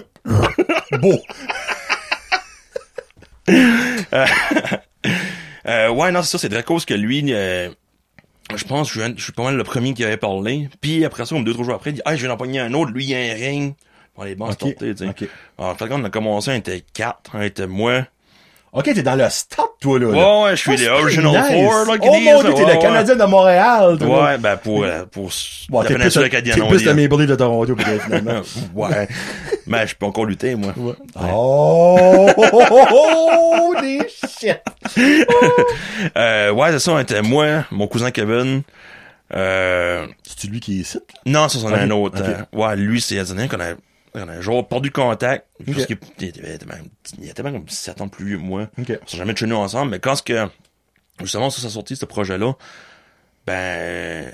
A: Beau!
B: Euh, ouais, non, c'est ça, c'est Draco, ce que lui, euh, je pense, je, je suis pas mal le premier qui avait parlé. Puis après ça, comme deux, trois jours après, il dit, ah, je vais en pogner un autre, lui, il y a un ring. On est bon,
A: Ok,
B: c'est tu sais.
A: ok.
B: Alors, quand on a commencé, on était quatre, on était moi.
A: Ok, t'es dans le stop, toi, là. là.
B: Ouais, ouais, je suis
A: Ah,
B: les
A: c'est
B: original
A: nice.
B: four, là, qui
A: Oh
B: disent,
A: mon dieu,
B: là,
A: t'es
B: ouais,
A: le
B: ouais.
A: Canadien de Montréal, toi.
B: Ouais, ben, pour, euh, pour
A: Bon,
B: la
A: t'es plus,
B: péninsule
A: t'es
B: acadienne, on
A: plus
B: dit. hein.
A: de Maple de Toronto, peut-être, finalement.
B: Ouais. Mais je peux encore lutter, moi.
A: Ouais. Oh, oh, oh, oh, oh, des shit.
B: Euh, ouais, c'est ça, on était moi, mon cousin Kevin, euh,
A: C'est lui qui est ici. là?
B: Non, ça, c'en est
A: Ok,
B: un autre.
A: ok.
B: Euh, ouais, lui, c'est un qu'on a, qu'on a genre perdu contact. Parce
A: Ok.
B: qu'il il était, il était même- il était même comme 7 ans plus vieux que moi.
A: Ok.
B: On s'est jamais traîné ensemble, mais quand ce que, justement, ça s'est sorti, ce projet-là, ben,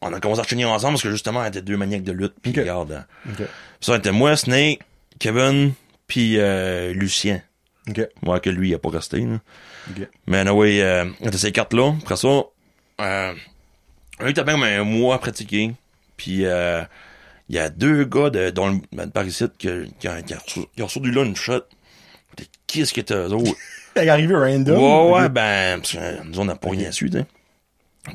B: on a commencé à traîner ensemble parce que justement, on était deux maniaques de lutte. Puis
A: Ok.
B: regarde, hein.
A: Ok.
B: ça, on était moi, Snake, Kevin, puis euh, Lucien.
A: Ok.
B: Moi, que lui, il a pas resté, là.
A: Ok.
B: Mais anyway, euh, on était ces cartes-là. Après ça, euh, on a eu tapé comme un mois à pratiquer. Puis, euh, il y a deux gars de, dans le, ben, de Paris-Site qui, qui, qui, ont reçu- qui ont reçu du là une shot. T'es qu'est-ce que t'as eux autres?
A: est arrivé random.
B: Ouais, ouais, ben, parce que, euh, nous, on n'a pas rien su, tu sais.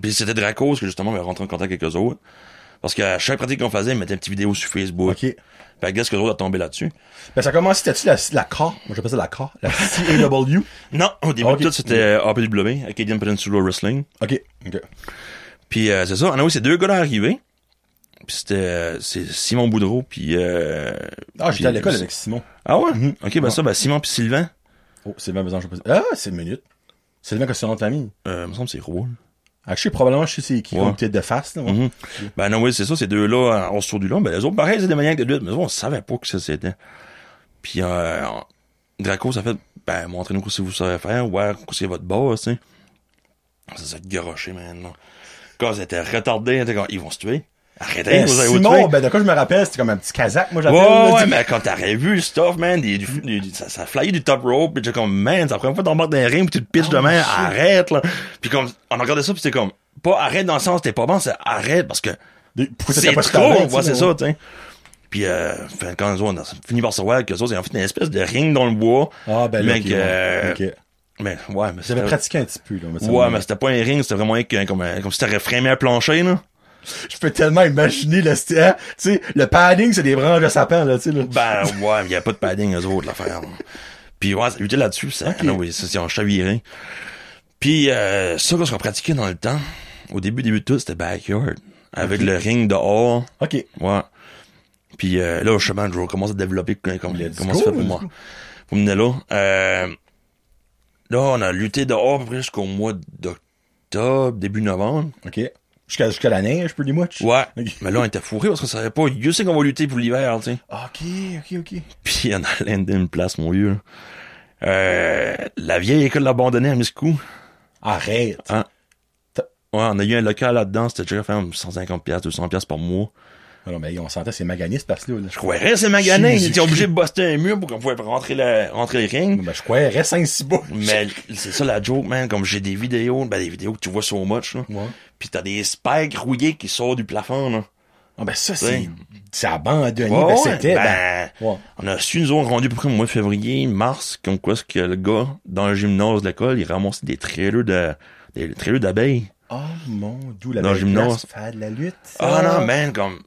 B: Puis c'était Dracos que justement, on est rentré en contact avec eux autres. Parce qu'à chaque pratique qu'on faisait, ils mettaient une petite vidéo sur Facebook.
A: OK.
B: Fait que qu'est-ce que eux autres a tombé là-dessus?
A: Ben, ça commence, c'était-tu la, la K? Moi, j'appelle ça la K. La CAW.
B: Non, au début
A: Ok.
B: de tout, c'était euh, APW, Acadian Peninsula Wrestling.
A: OK. OK.
B: Puis euh, c'est ça, on a eu ces deux gars-là arrivés. Puis c'était euh, c'est Simon Boudreau, puis... Euh,
A: Ah, j'étais à
B: puis-
A: l'école avec Simon.
B: Ah ouais? Ok, ben
A: Ouais.
B: ça, ben Simon puis Sylvain,
A: Oh, Sylvain Besançon, je sais pas. Ah, c'est une minute. Sylvain, que c'est notre ami.
B: euh, il me semble que c'est Rouen.
A: Ah, je sais probablement, je sais c'est qui,
B: Ouais.
A: comme peut-être de face, là. ouais.
B: Mhm. Ben non, oui, c'est ça, ces deux-là, on se tourne du long. Ben les autres, pareil, c'est des maniaques de lutte, mais eux, on savait pas que ça c'était. Puis euh, Draco, ça fait, ben montrez-nous ce que vous savez faire, ouais, c'est votre boss, tu sais. Ça s'est garoché, man. Quand c'était retardé, t'sais, quand ils vont se tuer. Arrêtez,
A: Ben,
B: vous allez vous tuer.
A: Simon, ben, de quoi je me rappelle, c'était comme un petit Kazakh, moi, j'appelle. Mm. là,
B: Ouais,
A: tu
B: ouais,
A: sais.
B: mais quand t'aurais vu le stuff, man, des- du- du- du- ça, ça flyait du top rope, pis t'es comme, man, ça prend pas ton marque d'un ring, pis tu te pitches
A: Oh,
B: de main,
A: shit.
B: arrête, là. Pis comme, on regardait ça, pis c'était comme, pas arrête dans le sens, t'es pas bon, c'est arrête, parce que
A: Des- Pourquoi
B: c'est
A: t'étais pas sur ta
B: trop,
A: main, tu
B: ouais,
A: sais,
B: c'est ça, t'sais. Pis, euh, fait, quand nous autres, on a fini par savoir que ça, c'est en fait une espèce de ring dans le bois.
A: Ah, ben, là,
B: Mais
A: ok,
B: que-
A: ouais, ok.
B: Mais, ouais,
A: J'avais
B: mais c'était...
A: pratiqué un petit peu, là. mais ça
B: euh, Ouais,
A: me-
B: mais c'était pas un ring, c'était vraiment un- comme, un- comme si t'aurais frémé un plancher, là.
A: Je peux tellement imaginer le sti- hein, tu sais, le padding, c'est des branches de sapin, là, tu sais, là.
B: Ben ouais, il n'y a pas de padding, eux autres, l'affaire. là. Puis ouais, c'était là-dessus, ça. Ah non, oui, ça, c'est en chaviré. Puis euh, ça, qu'on pratiquait dans le temps, au début, début de tout, c'était backyard. Avec le ring dehors.
A: Ok.
B: Ouais. Puis euh, là, chemin, je commence à développer comme, comme-
A: Let's
B: comment
A: go,
B: ça fait pour
A: let's
B: moi.
A: go.
B: Pour mener là. Euh, là, on a lutté dehors à peu près jusqu'au mois d'octobre, début novembre.
A: Ok. Jusqu'à, jusqu'à la neige, pretty much.
B: Ouais.
A: Ok.
B: Mais là, on était fourrés parce qu'on savait pas. Dieu sait qu'on va lutter pour l'hiver, tu sais.
A: Ah, Ok, ok, ok.
B: Puis on a landé une place, mon vieux. Euh, la vieille école abandonnée à Miscou.
A: Arrête.
B: Ouais, on a eu un local là-dedans, c'était déjà fait 150 pièces, 200 pièces par mois.
A: Alors, mais on sentait, c'est maganiste parce que là, là.
B: Je croirais c'est magané, ils étaient
A: Jésus-Christ.
B: obligés de bosser un mur pour qu'on pouvait rentrer le, rentrer les rings.
A: Ben, je croyais, reste un si beau.
B: Mais c'est ça la joke, man, comme j'ai des vidéos, ben des vidéos que tu vois sur Much, là.
A: Ouais.
B: Pis t'as des spikes rouillés qui sortent du plafond, là.
A: Ah, ben, ça,
B: Ouais.
A: c'est, c'est abandonné.
B: Ouais,
A: ben,
B: ouais,
A: c'était, ben,
B: ben,
A: ouais.
B: On a su, nous ont rendu à peu près au mois de février, mars, comme quoi ce que le gars, dans le gymnase de l'école, il ramassait des trailers de, des trailers d'abeilles.
A: Oh mon dieu, la
B: Dans le
A: belle place
B: gymnase.
A: pour faire de la lutte.
B: Ah
A: ça.
B: non, man, comme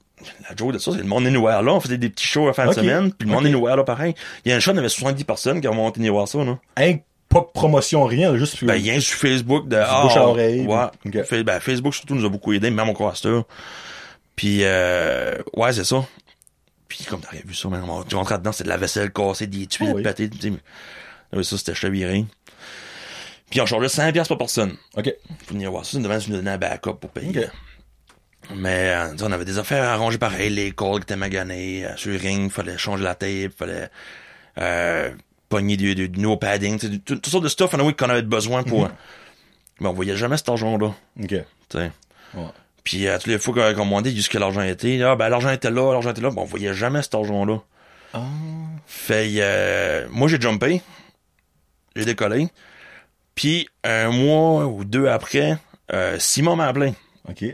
B: la joke de ça, c'est le Monday Noir là. On faisait des petits shows à la fin de
A: Ok.
B: semaine, puis le Monday
A: Ok.
B: Noir là, pareil. Il y a un show, on avait 70 personnes qui ont monté venir voir ça, là.
A: Hein, pas de promotion, rien, juste.
B: Ben, il y a un sur Facebook de. Ah,
A: bouche à oreille,
B: Ouais.
A: puis- ok.
B: Fait- ben, Facebook surtout nous a beaucoup aidé, même encore à cette heure. Puis, euh, ouais, c'est ça. Puis, comme t'aurais vu ça, man, on- tu rentres dedans, c'est de la vaisselle cassée, des tuiles
A: Ah oui.
B: pétées, tu sais, mais- Ah oui, ça, c'était chaviré. Puis, on chargeait 5$ piastres par personne.
A: Ok.
B: Pour venir voir ça, devant, tu nous donnais un backup pour payer.
A: Ok.
B: Mais euh, tu sais, on avait des affaires à arranger pareil, les calls qui étaient maganés, euh, sur le ring, fallait changer la tape, fallait euh, pogner du, du, du no padding, tu sais, du- tout- toutes sortes de stuff anyway, qu'on avait besoin pour.
A: Mhm.
B: euh, Mais on voyait jamais cet argent-là.
A: Ok.
B: tu sais.
A: Ouais.
B: Puis euh, toutes les fois qu'on qu'on demandait jusqu'à l'argent était, ah ben l'argent était là, l'argent était là, ben, on voyait jamais cet argent-là.
A: Ah.
B: Fait euh, moi j'ai jumpé, j'ai décollé. Puis un mois ou deux après, euh, Simon m'a appelé.
A: Ok.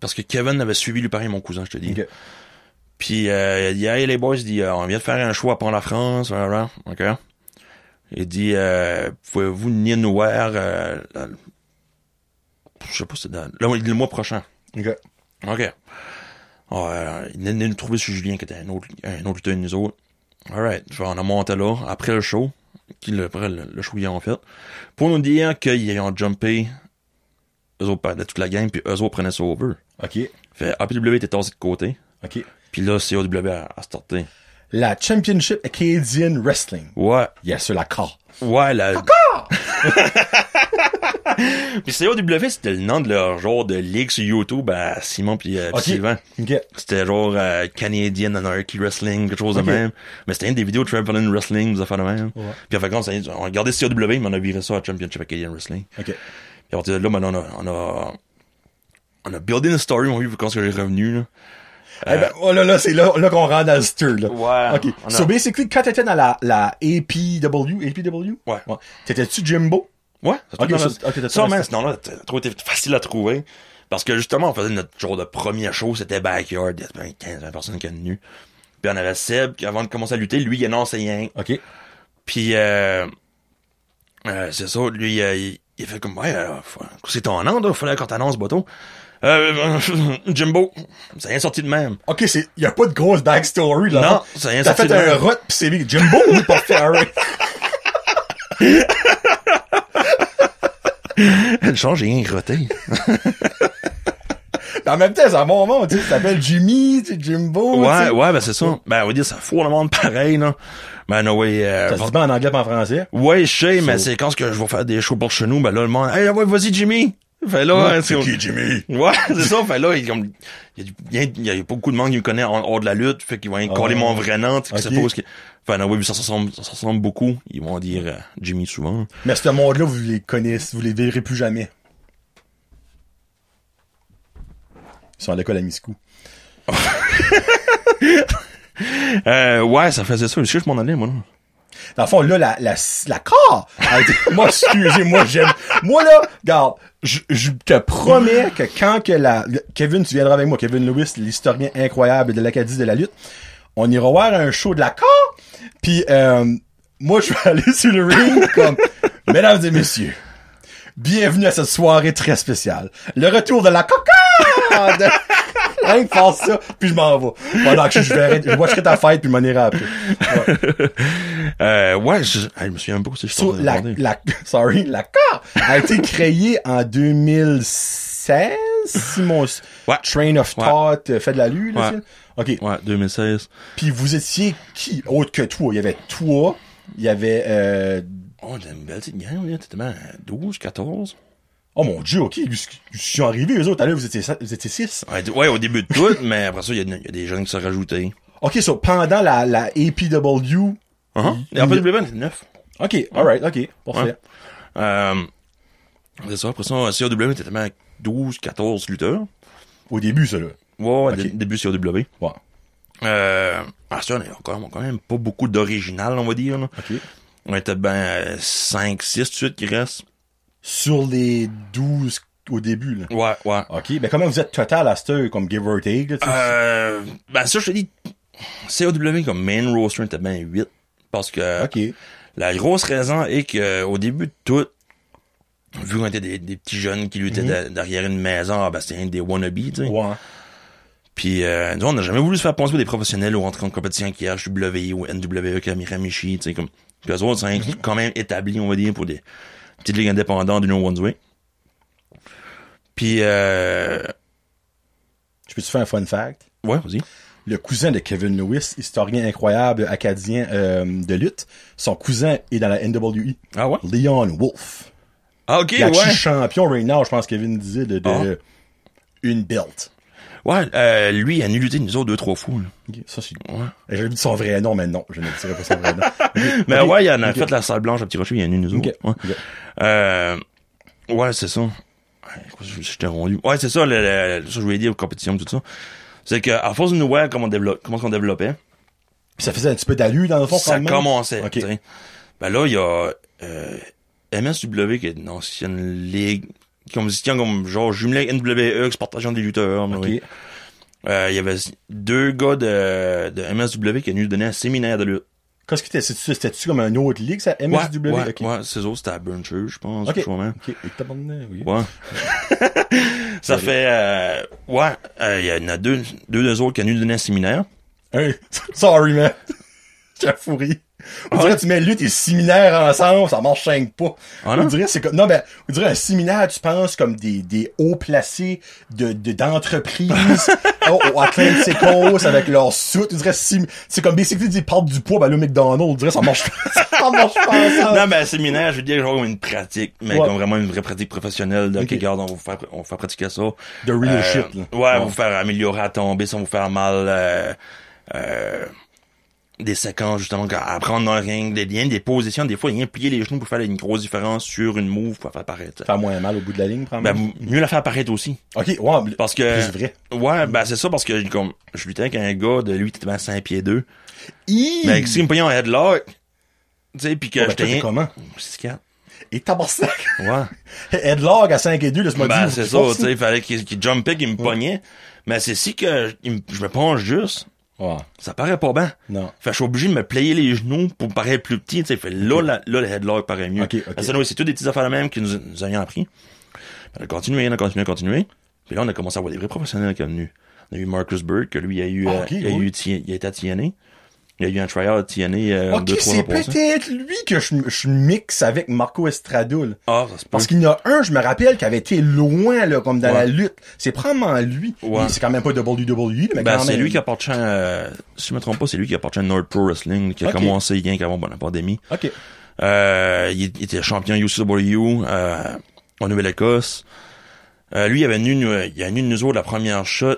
B: Parce que Kevin avait suivi lui pareil, mon cousin, je te dis.
A: Ok.
B: Puis euh, il dit Hey les boys, il dit, euh, on vient de faire un choix pour la France, blablabla. OK. Il dit euh, Pouvez-vous venir nous voir euh, la- Je sais pas si c'est dans... là, il dit le mois prochain.
A: Ok.
B: OK. Ah, euh, il venait nous trouver sur Julien, qui était un autre, un autre lutteur de nous autres. Alright. Fait, On a monté là, après le show, qui le, après le, le show qu'ils ont fait, pour nous dire qu'ils ont jumpé eux autres perdaient toute la game, puis eux autres prenaient ça over.
A: Ok.
B: Fait APW était tassé de côté.
A: Ok.
B: Puis là, c'est OW à, à starter.
A: La Championship Acadian Wrestling.
B: Ouais.
A: Yes, sur la carte.
B: Ouais, la... Puis COW, c'était le nom de leur genre de ligue sur YouTube à Simon puis euh, puis
A: Ok.
B: Sylvain.
A: Ok.
B: C'était genre euh, Canadian Anarchy Wrestling, quelque chose
A: Ok.
B: de même. Mais c'était une des vidéos de Trampoline Wrestling, des affaires de même.
A: Ouais.
B: Puis en fait, quand on s'est- on regardait COW, mais on a viré ça à Championship Acadian Wrestling.
A: Ok. Eh
B: Puis à partir de là, maintenant, on a... On a, on a buildé une story, on a vu quand j'ai revenu, là.
A: Eh ben, oh là là, c'est là, là qu'on rentre dans le stir, là.
B: Euh. Ouais.
A: Ok.
B: On a-
A: So basically, quand t'étais dans la, la APW, APW?
B: Ouais.
A: T'étais-tu Jimbo?
B: Ouais, c'est tout
A: Ok,
B: dans
A: ça-
B: le-
A: ok, t'as
B: ça,
A: tout
B: man,
A: resté.
B: ce nom-là, t'as trop été facile à trouver. Parce que justement, on faisait notre genre de premier show, c'était Backyard, il y ben, avait 15, 20 personnes qui étaient venues. Puis on avait Seb, qui avant de commencer à lutter, lui, il en enseignait.
A: Ok.
B: Puis, euh, euh, c'est ça, lui, euh, il, il fait comme, ouais, euh, faut- c'est ton nom, là, fallait qu'on t'annonce, Boto. Euh, Jimbo, c'est rien sorti de même.
A: Ok, c'est, y a pas de grosse backstory, là.
B: Non, c'est rien
A: T'as
B: sorti
A: fait
B: de
A: un
B: même.
A: rot pis c'est lui, Jimbo, oui, pour faire un-
B: Le change, j'ai rien roté.
A: En même temps, c'est un bon monde, tu sais, ça s'appelle Jimmy, tu sais, Jimbo, tu
B: Ouais,
A: sais.
B: ouais, ben c'est ça. Ben, on va dire, ça fout le monde pareil, là. Ben, no way, euh,
A: Ça se dit pas en anglais pas en français.
B: Ouais, je sais, mais c'est quand ce que je vais faire des shows pour chez nous, ben là, le monde, hey, ouais, vas-y, Jimmy! Fait là, hein, c'est-
A: Jimmy?
B: Ouais, c'est ça. Fait là, il comme- il y, a du- il y a- il y a beaucoup de monde qui me connaît en- hors de la lutte. Fait qu'ils vont
A: Ah.
B: coller mon vrai nom. tu sais,
A: Ok.
B: qui suppose que- Fait non, oui, vu ça, ça ressemble, ça ressemble beaucoup. Ils vont dire euh, Jimmy souvent.
A: Mais ce monde-là, vous les connaissez, vous les verrez plus jamais. Ils sont à l'école à Miscou.
B: Euh, ouais, ça faisait ça. Je sais, je m'en allais, moi. là.
A: Dans le fond, là, la, la, la corps a été- moi, excusez-moi, j'aime. Moi, là, regarde, je, je te promets que quand que la, le- Kevin, tu viendras avec moi, Kevin Lewis, l'historien incroyable de l'Acadie de la lutte, on ira voir un show de la corps, puis euh, moi, je vais aller sur le ring comme, mesdames et messieurs, bienvenue à cette soirée très spéciale. Le retour de la cocade! Rien que faire ça, puis je m'en vais. Pendant que je, je verrai, je watcherai ta fête, puis je m'en irai après. Ouais.
B: Euh, ouais, je, ah, je me souviens même pas où c'est. que je suis
A: So,
B: en train de
A: la,
B: regarder.
A: la, sorry, la car a été créée en 2016, si mon s-
B: Ouais.
A: train of
B: Ouais.
A: thought euh, fait de la lue, là,
B: Ouais.
A: c'est- OK.
B: Ouais, 2016.
A: Puis vous étiez qui autre que toi? Il y avait toi, il y avait... euh,
B: Oh, t'as une belle petite gang, là. T'étais tellement à 12, 14.
A: Oh mon Dieu, OK, ils ils sont arrivés, eux autres. À l'heure, vous étiez, cin- vous étiez six.
B: Ouais, t- ouais, au début de tout, mais après ça, il y, a de- il y a des jeunes qui se sont rajoutés.
A: OK, so, pendant la, la APW...
B: Hein?
A: Mm-hmm.
B: Et après, le bébé, 9.
A: OK, alright, OK, parfait.
B: Ouais. Euh, c'est ça. Après ça, CAW, t'étais tellement à 12, 14 lutteurs.
A: Au début, ça, là.
B: Ouais, ouais,
A: Ok.
B: dé- début CAW.
A: Ouais,
B: Euh, ah, ça, on a quand même, quand même pas beaucoup d'original, on va dire. là.
A: OK.
B: On était ben 5, 6 de suite qui restent.
A: Sur les 12 au début, là.
B: Ouais, ouais.
A: OK, ben comment vous êtes total à cette heure, comme give or take, là, tu sais?
B: Euh, ben ça, je te dis, CAW comme main roster, on était ben 8. Parce que
A: OK.
B: la grosse raison est que euh, au début de tout, vu qu'on était des, des petits jeunes qui luttaient de- derrière une maison, ah, ben c'était un des wannabes, tu sais.
A: Ouais.
B: Puis euh, nous, on n'a jamais voulu se faire penser aux des professionnels ou rentrer en compétition avec IHW ou NWE comme Miramichi, tu sais, comme. Puis eux autres, c'est
A: Mhm.
B: quand même établi, on va dire, pour des petites ligues indépendantes du No One's Way. Puis, euh,
A: Je peux-tu faire un fun fact?
B: ouais, vas-y.
A: Le cousin de Kevin Lewis, historien incroyable acadien euh, de lutte, son cousin est dans la NWI,
B: Ah ouais?
A: Leon Wolf.
B: Ah, ok,
A: Il a
B: ouais.
A: champion right now, je pense Kevin disait, de, de
B: Ah.
A: une belt.
B: Ouais, euh, lui, il a nulité nous autres deux, trois fois. là.
A: Ok, ça, c'est...
B: Ouais.
A: J'avais dit son vrai nom, mais non, je ne dirais pas son vrai nom.
B: Mais
A: Ok,
B: ouais, il en a
A: ok.
B: fait la salle blanche à Petit Rocher, il y a nul nous autres.
A: Ok,
B: Ouais.
A: ok.
B: Euh, ouais, c'est ça. Ouais, quoi, je- J'étais rendu. Ouais, c'est ça, le, le- ça, je voulais dire, compétition, tout ça. C'est que, à force de nous voir comment on développe, comment qu'on développait,
A: Ça faisait un petit peu d'allu dans le fond,
B: ça
A: quand même.
B: commençait.
A: Ok.
B: tu sais. Ben là, il y a euh, MSW, qui est une ancienne ligue, comme disant comme genre jumelée avec NWE, qui se partageant des lutteurs. là,
A: Ok.
B: oui. Euh, il y avait deux gars de, de MSW qui venaient nous donner un séminaire de lutte.
A: Qu'est-ce que t'es- c'est- c'était-tu comme un autre ligue, ça, MSW?
B: Ouais, ouais,
A: ok.
B: ouais, c'est ça, c'était à Burn Church, je pense,
A: Ok.
B: quelque chose de même.
A: Ok, et t'as pas donné, oui.
B: Ouais. ça fait... euh, ouais, euh, il y en a deux, deux, deux autres qui venaient nous donner un séminaire.
A: Hey, sorry, man. J'ai fourri. On dirait que tu mets lutte et séminaire ensemble, ça marche cinq pas.
B: Ah non?
A: on dirait que c'est comme, non, ben, on dirait un séminaire, tu penses comme des, des hauts placés de, de, d'entreprises, au, au Atlantic Coast avec leurs soutes. On dirait sim- c'est comme basically des portes du poids, ben là, McDonald's, on dirait ça marche pas, ça marche pas ensemble.
B: Non, mais un séminaire, je veux dire, genre une pratique, mais
A: Ouais.
B: comme vraiment une vraie pratique professionnelle. De,
A: Ok.
B: OK, regarde, on va vous faire, on va vous faire pratiquer ça.
A: The real
B: Euh,
A: shit, là.
B: Ouais, on va vous faire améliorer à tomber sans vous faire mal. euh, euh, des séquences, justement, qu'à- à prendre dans le ring, des liens, des positions. Des fois, il y a plier les genoux pour faire une grosse différence sur une move pour faire paraître.
A: Faire moins mal au bout de la ligne,
B: Ben, euh,
A: probablement.
B: m- mieux la faire apparaître aussi.
A: ok, ouais,
B: Parce que.
A: Ah, Plus vrai.
B: Ouais, ben, c'est ça, parce que, comme, je luttais avec un gars de lui, qui était à 5 pieds 2.
A: Hi!
B: Mais, si il me pognait en headlock, tu sais, pis ben, que
A: Oh, ben, toi,
B: j'étais.
A: t'es
B: rien-
A: comment?
B: Six, quatre.
A: Et tabarnak!
B: Ouais.
A: Headlog à 5 et 2, laisse-moi
B: Ben,
A: dire.
B: c'est
A: tu
B: ça,
A: forces,
B: tu sais, il fallait qu'il qu'il jumpait, qu'il me pognait. Mais c'est si que je, il me- je me penche juste,
A: Ouais.
B: Ça paraît pas bien.
A: Non.
B: Fait que je suis obligé de me player les genoux pour me paraître plus petit. tu sais. Fait là, la- là, le headlock paraît mieux.
A: Ok, ok.
B: Parce que, anyway, c'est toutes des petites affaires de même qui nous, nous avions appris. On a continué, on a continué, on a continué. Puis là, on a commencé à voir des vrais professionnels qui sont venus. On a eu Marcus Bird, que lui, il a eu,
A: Ah,
B: euh,
A: ok,
B: il a
A: oui.
B: eu, T- il a été à TNA. Il a eu un tryout à TNA, euh,
A: Ok,
B: deux, trois
A: c'est
B: ans passés.
A: peut-être lui que je, je mixe avec Marco Estradoul.
B: Ah, ça se peut.
A: Parce qu'il y en a un, je me rappelle, qui avait été loin, là, comme dans
B: Ouais.
A: la lutte. C'est probablement lui.
B: Ouais.
A: Il- C'est quand même pas WWE, mais
B: Ben,
A: quand
B: c'est
A: même.
B: lui qui appartient, euh, si je me trompe pas, c'est lui qui appartient à Nord Pro Wrestling, qui a
A: Ok.
B: commencé rien qu'avant bon, la pandémie.
A: Ok.
B: Euh, il, il était champion UCW euh, en Nouvelle-Écosse. Euh, lui, il avait venu, nous- il a venu nous autres la première shot.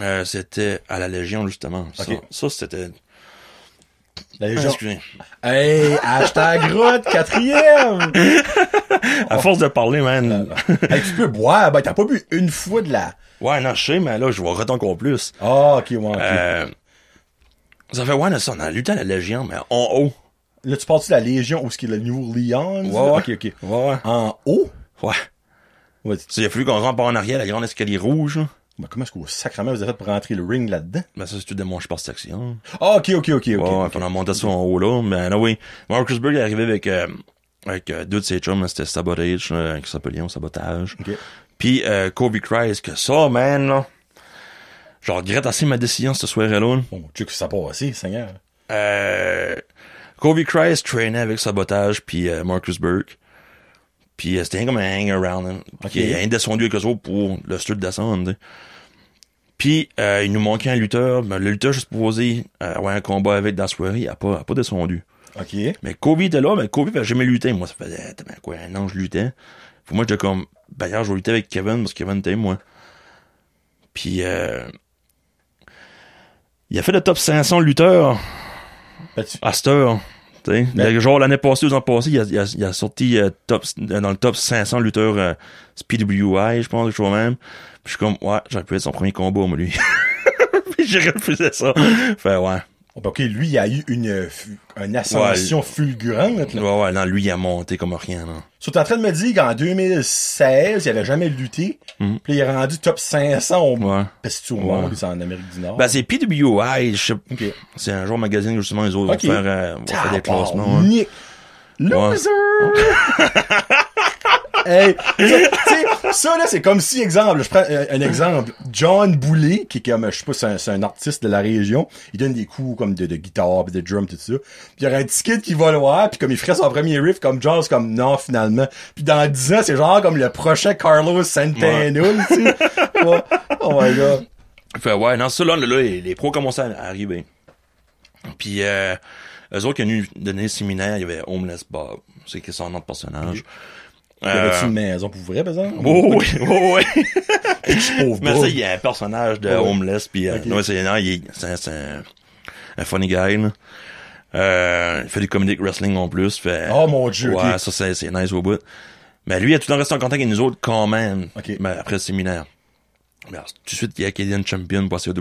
B: Euh, c'était à la Légion, justement. Ça,
A: Ok.
B: ça, c'était...
A: La
B: Ah,
A: légende.
B: Excusez.
A: Hey, hashtag route, quatrième!
B: À force de parler, man.
A: Ah, hey, tu peux boire, ben, t'as pas bu une fois de la...
B: Ouais, non, je sais, mais là, je vois retenir encore plus.
A: Ah, ok, ouais, ok.
B: Euh, ça fait, ouais, non, ça, on a lutté à la Légion, mais en haut.
A: Là, tu parles-tu de la Légion ou ce qui est le nouveau Lyon?
B: Ouais, ouais.
A: Ok, ok.
B: Ouais,
A: En haut?
B: ouais.
A: Ouais, tu-
B: Il a fallu qu'on rentre en arrière, la grande escalier rouge. là.
A: ben, comment est-ce que vous, sacrement, vous avez fait pour rentrer le ring là-dedans?
B: Ben ça, c'est tout de mon sport section.
A: Ah, ok, ok, ok, ok.
B: ouais, ouais, puis on a monté ça en haut là. Mais là, oui. Marcus Berg est arrivé avec, euh, avec euh, deux de ses chums, là, c'était Sabotage, euh, qui s'appelait Sabotage.
A: Ok.
B: Puis euh, Kobe Christ, que ça, man, là. Je regrette assez ma décision ce soir-là. là.
A: Bon, tu sais que ça passe aussi, Seigneur.
B: Euh, Kobe Christ traînait avec Sabotage puis euh, Marcus Burke. Puis euh, c'était comme un hang-around. hein. Puis
A: Ok.
B: il est descendu avec eux autres pour le stud descendre. tu sais. Puis euh, il nous manquait un lutteur. mais le lutteur, je supposé euh, avoir un combat avec dans la soirée, il n'a pas, a pas descendu.
A: Ok. Ben,
B: Mais Kobe était là, mais Kobe n'avait jamais lutté. Moi, ça faisait t'as bien quoi, un an que je luttais. Pour moi, j'étais comme, ben hier, je vais lutter avec Kevin parce que Kevin était moi. Puis, euh, il a fait le top 500 lutteurs
A: Ben, tu-
B: à cette heure. t'sais.
A: Ben-
B: Le- genre l'année passée, aux ans passés, il a, il a- il a sorti euh, top, euh, dans le top 500 lutteurs euh, PWI, je pense, quelque chose de même. Puis je suis comme, ouais, j'aurais pu être son premier combat, moi, lui. Puis j'ai refusé ça. Fait, ouais.
A: Oh, ben, Ok, lui, il a eu une, euh, fu- une ascension fulgurante.
B: Ouais,
A: là.
B: ouais, non, lui, il a monté comme rien, non.
A: So, t'es en train de me dire qu'en 2016, il avait jamais lutté,
B: Mhm.
A: puis il est rendu top 500 au
B: Ouais.
A: Peste au
B: Ouais.
A: monde, puis c'est en Amérique du Nord.
B: Ben, c'est PWI, je sais-
A: ok.
B: c'est un genre de magazine, justement, les autres
A: Ok.
B: vont faire, euh, vont faire des hein. classements. ouais.
A: Nick. Loser! hey, tu sais, ça là, c'est comme si, exemple, je prends euh, un exemple, John Boulet, qui est comme, je sais pas, c'est un, c'est un artiste de la région, il donne des coups comme de, de guitare, pis de drum, tout ça, puis il y aura un petit kid qui va le voir, puis comme il ferait son premier riff, comme John, c'est comme non, finalement, puis dans 10 ans, c'est genre comme le prochain Carlos Santana, tu sais, Ouais. oh my god,
B: Fait ouais, non, ça là, là, les, les pros commençaient à arriver. Puis euh, eux autres qui ont eu donné le séminaire, il y avait Homeless Bob, c'est qui est son nom de personnage.
A: y avait-tu
B: Euh,
A: une maison pour vrai, par exemple?
B: Oh oui, oh oui.
A: Pauvre
B: Mais
A: Bob.
B: ça, il y a un personnage de
A: Ouais.
B: Homeless, puis euh,
A: Ok.
B: non, c'est non, il est- c'est un- c'est un, un funny guy. là. Euh, il fait du comedic wrestling en plus. Fait,
A: Oh, mon Dieu,
B: Ouais,
A: ok.
B: ça c'est c'est nice au bout. Mais lui, il a tout le temps resté en contact avec nous autres quand même.
A: Ok.
B: Mais après le séminaire. Mais alors, tout de suite, il y a Canadian Champion pour CAW.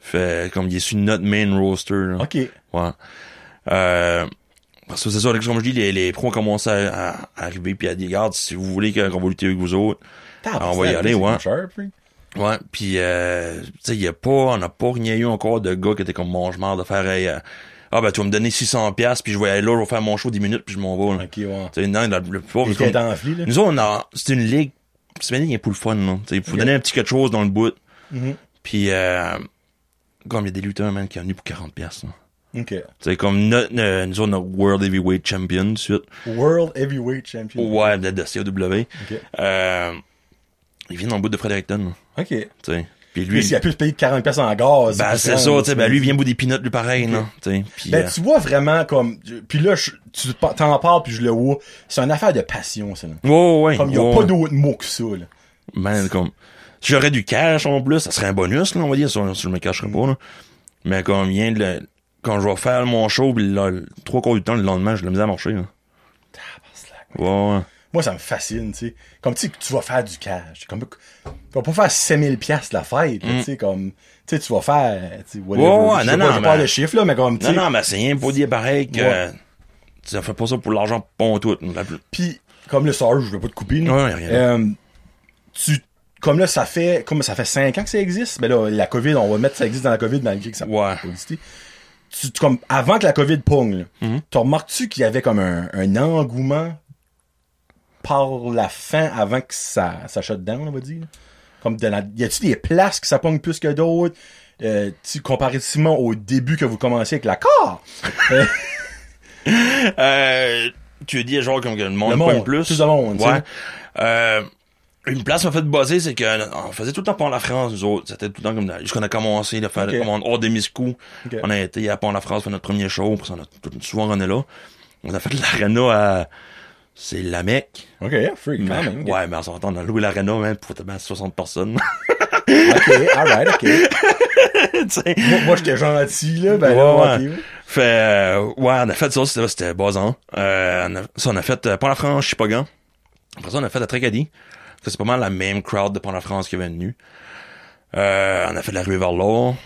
B: Fait comme il est sur notre main roster. là.
A: Ok,
B: Ouais. Euh, parce que c'est ça, comme je dis, les, les pros ont commencé à, à arriver puis à dire, regarde, si vous voulez qu'on va lutter avec vous autres.
A: Tabarnak,
B: Ah, on va y aller,
A: c'est
B: ouais.
A: comme cher, puis.
B: Ouais, puis euh, tu sais, y a pas, on n'a pas rien eu encore de gars qui était comme mange marre de faire, hey, euh, ah ben tu vas me donner 600 pièces puis je vais aller là, je vais faire mon show 10 minutes puis je m'en vais. là.
A: Ok, ouais.
B: Tu sais, non, la- le pauvre,
A: Il
B: c'est
A: était
B: comme-
A: enflé, là.
B: nous autres, on a, c'est une ligue, c'est une ligue pour le fun, là. Tu sais, faut
A: Ok.
B: donner un petit quelque chose dans le bout.
A: Mhm.
B: Puis euh, comme il y a des lutteurs man qui sont venus pour 40 pièces.
A: Ok.
B: C'est comme notre, euh, nous autres, notre World Heavyweight Champion, tout de suite.
A: World Heavyweight Champion.
B: Ouais, de, de CAW.
A: Mm-hmm. Ok.
B: Euh, il vient dans le bout de Fredericton,
A: Ok.
B: tu sais. Puis
A: Lui,
B: lui,
A: s'il a pu se payer 40 pièces en gaz.
B: ben, c'est ça, tu sais, ben, lui, il vient bout des pinottes, lui, pareil, non? Tu sais, puis,
A: Ben,
B: euh,
A: tu vois vraiment comme, puis là, je- tu pa- t'en parles puis je le vois. C'est une affaire de passion, ça, là.
B: ouais, ouais, ouais,
A: Comme, il y a
B: Ben, ouais,
A: pas
B: ouais.
A: d'autre mot que ça, là.
B: Man, comme, si j'aurais du cash, en plus, ça serait un bonus, là, on va dire, si, si je me cacherais pas, là. Mais comme, vient de le- quand je vais faire mon show, pis le- trois quarts du temps, le lendemain, je le mis à marcher, là.
A: Tabarnak.
B: Ouais, ouais.
A: Moi, ça me fascine, tu sais. Comme, tu sais, que tu vas faire du cash. Comme, tu vas pas faire 5000 pièces la fête, là, tu sais, comme, tu sais, tu vas faire, tu sais, whatever.
B: Ouais, Mm. ouais,
A: Je sais
B: non,
A: pas,
B: non,
A: je parle
B: mais-
A: de chiffres, là, mais comme, tu
B: Non,
A: sais.
B: non, mais c'est rien pour dire pareil que,
A: Ouais. Euh,
B: tu fais pas ça pour l'argent, pas en tout. La plus-
A: Puis, comme le sort, je veux pas te couper. là.
B: Ouais, y a rien.
A: Euh, tu Comme là, ça fait, comme ça fait 5 ans que ça existe, mais là, la COVID, on va mettre ça existe dans la COVID malgré que ça
B: Ouais.
A: pas existé. Tu, tu- comme, avant que la COVID pogne, là,
B: Mhm.
A: tu remarques-tu qu'il y avait comme un, un engouement par la fin avant que ça, ça shut down, on va dire? Comme de la, y a-tu des places que ça pogne plus que d'autres? Euh, tu, comparativement au début que vous commencez avec l'accord,
B: Euh, tu dis genre comme que le monde
A: Le monde,
B: pogne plus.
A: plus de monde, tu
B: Ouais.
A: sais.
B: Euh, une place m'a fait buzzer, c'est qu'on faisait tout le temps pont la France, nous autres. C'était tout le temps comme dans- jusqu'on a commencé à faire
A: Ok.
B: comme on- hors des miscous.
A: Ok.
B: On a été à pont la France pour notre premier show, parce qu'on a tout, souvent on est là. On a fait l'arena à c'est la Mecque.
A: Ok, free, quand même.
B: Ouais, mais on s'entend, on a loué l'arena même pour tellement 60 personnes.
A: Ok, alright, ok.
B: Tu sais.
A: moi, moi, j'étais gentil, là, ben
B: Ouais,
A: là,
B: ouais.
A: ok.
B: Fait, euh, ouais, on a fait ça, c'était, c'était basant. Euh, on a- ça, on a fait euh, Pont-la-France, Chipagan. Après ça, on a fait la Tracadie. Ça, c'est pas mal la même crowd de Pont-la-France qui est venue. Euh, on a fait la rue vers l'or.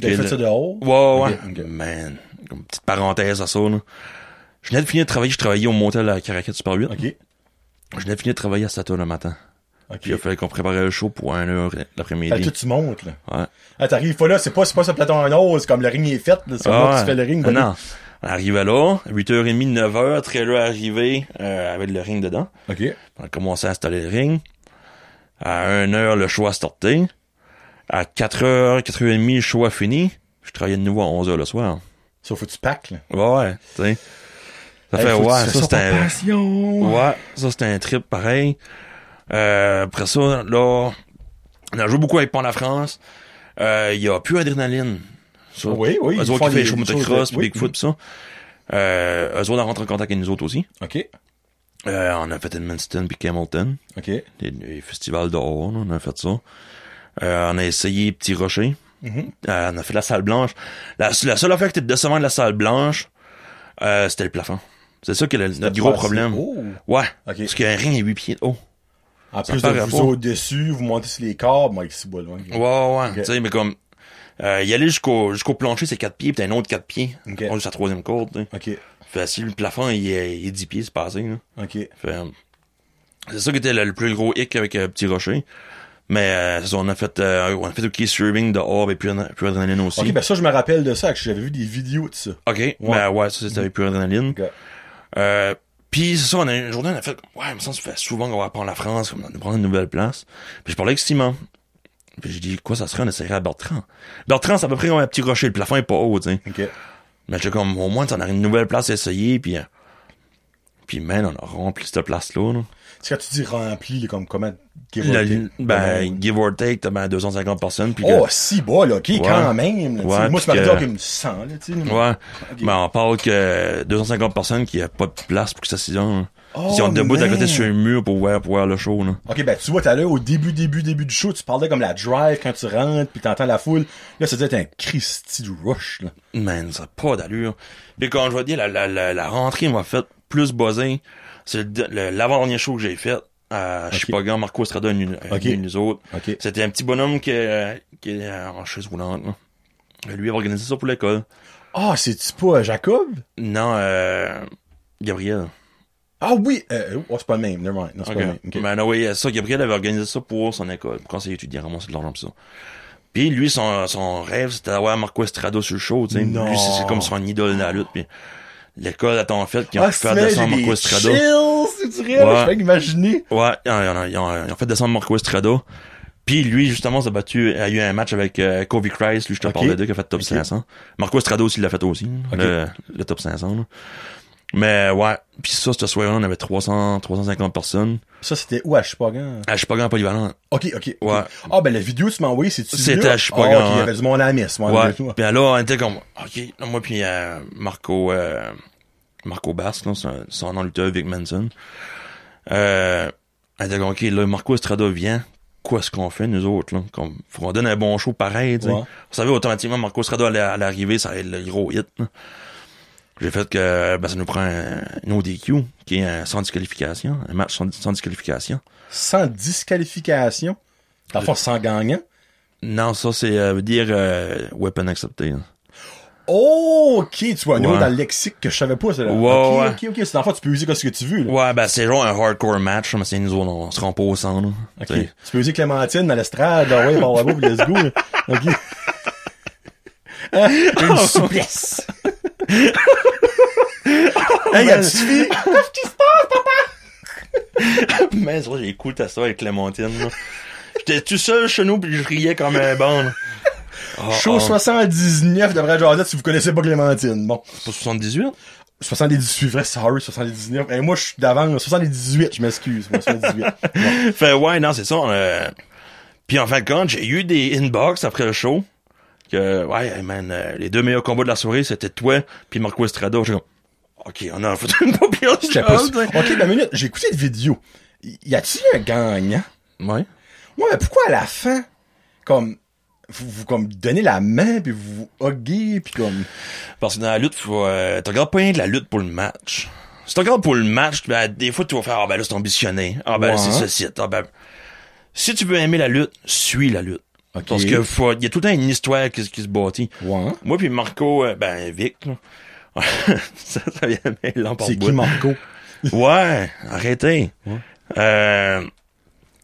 A: T'as fait ça dehors?
B: Ouais, ouais, ouais.
A: Ok, ok.
B: Man, comme petite parenthèse à ça, là. Je venais de finir de travailler, je travaillais au motel à Caracat Super 8.
A: Ok,
B: Je venais de finir de travailler à Saturne le matin.
A: ok.
B: Puis il a fallu qu'on préparait le show pour 1 heure
A: Fait que
B: l'après-midi.
A: toi, tu montes, là.
B: Ouais.
A: Ah, t'arrives pas là, c'est pas, c'est pas ce plateau en os, c'est comme le ring est fait, là, c'est comme là que tu fais le ring.
B: Ah
A: voilà.
B: non. On arrivait là, 8h30, 9h, trailer arrivé euh, avec le ring dedans.
A: Ok.
B: On a commencé à installer le ring. À 1h, le choix sortait. À 4h, 4h30, le choix fini. Je travaillais de nouveau à 11h le soir.
A: Sauf que tu packs, là.
B: Ouais, ouais, tu sais. Ça fait,
A: Hey, faut que
B: ouais,
A: tu
B: ça
A: fasses
B: c'était
A: par
B: un...
A: passion.
B: Ouais, ça c'était un trip pareil. Euh, après ça, là, on a joué beaucoup avec Pont la France. Euh, Il y a plus adrénaline. Ça,
A: Oui, oui, ils
B: Eux
A: font
B: autres qui font
A: des-
B: les shows
A: des choses
B: motocross,
A: de-
B: puis
A: oui.
B: Bigfoot, pis ça. Euh, eux autres, on rentre en contact avec nous autres aussi.
A: Ok.
B: Euh, on a fait Edmundston puis Camelton.
A: Ok.
B: Les, les festivals dehors, là, on a fait ça. Euh, on a essayé Petit Rocher.
A: Mhm.
B: Euh, on a fait la salle blanche. La, la seule affaire qui était décevante de la salle blanche, euh, c'était le plafond. C'est ça qui est le- notre gros
A: Pas assez
B: problème.
A: haut.
B: Ouais.
A: Ok.
B: Parce qu'un ring est 8 pieds de haut.
A: En
B: Ça
A: plus de
B: paraît
A: vous
B: pas.
A: au-dessus, vous montez sur les corps, moi, ici, bas, loin.
B: Ouais, ouais, ouais.
A: Ok.
B: Tu sais, mais comme. Euh, y aller jusqu'au jusqu'au plancher, c'est 4 pieds, puis t'as un autre 4 pieds.
A: Ok.
B: On est sur la troisième corde. tu sais.
A: Ok.
B: Fait si le plafond il est, il est 10 pieds, c'est passé. Là.
A: Ok.
B: Fait, euh, c'est ça qui était le, le plus gros hic avec euh, Petit Rocher. Mais euh, c'est ça, on a fait euh, on a fait OK Serving dehors et puis plus adrénaline aussi.
A: Ok, ben ça, je me rappelle de ça, que j'avais vu des vidéos de ça.
B: OK, ouais. ben ouais, ça c'était avec plus adrénaline.
A: Ok.
B: Euh, puis c'est ça, on a une journée, on a fait comme, Ouais, il me semble que ça fait souvent qu'on va prendre la France, comme on va prendre une nouvelle place. Puis je parlais avec Simon. Puis j'ai dit quoi ça serait, on essaierait à Bertrand. Bertrand, c'est à peu près comme un petit rocher, le plafond est pas haut, tu sais.
A: Ok.
B: Mais j'ai comme au moins on a une nouvelle place à essayer, puis. euh, Puis man, on a rempli cette place-là. là.
A: C'est quand tu dis rempli, là, comme comment. give or
B: Le-
A: take.
B: Ben, give or take, t'as ben 250 personnes. Puis
A: Oh, si bas, là, ok, quand même. là, tu sais.
B: Ouais,
A: moi,
B: puis
A: je me
B: que-
A: disais, ok, me sens, là, tu sais.
B: que, ouais. Ben, on parle que 250 personnes qui a pas de place pour que ça s'y donne. hein.
A: Oh,
B: si on est debout à côté
A: man.
B: sur un mur pour voir, pour voir le show, là.
A: Ok, ben tu vois, t'as là au début, début, début du show, tu parlais comme la drive quand tu rentres, puis t'entends la foule. Là, ça doit être un Christy du rush, là.
B: Man, ça n'a pas d'allure. Puis quand je vais dire, la, la, la, la rentrée m'a fait plus buzzer. C'est le de- le- l'avant-dernier show que j'ai fait. à Je sais pas, gars, Marco Estrada, un, un-
A: Ok.
B: un des autres.
A: Ok.
B: C'était un petit bonhomme qui, euh, qui est euh, en chaise roulante. là. Lui avait organisé ça pour l'école.
A: Ah, c'est-tu pas Jacob?
B: Non, euh, Gabriel.
A: Ah oui! Euh, oh, c'est pas le même, never mind. Non, c'est pas le même. ok.
B: Ben non, oui, ça, Gabriel avait organisé ça pour son école, pour conseiller étudiant, ramasser de l'argent pis ça. Puis lui, son, son rêve, c'était d'avoir Marco Estrado sur le show, tu sais.
A: Non.
B: Lui, c'est c'est comme son idole dans la lutte, puis l'école a tant fait qu'ils ont
A: Ah,
B: fait
A: c'est là, j'ai
B: descendre Marco
A: des
B: Estrada.
A: chills, c'est du réel,
B: Ouais.
A: je peux imaginer.
B: Ouais, ils ont, ils ont- ils ont- ils ont fait descendre Marco Estrada. Puis lui, justement, s'est battu, a eu un match avec euh, Kobe Christ, lui, je te
A: Ok.
B: parlais d'eux, qui a fait top
A: Ok.
B: 500. Marco Estrada aussi l'a fait aussi,
A: Ok.
B: le, le top 500. là. Mais ouais, puis ça, ce soir-là, on avait 300, 350 personnes.
A: Ça, c'était où à Chupagan?
B: Ah, je suis pas grand polyvalent.
A: Ok, ok. ok.
B: Ouais.
A: Ah, ben la vidéo, tu m'as envoyé, c'est-tu
B: C'était
A: là?
B: à Chupagan,
A: Ah, ok, il y
B: ouais.
A: avait du monde à la messe, moi,
B: Ouais.
A: avec toi.
B: Puis là, on était comme, OK, là, moi, puis euh, Marco, euh, Marco Basque, là, son, son nom de lutteur, Vic Manson. Euh, on était comme, OK, là, Marco Estrada vient. Quoi est-ce qu'on fait, nous autres, là? Comme, faut qu'on donne un bon show pareil, tu sais.
A: Ouais.
B: Vous savez, automatiquement, Marco Estrada allait, allait arriver, ça allait être le gros hit, là. J'ai fait que, ben, ça nous prend un, une ODQ, qui est un sans disqualification, un match sans, sans disqualification.
A: Sans disqualification. Dans le fond, sans gagnant.
B: Non, ça, c'est, euh, veut dire, euh, weapon accepté, là.
A: Oh, OK, tu vois, un
B: Ouais.
A: dans le lexique que je savais pas. C'est là.
B: Ouais,
A: OK,
B: ouais.
A: OK, OK. C'est dans le fond, tu peux user ce que tu veux. Là.
B: Ouais, ben c'est genre un hardcore match, mais c'est nous autres, on se rend pas au centre. là.
A: OK.
B: T'sais.
A: Tu peux user Clémentine à l'estrade. Ah ouais, bon, bravo, puis let's go. là. OK. Hein, Une souplesse. hey, y'a-tu fille?
B: Mais c'est vrai, j'ai écouté ça avec Clémentine. là. J'étais tout seul chez nous, puis je riais comme un bande. Ah,
A: Show 79 de Brad Josette si vous connaissez pas Clémentine. Bon.
B: Pas 78?
A: 78, vrai, sorry, 79. Et moi, je suis d'avance. 78, je m'excuse. moi, 78. Bon.
B: Fait ouais, non, c'est ça. euh, Puis en fin de compte, j'ai eu des inbox après le show. Que, ouais, hey, man, euh, les deux meilleurs combats de la soirée, c'était toi, puis Marco Estrada. J'ai comme, ok, on a fait une paupière
A: J'étais pas sûr. Ok, la minute, j'ai écouté une vidéo. Y y a-t-il un gagnant?
B: Ouais.
A: Ouais, mais pourquoi à la fin, comme, vous, vous comme donnez la main, puis vous vous huguez, puis comme...
B: Parce que dans la lutte, faut, euh, tu regardes pas rien de la lutte pour le match. Si tu regardes pour le match, ben, des fois, tu vas faire, ah ben là, c'est ambitionné. Ah ben là,
A: Ouais.
B: c'est ce site. Ah ben. Si tu veux aimer la lutte, suis la lutte. Parce que faut, il y a tout le temps une histoire qui, se- qui se bâtit.
A: Ouais.
B: Moi puis Marco, euh, ben, Vic, là. ça, ça vient mais l'emporte
A: C'est qui Marco?
B: Ouais, arrêtez. Ouais, euh,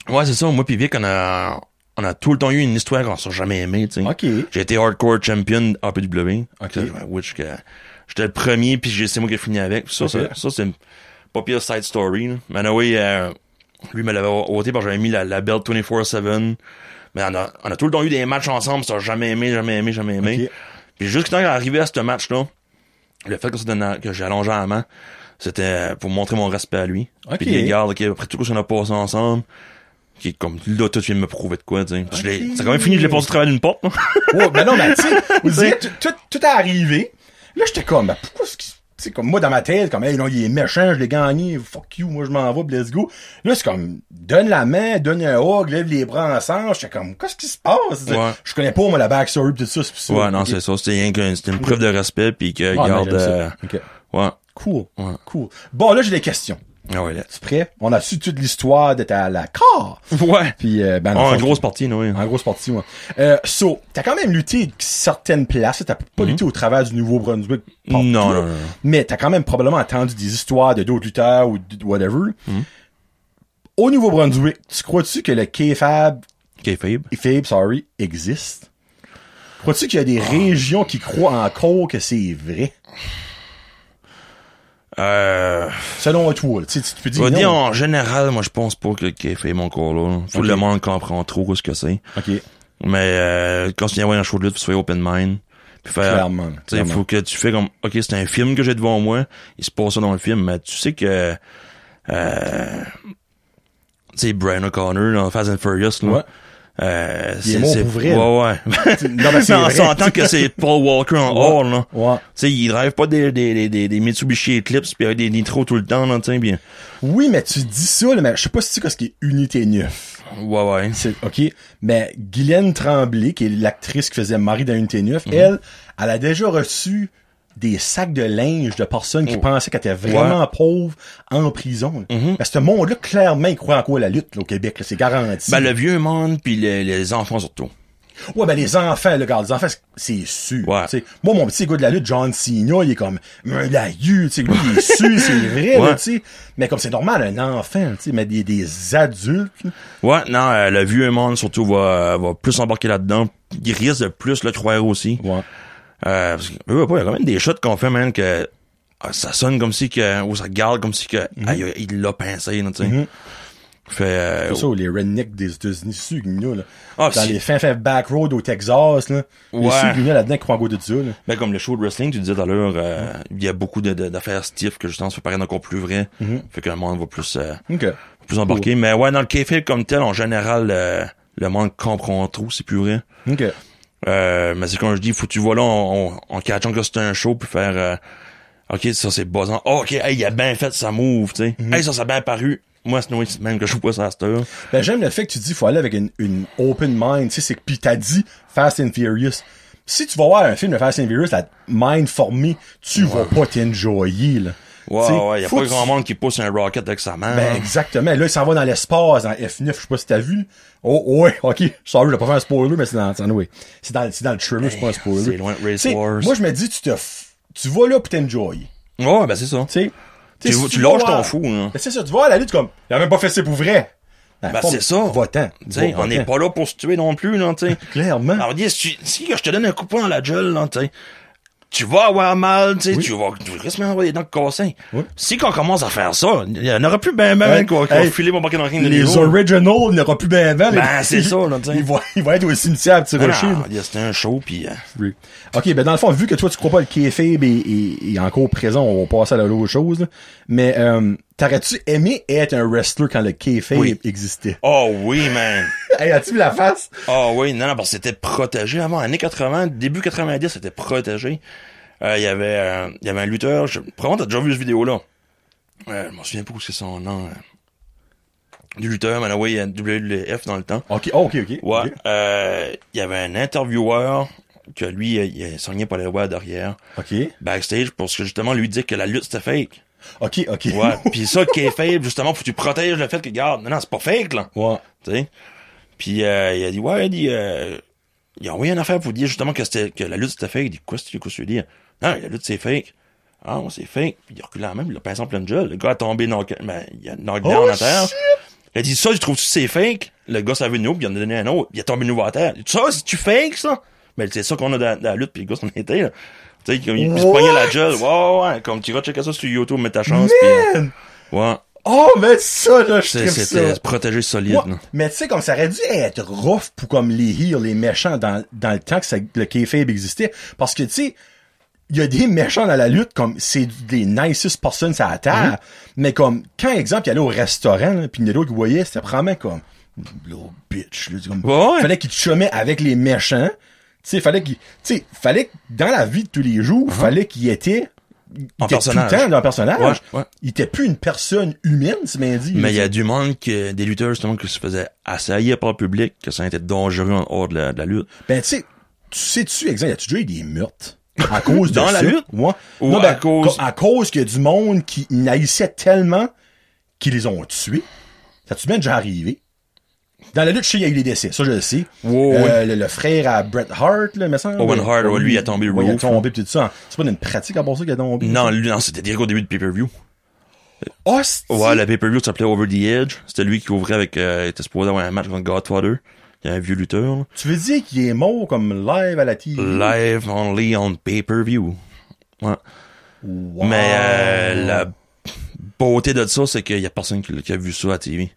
B: ouais c'est ça. Moi puis Vic, on a, on a tout le temps eu une histoire qu'on s'est jamais aimé, tu sais.
A: Ok.
B: J'ai été hardcore champion APW.
A: Ok.
B: Ça, Which que j'étais le premier puis j'ai- c'est moi qui ai fini avec. Puis Ça,
A: Ok.
B: ça, ça, c'est une pas pire side story. là. Mais anyway, euh, lui me l'avait ôté parce que j'avais mis la, la belt 24-7. Mais on a, on a tout le temps eu des matchs ensemble, ça a jamais aimé, jamais aimé, jamais aimé.
A: Ok.
B: Puis jusqu'à temps qu'on arrivait à ce match-là, le fait que, ça donna- que j'ai allongé la main, c'était pour montrer mon respect à lui.
A: Ok.
B: Puis il regarde, ok, après tout ce qu'on a passé ensemble, qui est comme là, toi, tu viens de me prouver de quoi, tu sais. Parce que je l'ai-
A: Ok.
B: Ça a quand même fini, je l'ai passé au travers d'une porte. là.
A: Ouais, ben non, mais tu sais, vous dites, tout, tout, tout est arrivé. Là, j'étais comme, ben, pourquoi est-ce qu'il- tu sais, comme moi, dans ma tête, comme, hey, non, il est méchant, je l'ai gagné, fuck you, moi, je m'en vais, puis let's go. Là, c'est comme, donne la main, donne un hug, lève les bras ensemble. J'étais comme, qu'est-ce qui se passe? Tu sais,
B: Ouais.
A: Je connais pas, moi, la backstory, pis tout ça, c'est pour ça.
B: Ouais, non,
A: Ok.
B: c'est ça. C'était rien qu'un- c'était une preuve de respect, puis que,
A: Ah, non,
B: garde,
A: j'aime ça.
B: euh,
A: Ok.
B: ouais.
A: Cool.
B: Ouais.
A: Cool. Bon, là, j'ai des questions.
B: Ah ouais, là.
A: Tu prêt? On a su toute l'histoire de ta la corps.
B: Ouais.
A: Puis, euh, ben,
B: Ah,
A: dans le
B: en
A: fond,
B: grosse partie, non, oui.
A: en gros sportif, moi. Euh, so, t'as quand même lutté certaines places. T'as pas lutté au travers du Nouveau-Brunswick. partout,
B: Mhm. Non, non, non.
A: Mais t'as quand même probablement entendu des histoires de d'autres lutteurs ou de whatever.
B: Mhm.
A: Au Nouveau-Brunswick, tu crois-tu que le K-Fab,
B: Ok, Fab.
A: Fab, sorry, existe? Crois-tu qu'il y a des
B: Ah.
A: régions qui croient encore que c'est vrai?
B: Euh,
A: Selon toi, là, tu sais, tu peux
B: je vais
A: dire
B: dire,
A: non.
B: en général, moi, je pense pas que le café mon corps, là. Tout
A: Ok.
B: le monde comprend trop ce que c'est.
A: Ok,
B: Mais, euh, quand tu viens voir un show de lutte, faut soyez open mind. Puis faire,
A: clairement.
B: tu sais,
A: clairement.
B: faut que tu fais comme, ok, c'est un film que j'ai devant moi, il se passe ça dans le film, mais tu sais que, euh, tu sais, Brian O'Connor, dans Fast and Furious, là.
A: Ouais.
B: Euh,
A: Il est
B: c'est,
A: mort
B: c'est,
A: pour vrai,
B: ouais, ouais.
A: Non, mais c'est
B: Mais on
A: vrai.
B: s'entend que c'est Paul Walker en or, là.
A: Ouais.
B: Tu sais, il drive pas des, des, des, des, des Mitsubishi Eclipse pis avec des nitros tout le temps, là, tu sais, bien.
A: Oui, mais tu dis ça, là, mais je sais pas si tu sais ce qui est Unité 9.
B: Ouais, ouais.
A: C'est, ok. Mais Guylaine Tremblay, qui est l'actrice qui faisait Marie dans Unité 9,
B: Mhm.
A: elle, elle a déjà reçu des sacs de linge de personnes
B: Oh.
A: qui pensaient qu'elle était vraiment pauvre en prison. là.
B: Mhm.
A: Ben, ce monde-là, clairement, il croit en quoi la lutte, là, au Québec, là, c'est garanti.
B: Ben, le vieux monde pis les, les enfants surtout.
A: Ouais, ben, les enfants, là, regarde, les enfants, c'est- c'est sûr.
B: Ouais.
A: Tu sais, Moi, mon petit gars de la lutte, John Cena, il est comme, Mais la gueule, tu sais, lui, il est sûr, c'est vrai, là,
B: Ouais.
A: tu sais. Mais comme c'est normal, un enfant, tu sais, mais des, des adultes, là,
B: Ouais, non, euh, le vieux monde surtout va, va plus embarquer là-dedans. Il risque de plus le croire aussi.
A: Ouais.
B: Euh, parce que, veux, veux pas, il y a quand même des shots qu'on fait, man, que ah, ça sonne comme si que, ou ça regarde comme si que,
A: Mhm.
B: ah, il a- il l'a pincé, là, tu sais. Fait, euh,
A: C'est ça, les rednecks des États-Unis, ceux qui nous, là.
B: Ah,
A: dans
B: si.
A: les fins fins backroad au Texas, là. Les
B: Ouais.
A: ceux qui nous, là-dedans qui croient en go de Dieu, là.
B: ben, comme le show de wrestling, tu disais tout à l'heure, euh, il y a beaucoup de- de- d'affaires stiff que justement, ça fait paraître encore plus vrai.
A: Mhm.
B: Fait que le monde va plus, euh,
A: OK.
B: plus embarquer. Mais ouais, dans le café comme tel, en général, euh, le monde comprend trop, c'est plus vrai.
A: OK.
B: Euh, mais c'est quand je dis, faut que tu vois là, en, en, en catchant que c'est un show, puis faire, euh, ok, ça c'est buzzant. Oh, ok, hey, il a bien fait sa move, tu sais.
A: Mhm.
B: Hey, ça, ça a bien paru. Moi, c'est Noé, même que je joue pas ça à cette heure.
A: Ben, j'aime le fait que tu dis, faut aller avec une, une open mind, tu sais, c'est que, pis t'as dit Fast and Furious. Si tu vas voir un film de Fast and Furious, la mind formée, tu vas pas t'enjoyer, là.
B: Ouais,
A: T'sais,
B: ouais, y a
A: faut
B: pas
A: que
B: grand
A: tu-
B: monde qui pousse un rocket avec sa main.
A: Ben, exactement. Là, il s'en va dans l'espace, en F9, je sais pas si t'as vu. Oh, ouais, ok. Sorry, je vais pas faire un spoiler, mais c'est dans, c'est- anyway. c'est dans, c'est dans le trailer, c'est pas un spoiler.
B: c'est loin de Race
A: T'sais,
B: Wars.
A: Moi, je me dis, tu te, f- tu vas là pour t'enjoy.
B: ouais, ben c'est ça.
A: Tu sais.
B: Tu-
A: si
B: tu lâches
A: vas-
B: ton fou, là.
A: Ben, c'est ça, tu vas à la lutte comme, il a même pas fait c'est pour vrai. Ben,
B: Ben,
A: pas-
B: c'est ça.
A: Va-t'en.
B: Tu sais,
A: Va-
B: on n'est
A: va-t'en.
B: pas là pour se tuer non plus, là, tu sais.
A: ben. Clairement.
B: Alors, dis, si, si je te donne un coup de poing dans la gueule, là, tu sais, tu vas avoir mal, tu sais,
A: Oui.
B: tu vas, tu risques même d'avoir des dents de cassin.
A: Oui.
B: Si qu'on commence à faire ça, il y en aura plus ben, ben,
A: Hey,
B: qu'on qu'on va
A: hey,
B: filer mon paquet dans le ring de
A: Les
B: niveau.
A: originals, il n'y aura plus ben avant.
B: Ben,
A: les-
B: c'est ça, là, tu sais.
A: Il va, il va être au cimetière à Petit
B: Ah,
A: Rocher. là.
B: non, dis, C'était un show, puis euh,
A: Oui. OK, ben dans le fond, vu que toi, tu crois pas le kéfib et, et, et encore présent, on va passer à l'autre chose, là. mais euh, t'aurais-tu aimé être un wrestler quand le kéfib
B: Oui.
A: existait?
B: Oh oui, man.
A: hey, as-tu vu la face?
B: Oh oui, non, non, parce que c'était protégé. Avant, années 80, début 90, c'était protégé. Euh, Il y avait euh, il y avait un lutteur. Je... Probablement, t'as déjà vu cette vidéo-là. Euh, je m'en souviens pas où c'est son nom. euh, Du lutteur, mais oui, WWF dans le temps.
A: OK, oh, OK, OK.
B: Ouais.
A: OK.
B: euh, il y avait un intervieweur que lui, euh, il soignait par les voix derrière,
A: OK,
B: backstage, pour ce que justement lui dire que la lutte c'était fake.
A: OK. OK.
B: Ouais. Puis ça, qui est faible, justement, faut que tu protèges le fait que, regarde, non, non, c'est pas fake, là.
A: Ouais.
B: Tu sais. Puis euh, il a dit, ouais, il a dit, euh, il a envoyé une affaire pour dire justement que, c'était- que la lutte c'était fake. Il dit, quoi, c'est quoi, tu veux dire? Non, la lutte c'est fake. Ah, ouais, c'est fake. Puis il a reculé en même, il l'a pincé en pleine gueule. Le gars a tombé, knock, ben, il a knock down
A: Oh,
B: à terre.
A: shit!
B: Il a dit, ça, je trouve que c'est fake. Le gars savait une autre, puis il en a donné un autre. Il a tombé nouveau à terre. Il a dit, ça, c'est tu fake, ça? Mais c'est ça qu'on a dans, dans la lutte, puis le gars s'en était, là. Tu sais, il, il se
A: What?
B: pognait la gueule. Ouais, ouais, ouais. Comme tu vas checker ça sur YouTube, mets ta chance. Puis,
A: Man!
B: euh, ouais.
A: Oh, mais ça, là, je
B: C'est-
A: tripe ça.
B: C'était protégé solide,
A: Ouais,
B: là.
A: Mais tu sais, comme ça aurait dû être rough pour comme les heels, les méchants dans, dans le temps que ça- le kayfabe existait. Parce que tu sais, il y a des méchants dans la lutte, comme c'est des nicest personnes à la
B: Mhm.
A: terre. Mais comme, quand exemple, il allait au restaurant, là, puis il y en a d'autres qui voyaient, c'était vraiment comme, little bitch, là, c'est comme,
B: Ouais, ouais.
A: fallait qu'il te chômait avec les méchants. Tu sais, fallait qu'il, tu sais, fallait que dans la vie de tous les jours, fallait qu'il était, il
B: Mhm. En
A: était
B: personnage.
A: tout le temps dans un personnage.
B: Ouais, ouais.
A: Il était plus une personne humaine, c'est bien dit.
B: Mais il y a du monde que, des lutteurs, justement, qui se faisaient assaillir par le public, que ça a été dangereux en hors de la, de la lutte.
A: Ben, tu sais, tu sais-tu, exemple, y a-tu déjà eu des meurtres? À cause de
B: Dans la
A: ça?
B: lutte?
A: Ouais.
B: Ou
A: ben,
B: à cause-
A: co- À cause qu'il y a du monde qui naissait tellement qu'ils les ont tués. Ça tu bien déjà arrivé? Dans la lutte, je sais, il y a eu des décès. Ça, je le sais.
B: Wow,
A: Euh, le, le frère à Bret Hart, là, me semble.
B: Owen Hart, ouais, lui, il a tombé le
A: Ouais, il a
B: roof,
A: tombé, pis tout ça. C'est pas une pratique à penser qu'il a tombé.
B: Non, lui, non, c'était direct au début de pay-per-view.
A: Oh,
B: Ouais, le pay-per-view s'appelait Over the Edge. C'était lui qui ouvrait avec, euh, il était supposé avoir un match contre Godfather. Il y a un vieux lutteur, là.
A: Tu veux dire qu'il est mort comme live à la TV?
B: Live only on pay-per-view. Ouais.
A: Mm. Wow.
B: Mais, euh, la beauté de ça, c'est qu'il y a personne qui, qui a vu ça à TV.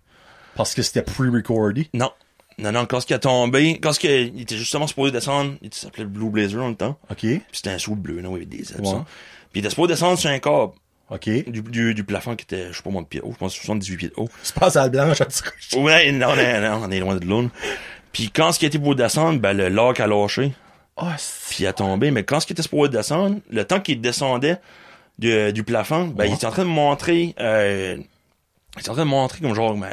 A: Parce que c'était pre-recordé.
B: Non. Non, non, quand ce qui a tombé, quand ce qui a- il était justement supposé descendre, il s'appelait Blue Blazer dans le temps.
A: OK.
B: Puis c'était un sou bleu, là, où il y avait des ailes,
A: Ouais.
B: ça. Puis il était supposé descendre sur un corps
A: OK.
B: du, du, du plafond qui était, je sais pas moi, de pied haut, je pense 78 pieds de haut.
A: Tu passes à la blanche à tout
B: Ouais, non, non, non, on est loin de l'aune. Puis quand ce qui était pour descendre, ben le lac a lâché,
A: Oh,
B: puis il a tombé. Mais quand ce qui était supposé descendre, le temps qu'il descendait du, du plafond, ben il était en train de montrer, euh, il était en train de montrer comme genre, ben,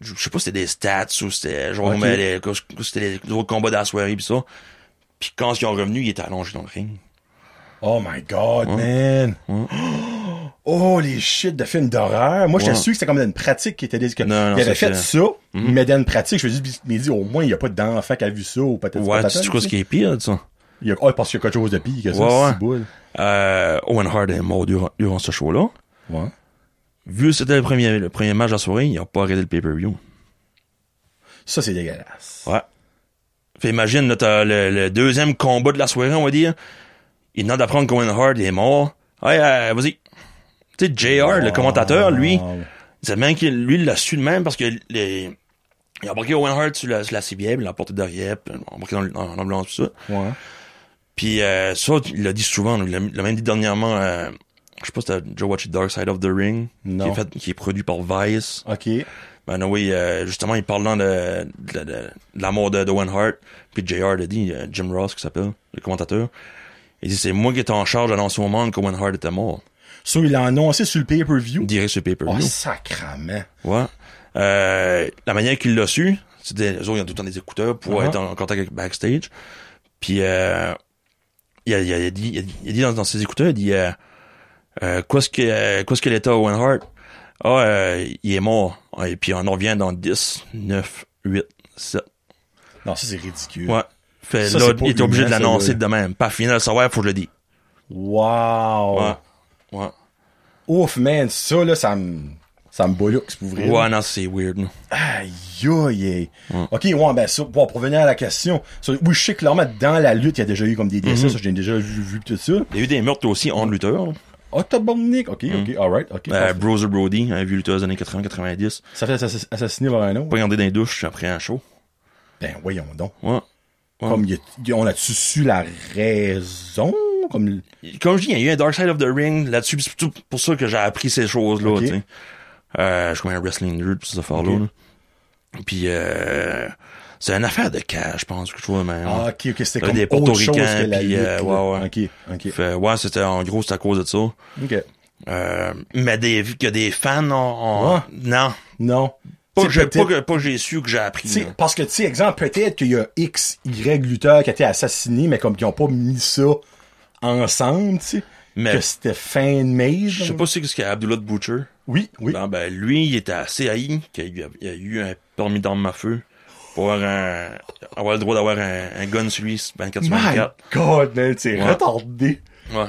B: je je sais pas si c'était des stats ou c'était genre,
A: Ok.
B: ben, les- que- que c'était les autres combats de la soirée pis ça. Puis quand ils ont revenu, il était allongé dans le ring.
A: Oh my god, man! Oh, les shit de films d'horreur! Moi, j'étais
B: Ouais.
A: sûr que c'était comme une pratique qui était dit que
B: Non, non,
A: il avait
B: ça,
A: fait ça,
B: c'est- Mm.
A: mais dans une pratique, je me dis, mais dit, au moins, il n'y a pas d'enfant qui a vu ça, ou peut-être
B: Ouais, tu sais quoi ce qui est pire, ça?
A: Il y a, oh, parce qu'il y a quelque chose de pire que ça,
B: Ouais, ouais.
A: c'est boule.
B: Euh, Owen Hart est mort durant, durant ce show-là.
A: Ouais.
B: Vu que c'était le premier, le premier match de la soirée, il a pas arrêté le pay-per-view.
A: Ça, c'est dégueulasse.
B: Ouais. Fait imagine, là, t'as le, le deuxième combat de la soirée, on va dire. Il vient d'apprendre qu'Owen Hart est mort. Ouais, euh, vas-y. Tu sais, JR, le commentateur, lui, c'est même qu'il, lui, il l'a su de même parce que les, il a embarqué Owen Hart sur la, sur la civière, il l'a emporté derrière, puis il l'a embarqué dans, le- dans l'ambulance, tout ça.
A: Ouais.
B: Puis euh, ça, il l'a dit souvent, il l'a il l'a même dit dernièrement, euh, je sais pas si t'as déjà watché Dark Side of the Ring,
A: Non.
B: Qui, est fait, qui est produit par Vice.
A: Ok.
B: Ben oui, justement, il parle dans de, de, de, de la mort de, de Owen Hart, puis JR l'a dit, euh, Jim Ross qui s'appelle, le commentateur, il dit, c'est moi qui étais en charge d'annoncer au monde qu'Owen Hart était mort,
A: Ça, il l'a annoncé sur le pay-per-view.
B: direct sur le
A: Oh,
B: pay-per-view.
A: sacrament.
B: Ouais. Euh, la manière qu'il l'a su, c'était les autres, ils ont tout le temps des écouteurs pour
A: Ah.
B: être en contact avec backstage. Puis euh, il, a, il a dit, il a dit- il a dit dans, dans ses écouteurs, il dit euh, Euh, qu'est-ce que euh, qu'est-ce que l'état Owen Hart? Ah, euh, il est mort. Ah, Et puis on en revient dans 10, 9, 8, 7.
A: Non, ça, c'est ridicule.
B: Ouais. Fait
A: Ça,
B: là,
A: c'est pas
B: il est obligé
A: humain,
B: de
A: ça,
B: l'annoncer
A: là.
B: de même. Pas final, ça ouais, faut que je le dise.
A: Wow!
B: Ouais. Ouais.
A: Ouf, man, ça, là, ça me... Ça me bouloxe, pour vrai.
B: Ouais, non, c'est weird. non.
A: Aïe, aïe, aïe.
B: Mm.
A: Ok, ouais, ben, ça, bon, pour revenir à la question, ça, oui, je sais clairement, dans la lutte, il y a déjà eu comme des
B: Mm-hmm.
A: décès, ça, j'ai déjà vu, vu tout ça.
B: Il y a eu des meurtres aussi en lutteur.
A: Ah, t'as bon Nick, ok, ok, alright, ok.
B: Euh,
A: parfait.
B: Bruiser Brody, un vieux lutteur des années 80-90.
A: Ça fait assass- assassiner par un autre.
B: Pas dans les douches après un show.
A: Ben, voyons donc.
B: Ouais. Ouais.
A: Comme, y a- y a- on a-tu su la raison? Comme, l-
B: comme je dis, il y a eu un Dark Side of the Ring là-dessus, pis c'est tout pour ça que j'ai appris ces choses-là,
A: Ok.
B: tu sais. Euh, je suis comme un wrestling nerd pour ces affaires-là.
A: Ok.
B: là. Puis, euh, c'est une affaire de cash, je pense, que je trouve, mais...
A: ah, ok, ok, c'était
B: Là,
A: comme
B: des
A: autre chose
B: Portoricains,
A: que la
B: puis,
A: lutte.
B: euh, ouais,
A: là. Ok, ok,
B: Fait, ouais, c'était, en gros, c'est à cause de ça.
A: ok.
B: Euh, mais des, vu qu'il y a des fans, on, on-
A: Ouais.
B: non.
A: Non.
B: Pas
A: C'est
B: que, j'ai,
A: peut-être-
B: pas, que, pas que j'ai su que j'ai appris.
A: Tu sais,
B: là.
A: parce que, tu sais, exemple, peut-être qu'il y a X, Y lutteurs qui a été assassinés, mais comme qu'ils ont pas mis ça ensemble, tu sais.
B: Mais-
A: Que c'était fin de mai.
B: Je sais pas si c'est ce qu'il y a Abdullah de Butcher.
A: Oui, oui.
B: Non, ben, lui, il était à CAI, qu'il a, il a eu un permis d'arme à feu pour avoir, un, avoir le droit d'avoir un, un gun sur lui 24 sur
A: My
B: 24.
A: God, man, c'est
B: Ouais.
A: retardé.
B: Ouais.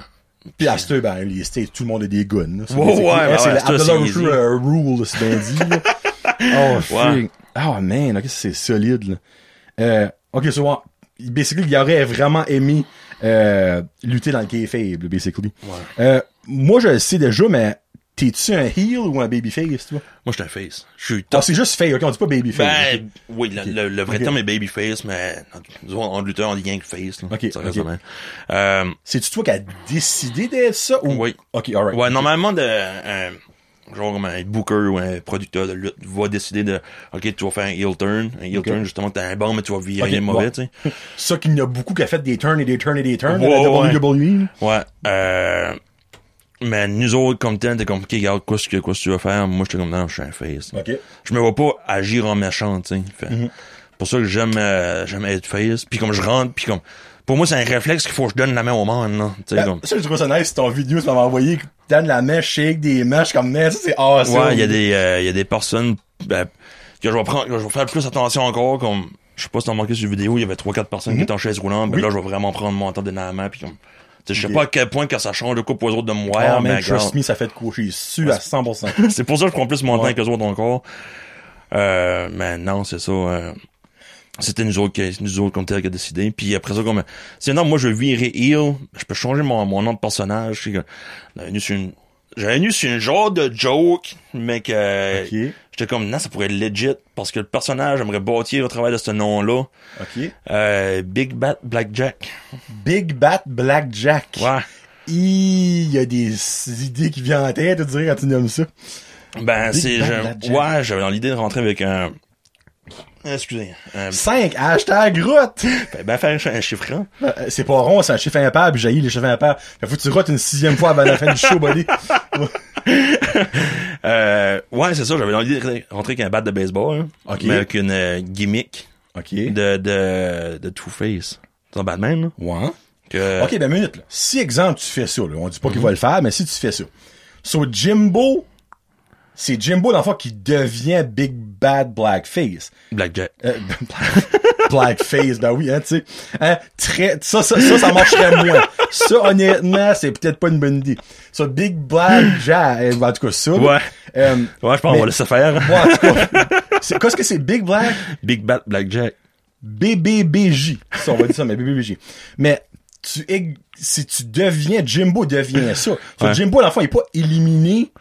A: Puis à ce ben, les States, tout le monde a des guns. là. C'est-
B: Ouais,
A: c'est-
B: ouais,
A: hein,
B: ouais,
A: c'est
B: ouais,
A: la
B: ça, c'est
A: Abdullah
B: easy.
A: Rule, euh, Rule, c'est bien dit. là. oh, freak. Oh, man, ok, c'est solide. là. Euh, ok, so, ouais, basically, il aurait vraiment aimé euh, lutter dans le kayfabe, là, basically. Euh, moi, je le sais déjà, mais t'es-tu un heel ou un babyface, toi?
B: Moi, je suis un face. Je suis
A: Ah,
B: top.
A: c'est juste face, ok, on dit pas babyface.
B: Ben, oui, le, le- le vrai
A: Ok.
B: terme est babyface, mais disons, en lutteur, on dit gang face. Là,
A: Ok,
B: Ça
A: ok.
B: reste le même. Euh,
A: C'est-tu toi qui as décidé d'être ça ou.
B: Oui.
A: Ok, alright.
B: ouais, normalement, de, un, genre comme un booker ou un producteur de lutte va décider de, OK, tu vas faire un heel turn. Un heel
A: Ok.
B: turn, justement, t'es un bon, mais tu vas virer
A: Ok,
B: un mauvais,
A: ouais.
B: tu sais.
A: Ça qu'il y en a beaucoup qui a fait des turns et des turns et des turns
B: Ouais,
A: dans la
B: ouais.
A: WWE. là.
B: Ouais. Euh, mais nous autres, comme tel, t'es comme, OK, regarde, quoi ce que, quoi ce que tu vas faire? Moi, j'étais comme, non, je suis un face.
A: Ok. Mhm.
B: Je me vois pas agir en méchant, tu sais. Fait, Pour ça que j'aime, euh, j'aime être face. Puis comme je rentre, puis comme, pour moi, c'est un réflexe qu'il faut que je donne la main au monde, là. Tu sais,
A: Ben,
B: comme.
A: Ça, je trouve ça nice. Ton vidéo, tu m'avais envoyé que Dan la main shake des matchs comme man, ça, c'est awesome.
B: Ouais, il y a des, euh, il y a des personnes, ben, que je vais prendre, que je vais faire plus attention encore, comme, je sais pas si t'as remarqué sur la vidéo, il y avait trois, quatre personnes qui étaient en chaise roulante, ben
A: Mhm. Oui.
B: là, je vais vraiment prendre mon temps de la main, puis comme, tu sais, je sais
A: Ok.
B: pas à quel point que ça change le coup pour les autres de moi,
A: Oh,
B: mais
A: man,
B: regarde.
A: trust me, ça fait de coucher su à 100%.
B: C'est pour ça que je prends plus mon
A: Ouais.
B: temps que les autres encore. Euh, mais non, c'est ça. euh, c'était nous autres, qui, nous autres comme tel qui a décidé. Puis après ça, comme, c'est non, moi je veux virer heel. Je peux changer mon, mon nom de personnage. C'est que- J'avais venu sur une, j'avais venu sur une genre de joke, mais que
A: ok.
B: j'étais comme non, ça pourrait être legit parce que le personnage j'aimerais bâtir au travers de ce nom-là.
A: Ok.
B: Euh, Big Bat Blackjack.
A: Big Bat Blackjack.
B: Ouais.
A: Hi, Il y a des idées qui viennent en tête, tu dirais, quand tu nommes ça.
B: Ben
A: Big
B: c'est,
A: Bat
B: je-
A: Blackjack.
B: ouais, j'avais dans l'idée de rentrer avec un, excusez, un
A: 5. Hashtag route.
B: Fait bien faire un chi- un chiffre hein. rond.
A: Euh, C'est pas rond, c'est un chiffre impair, puis j'ai les chiffres impairs. Fait faut que tu rotes une sixième fois avant la fin du show, buddy.
B: Euh, ouais, c'est ça, j'avais envie de rentrer avec un bat de baseball, hein,
A: Ok.
B: mais avec une euh, gimmick
A: Ok.
B: de, de, de Two-Face. C'est un Batman, là.
A: Ouais.
B: Que,
A: Ok, ben minute, là. Si exemple tu fais ça, là, on dit pas qu'il va le faire, mais si tu fais ça. So Jimbo, c'est Jimbo l'enfant qui devient Big Bad Blackface.
B: Blackjack.
A: Euh, Black- Blackface, ben oui, hein, tu sais. Hein, très, ça, ça, ça, ça marcherait moins. Ça, honnêtement, c'est peut-être pas une bonne idée. Ça, Big Black Jack, euh, en tout cas, ça. là.
B: Ouais.
A: Euh,
B: Ouais, je pense
A: Mais-
B: qu'on va laisser faire.
A: ouais, en tout cas, c'est- qu'est-ce que c'est Big Black?
B: Big Bat Blackjack.
A: BBBJ. Ça, on va dire ça, mais BBBJ. Mais tu, ex- si tu deviens, Jimbo devient ça. So,
B: Ouais.
A: Jimbo, à la fois, il est pas éliminé,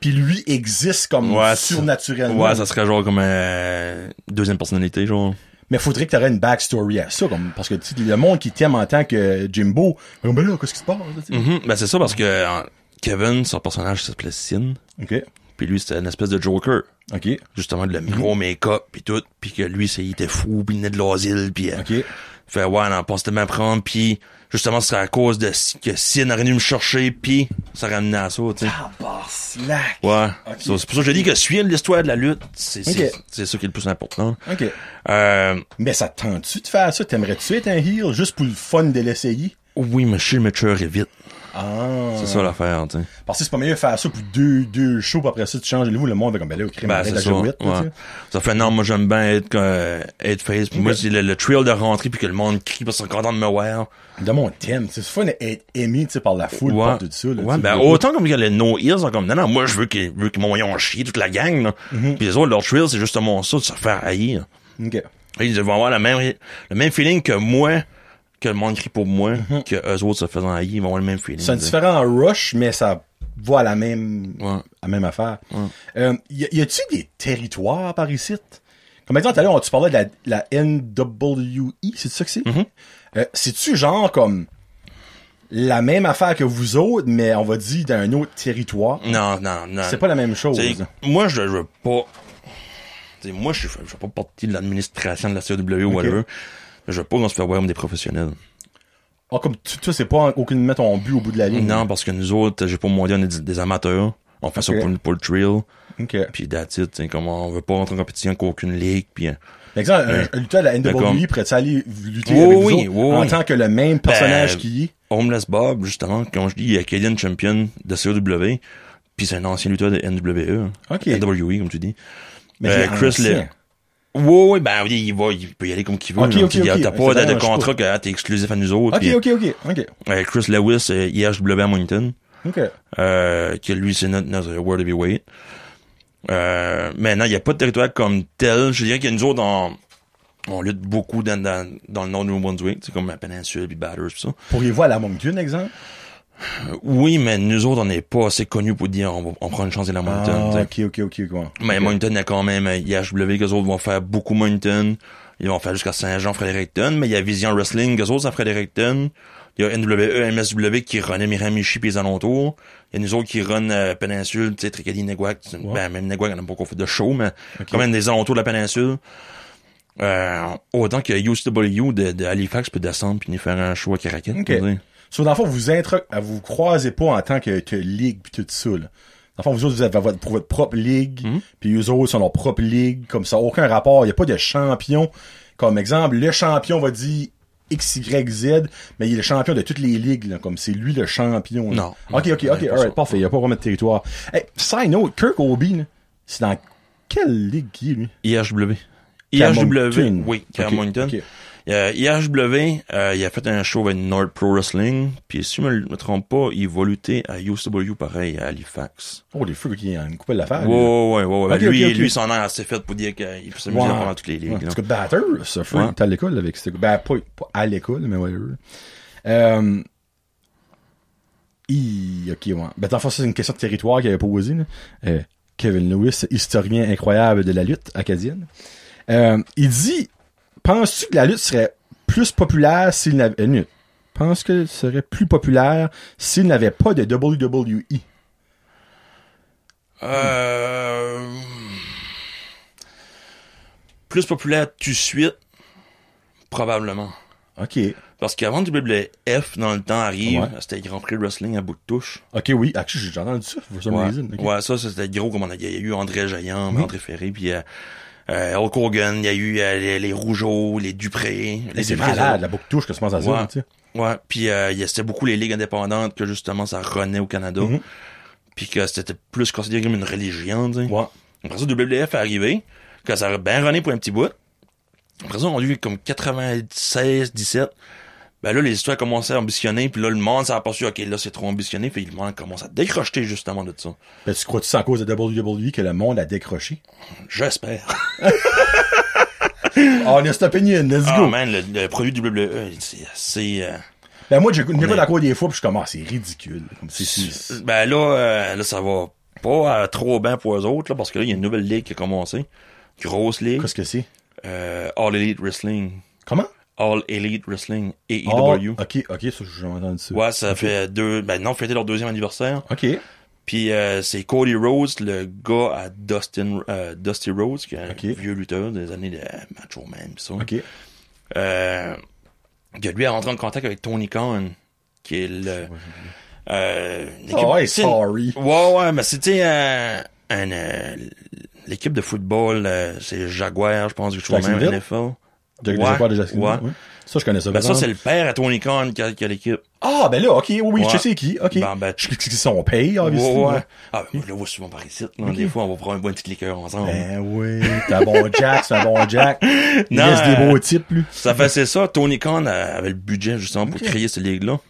A: puis lui existe comme
B: Ouais, c'est-
A: surnaturellement.
B: Ouais, ça serait genre comme euh, deuxième personnalité, genre.
A: Mais faudrait que tu une backstory à ça, comme, parce que tu sais, le monde qui t'aime en tant que Jimbo, ben ben là, qu'est-ce qui se passe? là, tu sais?
B: Mhm. Ben c'est ça parce que euh, Kevin, son personnage s'appelait Sin,
A: Ok,
B: puis lui c'était une espèce de Joker.
A: ok,
B: Justement, le gros
A: Mhm.
B: make-up, puis tout, puis que lui, c'est, il était fou, puis il venait de l'asile, puis... euh,
A: ok.
B: Fait ouais, non, pense tellement prendre, puis justement, ce serait à cause de si- que Sin aurait dû me chercher, puis ça ramenait à ça, tu sais.
A: Ah, bah, slack!
B: Ouais.
A: Ok.
B: So, c'est pour ça que je dis que suivre l'histoire de la lutte, c'est c'est-
A: Ok.
B: c'est ça qui est le plus important.
A: Ok.
B: Euh,
A: Mais ça te tente-tu de faire ça? T'aimerais-tu être un heel juste pour le fun de l'essayer?
B: Oui, mais je sais, mais tu vite.
A: Ah.
B: C'est ça l'affaire, tu sais.
A: Parce que c'est pas mieux de faire ça pour deux, deux shows, puis après ça, tu changes le niveau, le monde va comme, ben là, au crime,
B: Ben,
A: arrête
B: c'est
A: la
B: ça.
A: girouette, là,
B: ouais.
A: tu sais.
B: Ça fait, non, moi, j'aime bien être, euh, être face. Puis moi,
A: Ok.
B: c'est le, le thrill de rentrer puis que le monde crie parce qu'ils sont contents de me voir.
A: De mon thème, tu sais, c'est fun d'être aimé, tu sais, par la foule, par tout ça, là,
B: ouais,
A: tu sais.
B: ben, autant comme regarde, les No Hills sont comme, non, non, moi, je veux qu'ils veulent qu'ils m'envoient en chier toute la gang, là.
A: Mm-hmm.
B: Puis les autres, leur thrill, c'est justement ça, de se faire haïr.
A: Ok.
B: Et Ils vont avoir la même, le même feeling que moi, que le monde crie pour moi,
A: Mm-hmm.
B: que eux autres se faisant haïr, ils vont avoir le même feeling.
A: C'est un
B: tu sais.
A: différent rush, mais ça voit la même,
B: Ouais.
A: la même affaire. Euh, y a- y a-tu des territoires par ici? Comme exemple, tout à l'heure, on- tu parlais de la, la NWE, c'est ça que c'est?
B: Mm-hmm.
A: Euh, C'est-tu genre comme la même affaire que vous autres, mais on va dire dans un autre territoire?
B: Non, non, non.
A: C'est pas la même chose.
B: T'sais, moi, je veux pas. t'sais, moi, je suis- je fais pas partie de l'administration de la CW ou whatever. Je veux pas qu'on se fait voir comme des professionnels.
A: Ah, comme tu- toi, c'est pas aucunement ton but au bout de la ligne.
B: Non, parce que nous autres, j'ai pas mon dire, on est des, des amateurs. On fait
A: Ok.
B: ça pour, pour le trail.
A: Ok.
B: Puis that's it. t'sais, comme on veut pas rentrer en compétition avec aucune ligue. Puis, euh,
A: Par exemple, un- un lutteur de la NWE
B: D'accord.
A: pourrait-tu aller lutter
B: Oui,
A: avec vous
B: oui,
A: autres
B: oui,
A: en
B: oui.
A: tant que le même personnage
B: Ben,
A: qui est?
B: Homeless Bob, justement, comme je dis, il est Canadian Champion de CW. Puis c'est un ancien lutteur de E, NWE.
A: Ok.
B: NWE, comme tu dis.
A: Mais
B: euh,
A: qui est
B: Chris
A: ancien.
B: Le- Oui, oui, ben, il, va, il peut y aller comme qu'il veut.
A: Ok,
B: là.
A: ok,
B: Puis, y a-
A: ok.
B: T'as
A: C'est
B: pas de- de,
A: dommage,
B: contrat que ah, t'es exclusif à nous autres.
A: Ok,
B: puis-
A: ok, ok, ok.
B: Euh, Chris Lewis, euh, IHW à Moncton,
A: Ok.
B: euh, que lui, c'est notre, notre World Heavyweight. Euh, maintenant, il n'y a pas de territoire comme tel. Je dirais qu'il y a nous autres, on, on lutte beaucoup dans, dans, dans le nord du Nouveau-Brunswick, c'est comme la péninsule, puis Batters, pis ça.
A: Pourriez-vous aller à Moncton, exemple?
B: Euh, oui, mais nous autres, on n'est pas assez connus pour dire on, va- on prend une chance d'aller à Moncton.
A: Ah,
B: t'sais.
A: ok, ok, ok, quoi.
B: Mais Moncton, il y a quand même euh, IHW, qu'eux autres vont faire beaucoup Moncton. Ils vont faire jusqu'à Saint-Jean-Fredericton, mais il y a Vision Wrestling, qu'eux autres à Fredericton. Il y a E, NWE, MSW qui run Miramichi puis les alentours. Il y a nous autres qui run euh, Péninsule, tu sais, Tricadie, Neguac. C'est une-
A: Ouais.
B: Ben, même Neguac, on n'a pas qu'on fait de show, mais quand même des alentours de la Péninsule. Euh, autant que UCW de, de Halifax peut descendre puis nous faire un show à Caracat.
A: Ok.
B: tu sais.
A: So, dans le fond, vous intra- vous croisez pas en tant que, que ligue pis tout ça, là. Dans le fond, vous autres, vous avez votre, pour votre propre ligue,
B: Mhm.
A: puis eux autres sont leur propre ligue, comme ça, aucun rapport, il a pas de champion. Comme exemple, le champion va dire X, Y, Z, mais il est le champion de toutes les ligues, là, comme c'est lui le champion. là.
B: Non.
A: Ok, ok,
B: Non,
A: ok,
B: il y a pas
A: alright,
B: ça.
A: parfait, il y a pas vraiment de territoire. Hey, side note, Kirk Obi, là, c'est dans quelle ligue qui est, lui?
B: IHW.
A: Qu'à
B: IHW,
A: Moncton.
B: oui, qu'à
A: Ok,
B: Moncton.
A: ok.
B: Euh, IHW, euh, il a fait un show avec Nord Pro Wrestling, puis si je me, me trompe pas, il va lutter à UCW pareil, à Halifax.
A: Oh, les feux qui ont une coupelle l'affaire. Ah,
B: Ouais,
A: lui, là.
B: ouais, ouais, ouais.
A: Ok,
B: lui,
A: ok, ok.
B: lui, son air assez fait pour dire qu'il peut s'amuser
A: Ouais.
B: dans toutes les ligues.
A: Ouais.
B: là.
A: Parce que Batter, ça fait,
B: Ouais.
A: il était à l'école avec cette... Ben, pas, pas à l'école, mais ouais. ouais. Euh... il- Ok, ouais. Ben, dans le fond, ça, c'est une question de territoire qu'il avait posée. là. Euh, Kevin Lewis, historien incroyable de la lutte acadienne. Euh, il dit Penses-tu que la lutte serait plus populaire s'il n'avait. euh, Une lutte. Pense que serait plus populaire s'il n'avait pas de E? WWE.
B: Euh, Plus populaire tout de suite, probablement.
A: Ok.
B: Parce qu'avant WWF, dans le temps, arrive,
A: Ouais.
B: c'était Grand Prix Wrestling à bout de touche.
A: Ok, oui. Ah, j'ai déjà entendu ça. For some
B: Ouais.
A: reason. Ok.
B: Ouais, ça, ça, c'était gros comme on a, il y a eu André Jaillant, André Ferré, puis euh, euh, Hulk Hogan, il y a eu euh, les, les Rougeaux, les Dupré.
A: Mais
B: Les
A: C'est
B: Dupré,
A: malade, la boucle touche que se pense à ça.
B: Ouais.
A: là, tu sais.
B: Ouais, puis euh, il y a- c'était beaucoup les ligues indépendantes que justement ça renaît au Canada.
A: Mhm.
B: Puis que c'était plus considéré comme une religion, tu sais.
A: Ouais.
B: Après ça, WWF est arrivé, que ça a bien runné pour un petit bout. Après ça, on a eu comme 96, 17. Ben là, les histoires commençaient à ambitionner, puis là, le monde, ça a pas su, ok, là, c'est trop ambitionné, puis le monde commence à décrocher justement de ça.
A: Ben, tu crois-tu c'est en cause de WWE que le monde a décroché?
B: J'espère.
A: Honest opinion, let's
B: Ah,
A: go!
B: man, le, le produit WWE, c'est. c'est, euh,
A: Ben, moi, j'écoute pas
B: est-
A: la cour des fois, pis je suis comme, ah, c'est ridicule. Comme, c'est, c'est-
B: ben là, euh, là, ça va pas euh, trop bien pour eux autres, là, parce que là, il y a une nouvelle ligue qui a commencé. Grosse ligue.
A: Qu'est-ce que c'est?
B: Euh, All Elite Wrestling.
A: Comment?
B: All Elite Wrestling.
A: Ah,
B: AEW.
A: ok, ok, ça, j'ai jamais entendu ça.
B: E Ouais, ça fait deux. Ben non, fêter leur deuxième anniversaire.
A: Ok.
B: Puis euh, c'est Cody Rhodes, le gars à Dustin, euh, Dusty Rhodes, qui est un
A: Ok.
B: vieux lutteur des années de Macho Man. pis ça.
A: Ok.
B: Euh, que lui a rentré en contact avec Tony Khan, qui est le. Euh, une équipe-
A: Oh, hey,
B: c'est une-
A: sorry.
B: Ouais, ouais, mais c'était euh, un, euh, l'équipe de football, euh, c'est Jaguar, je pense, que je trouve même
A: Jacksonville?
B: NFL.
A: Jack
B: Ouais,
A: Jack Jack Jack
B: ouais.
A: ouais. Ça, je connais ça.
B: Ben ça,
A: vraiment.
B: c'est le père à Tony Khan qui a, qui a l'équipe.
A: Ah, ben là, ok, oui, oui,
B: Ouais.
A: je sais c'est qui, ok.
B: Ben, ben,
A: je sais qui sont payés,
B: Ouais,
A: obviously.
B: ouais. Ah, ben, moi, je le vois souvent par ici. là. Des fois, on va prendre un bon petit liqueur ensemble.
A: Ben oui, t'es un bon Jack, c'est un bon Jack. Il
B: Non,
A: laisse des
B: euh,
A: beaux types, lui.
B: Ça faisait ça. Tony Khan euh, avait le budget, justement, pour
A: Ok.
B: créer cette ligue-là.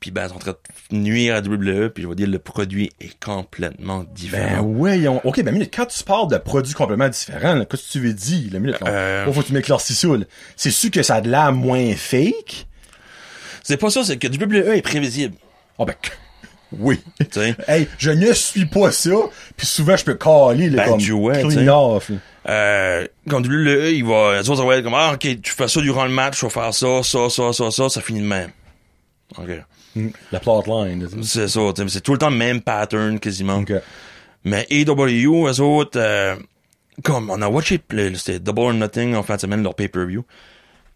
B: Puis, ben, ils sont en train de nuire à WWE. Puis, je vais dire, le produit est complètement
A: Ben
B: différent.
A: ouais, ils ont- ok, ben minute, quand tu parles de produits complètement différents, là, qu'est-ce que tu veux dire, la minute, là?
B: Euh.
A: Oh, faut que tu m'éclaircis ça, là. C'est sûr que ça a de l'air moins fake?
B: C'est pas ça, c'est que WWE est prévisible.
A: Ah ben, que- oui.
B: Tu sais.
A: hey, je ne suis pas ça, puis souvent je peux caler, là,
B: Ben,
A: comme
B: du ouais,
A: clean
B: tu sais.
A: off, là.
B: Euh, quand WWE, il va, eux autres, ça va être comme, ah, ok, tu fais ça durant le match, tu vas faire ça, ça, ça, ça, ça, ça finit de même. Ok.
A: Mm. La plotline, là, tu sais.
B: C'est ça, tu sais, c'est tout le temps le même pattern, quasiment.
A: Donc, euh,
B: Mais AEW, eux autres, euh, comme on a watché, le- c'était Double or Nothing en fin de semaine, leur pay-per-view.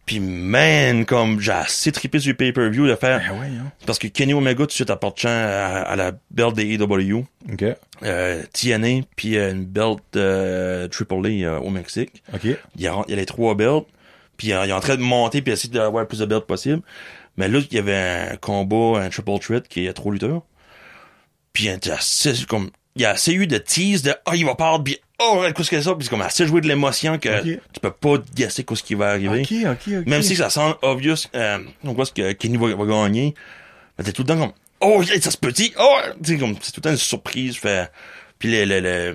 B: Puis man, comme j'ai assez trippé sur le pay-per-view de faire...
A: ben ouais, hein.
B: Parce que Kenny Omega, tout de suite, apporte champ à, à la belt des AEW.
A: Ok,
B: Euh, TNA, puis euh, une belt euh, Triple A euh, au Mexique.
A: ok.
B: Il y a, il y a les trois belts. Puis euh, il est en train de monter puis essayer d'avoir le plus de belts possible. Mais là, il y avait un combat, un triple threat qui est trop lutteur. Puis il y a assez, comme, il y a assez eu de tease de « Ah, il va perdre! » Puis « Oh, qu'est-ce que c'est ça? » Puis c'est comme assez joué de l'émotion que
A: Ok.
B: tu peux pas guesser qu'est-ce qui va arriver.
A: Ok, ok, ok.
B: Même si ça semble obvious, euh, on voit ce que Kenny va, va gagner. Mais t'es tout le temps comme « Oh, hey, ça se peut dire! Oh! » Tu sais, comme, C'est tout le temps une surprise. Fait... Puis les, les, les...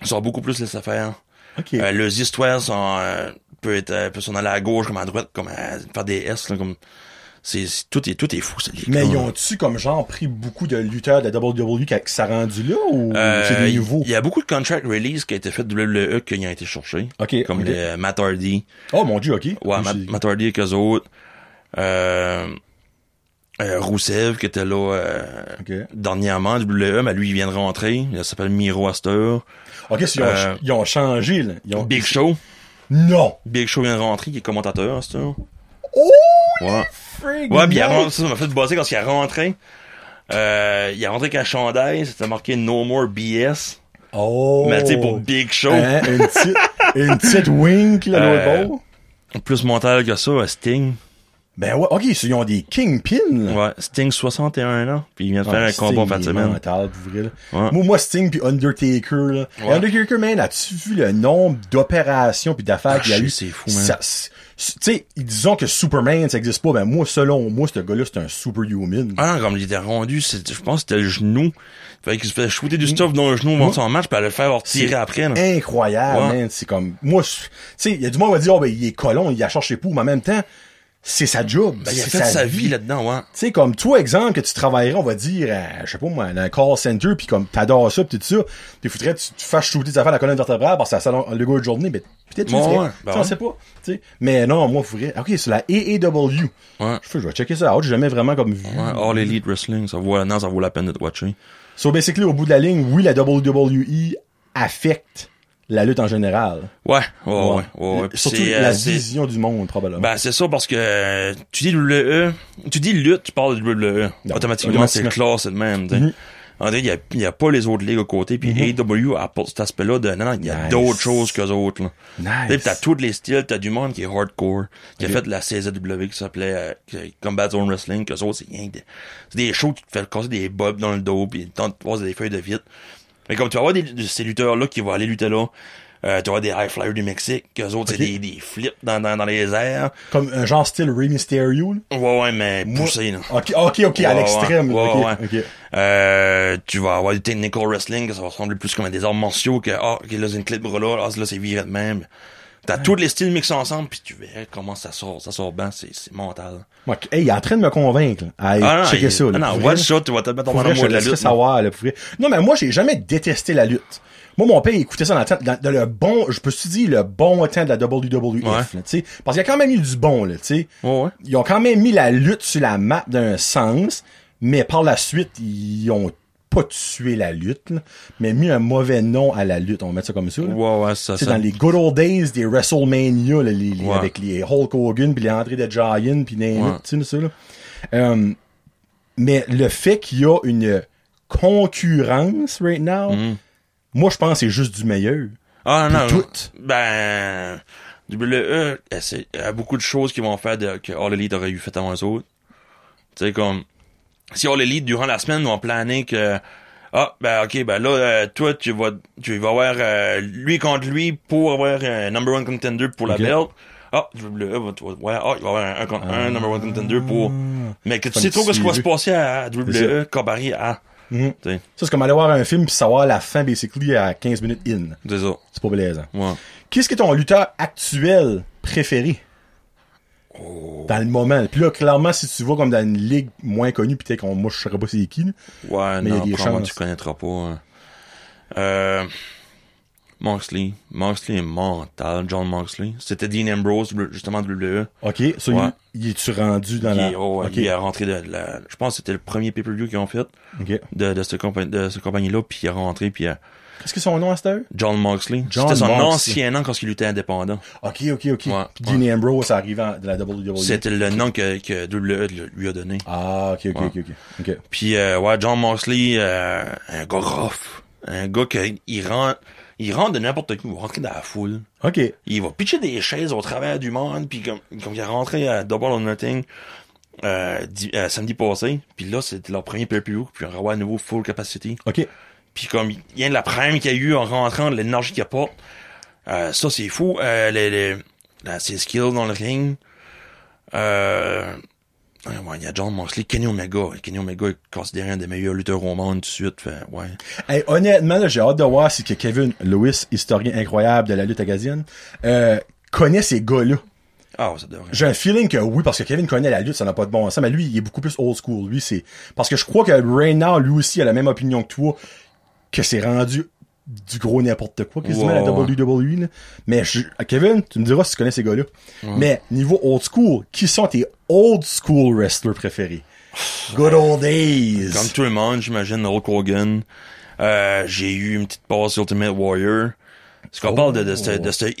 B: ils sortent beaucoup plus les affaires.
A: Ok.
B: Euh, les histoires sont euh, peut être euh, peut s'en aller à gauche comme à droite comme à faire des S là, comme c'est c'est- tout est tout est fou ça les
A: Mais
B: gars,
A: ils
B: là.
A: ont-tu, comme genre, pris beaucoup de lutteurs de WWE qui qui s'est rendu là, ou
B: Euh,
A: c'est des
B: il-
A: nouveaux?
B: Il y a beaucoup de contract release qui a été fait de WWE qui ont été cherchés.
A: Ok,
B: Comme
A: ok.
B: les Matt Hardy.
A: Oh mon dieu, ok.
B: Ouais,
A: Oui,
B: Matt,
A: c'est-
B: Matt Hardy et qu'eux autres. Euh, euh, Rousseff qui était là euh,
A: Ok.
B: dernièrement, WWE, mais ben, lui il vient de rentrer. Il s'appelle Miro Astor.
A: Ok, c'est- ils, ont,
B: Euh,
A: ils ont changé, là. Ils ont...
B: Big Show.
A: Non!
B: Big Show vient de rentrer, qui est commentateur, Astor.
A: Oh!
B: Ouais.
A: Frig,
B: Ouais, puis il a
A: non.
B: rentré, ça m'a fait bosser quand il est rentré. Euh, il est rentré avec un chandail, c'était marqué No More BS.
A: Oh!
B: Mais tu sais, pour Big Show,
A: Hein, une petite, une petite wink, là,
B: Euh,
A: l'autre bord.
B: plus mental que ça, euh, Sting.
A: Ben ouais, ok, c'est- ils ont des kingpins, là.
B: Ouais, Sting 61 ans, puis il vient de
A: Ah,
B: faire un
A: Sting,
B: combat en fin de
A: il est
B: semaine.
A: mental, pour vrai, là.
B: Ouais.
A: Moi, moi, Sting puis Undertaker, là.
B: Ouais.
A: Undertaker, man, as-tu vu le nombre d'opérations puis d'affaires
B: Ah,
A: qu'il y a
B: je
A: eu?
B: sais, c'est fou, man.
A: Ça- c'est- Tu sais, disons que Superman, ça existe pas. Ben, moi, selon moi, ce gars-là, c'est un superhuman.
B: Ah non, comme il était rendu, c'est- je pense que c'était le genou. Fait qu'il se fait shooter
A: Mm.
B: du stuff dans le genou avant son match, puis aller le faire retirer après. là.
A: eh, incroyable,
B: Ouais.
A: man. C'est comme, moi, je- tu sais, il y a du monde qui va dire, oh, ben, il est colon, il a cherché pour, mais en même temps, c'est sa job.
B: Ben, il a
A: c'est
B: fait sa vie là-dedans, ouais.
A: Tu sais, comme toi, exemple, que tu travaillerais, on va dire, à, je sais pas moi, dans un call center, puis comme t'adores ça, pis tout ça, puis faudrait que tu, tu fasses shooter tes affaires à la colonne vertébrale parce que ça salon le goût de journée, mais peut-être tu le
B: Ouais,
A: ferais.
B: ouais,
A: Tu sais,
B: ben
A: on
B: ouais.
A: sait pas. tu sais. Mais non, moi, faudrait. Ok, c'est la AAW.
B: Ouais.
A: Je, fais, je vais checker ça out, j'ai jamais vraiment comme vu.
B: Ouais, All Elite Wrestling, ça vaut, non, ça vaut la peine de te watcher.
A: So basically, au bout de la ligne, oui, la E WWE affecte E, la lutte en général.
B: Ouais, ouais, ouais, ouais. ouais. Puis
A: Surtout
B: c'est, euh,
A: la
B: c'est-
A: vision du monde, probablement.
B: Ben, c'est ça, parce que euh, tu dis WWE, tu dis lutte, tu parles de WWE.
A: Non,
B: automatiquement, c'est
A: automatiquement. Mm-hmm.
B: clair, c'est le même. t'sais. En vrai, il n'y a, il y a pas les autres ligues à côté, puis AEW apporte cet aspect-là de non, non, il y a
A: Nice.
B: d'autres choses qu'eux autres. Là. T'sais,
A: nice.
B: puis T'as tous les styles, t'as du monde qui est hardcore, qui a fait de la CZW qui s'appelait euh, qui- Combat Zone Wrestling, qu'eux autres, c'est rien que des- c'est des shows qui te font casser des bobs dans le dos, puis le temps de te passer des feuilles de vite. Mais comme tu vas avoir des, de ces lutteurs-là qui vont aller lutter là, euh, tu vas avoir des high flyers du Mexique, qu'eux autres,
A: Ok.
B: c'est des, des flips dans, dans, dans les airs.
A: Comme un genre style Rey Mysterio, là.
B: Ouais, ouais, mais
A: Moi-
B: poussé, là.
A: Ok, ok, ok, à
B: Ouais,
A: l'extrême.
B: ouais,
A: ok,
B: ouais, ouais.
A: ok.
B: Euh, tu vas avoir du technical wrestling, que ça va ressembler plus comme à des arts martiaux que, ah, ok, là, c'est une clé de bras là, ah, là, c'est viré de même. T'as tous les styles mixés ensemble, puis tu verras comment ça sort. Ça sort bien, c'est, c'est mental.
A: Ouais, hey, il est en train de me convaincre. là. Allez,
B: Ah, non,
A: checker
B: il-
A: ça.
B: ah,
A: là.
B: non,
A: Pour
B: watch
A: vrai,
B: ça, tu vas te mettre
A: pour
B: en
A: vrai, je
B: amour
A: te
B: de la
A: laisserai
B: lutte.
A: savoir. Là, pour vrai. Non, mais moi, j'ai jamais détesté la lutte. Moi, mon père écoutait ça dans, le temps- dans- dans le bon, je peux te dire, le bon temps de la WWF. là, tu sais. parce qu'il y a quand même eu du bon. Là, tu sais.
B: Ouais, ouais.
A: Ils ont quand même mis la lutte sur la map d'un sens, mais par la suite, ils ont pas tué la lutte, là, mais mis un mauvais nom à la lutte. On va mettre ça comme ça. là.
B: Ouais, ouais, ça,
A: Tu
B: ça.
A: sais, dans les good old days des WrestleMania, là, les- les-
B: Ouais.
A: avec les Hulk Hogan, puis les André de Giant, puis les
B: Ouais.
A: tu sais, ça, là. Euh, mais le fait qu'il y a une concurrence right
B: Mm-hmm.
A: now, moi, je pense que c'est juste du meilleur.
B: Ah, non,
A: Puis
B: non.
A: toutes.
B: Ben, WWE, elle, c'est- elle a beaucoup de choses qui vont faire de- que All Elite aurait eu fait avant eux autres. Tu sais, comme, si All Elite, durant la semaine, vont planer que, ah, ben, ok, ben là, euh, toi, tu vas, tu vas avoir euh, lui contre lui pour avoir un number one contender pour la
C: Ok.
B: belt. Ah, WWE va, tu vas voir, ah, il va avoir un, un contre un number one contender pour... Mais que tu
A: un
B: sais trop
A: petit
B: ce qui va se
A: jeu.
B: passer à, à
C: C'est
B: WWE comparé à...
A: Mhm.
B: Tu sais,
A: Ça, c'est comme aller voir un film puis savoir la fin, basically, à 15 minutes in.
B: c'est ça.
A: C'est pas plaisant.
B: Ouais.
A: Qu'est-ce que ton lutteur actuel préféré?
B: Oh.
A: Dans le moment. Puis là, clairement, si tu vas comme dans une ligue moins connue, puis peut-être qu'on, moi, je saurais pas c'est qui, là.
B: Ouais,
A: Mais il y a
B: non,
A: des
B: probablement
A: chances.
B: tu connaîtras pas. hein. Euh, Moxley. Moxley est mental, John Moxley. C'était Dean Ambrose, le- justement, de WWE.
A: OK, ça,
B: Ouais.
A: il, il est-tu rendu dans
B: Il,
A: la...
B: est- oh,
A: OK,
B: il est rentré de la... Je pense que c'était le premier pay-per-view qu'ils ont fait
A: OK.
B: de, de, ce compagnie, de cette compagnie-là, puis il est rentré, puis euh,
A: Qu'est-ce que son nom à cette heure?
B: John Moxley.
A: John
B: C'était son
A: Moxley. Oh,
B: ancien nom quand il était indépendant.
A: OK, OK, OK.
B: Ouais,
A: Puis Dean Ambrose, ça arrive en- de la WWE.
B: C'était le nom que, que WWE lui a donné.
A: Ah, OK, OK,
B: Ouais.
A: OK, OK. OK.
B: Puis euh, ouais, John Moxley, euh, un gars rough. Un gars qui il rentre, il rentre de n'importe qui, il va rentrer dans la foule.
A: OK.
B: Il va pitcher des chaises au travers du monde, puis comme, comme il est rentré à Double or Nothing euh, di- euh, samedi passé, puis là, c'était leur premier pay-per-view, puis on va avoir à nouveau full capacity.
A: OK.
B: Puis comme il y a de la prime qu'il y a eu en rentrant, de l'énergie qu'il apporte, euh, ça, c'est fou. Euh, les, les- la- ses skills dans le ring. Euh, ouais, ouais, il y a John Moxley, Kenny Omega. Kenny Omega est considéré un des meilleurs lutteurs au monde tout de suite. Fait, ouais.
A: Hey, honnêtement, là, j'ai hâte de voir si que Kevin Lewis, historien incroyable de la lutte acadienne, euh, connaît ces gars-là.
B: Ah, ça devrait.
A: J'ai un feeling que oui, parce que Kevin connaît la lutte, ça n'a pas de bon sens, mais lui, il est beaucoup plus old school. Lui, c'est. Parce que je crois que Reynard, lui aussi, a la même opinion que toi, que c'est rendu du gros n'importe quoi qui se met à la
B: Ouais, ouais.
A: WWE. là. Mais je- Kevin, tu me diras si tu connais ces gars-là. Mais niveau old school, qui sont tes old school wrestlers préférés? Good old days.
B: Comme tout le monde, j'imagine, Hulk Hogan. Euh, j'ai eu une petite passe Ultimate Warrior. Est-ce qu'on
A: Oh.
B: parle de, de, ce- de cette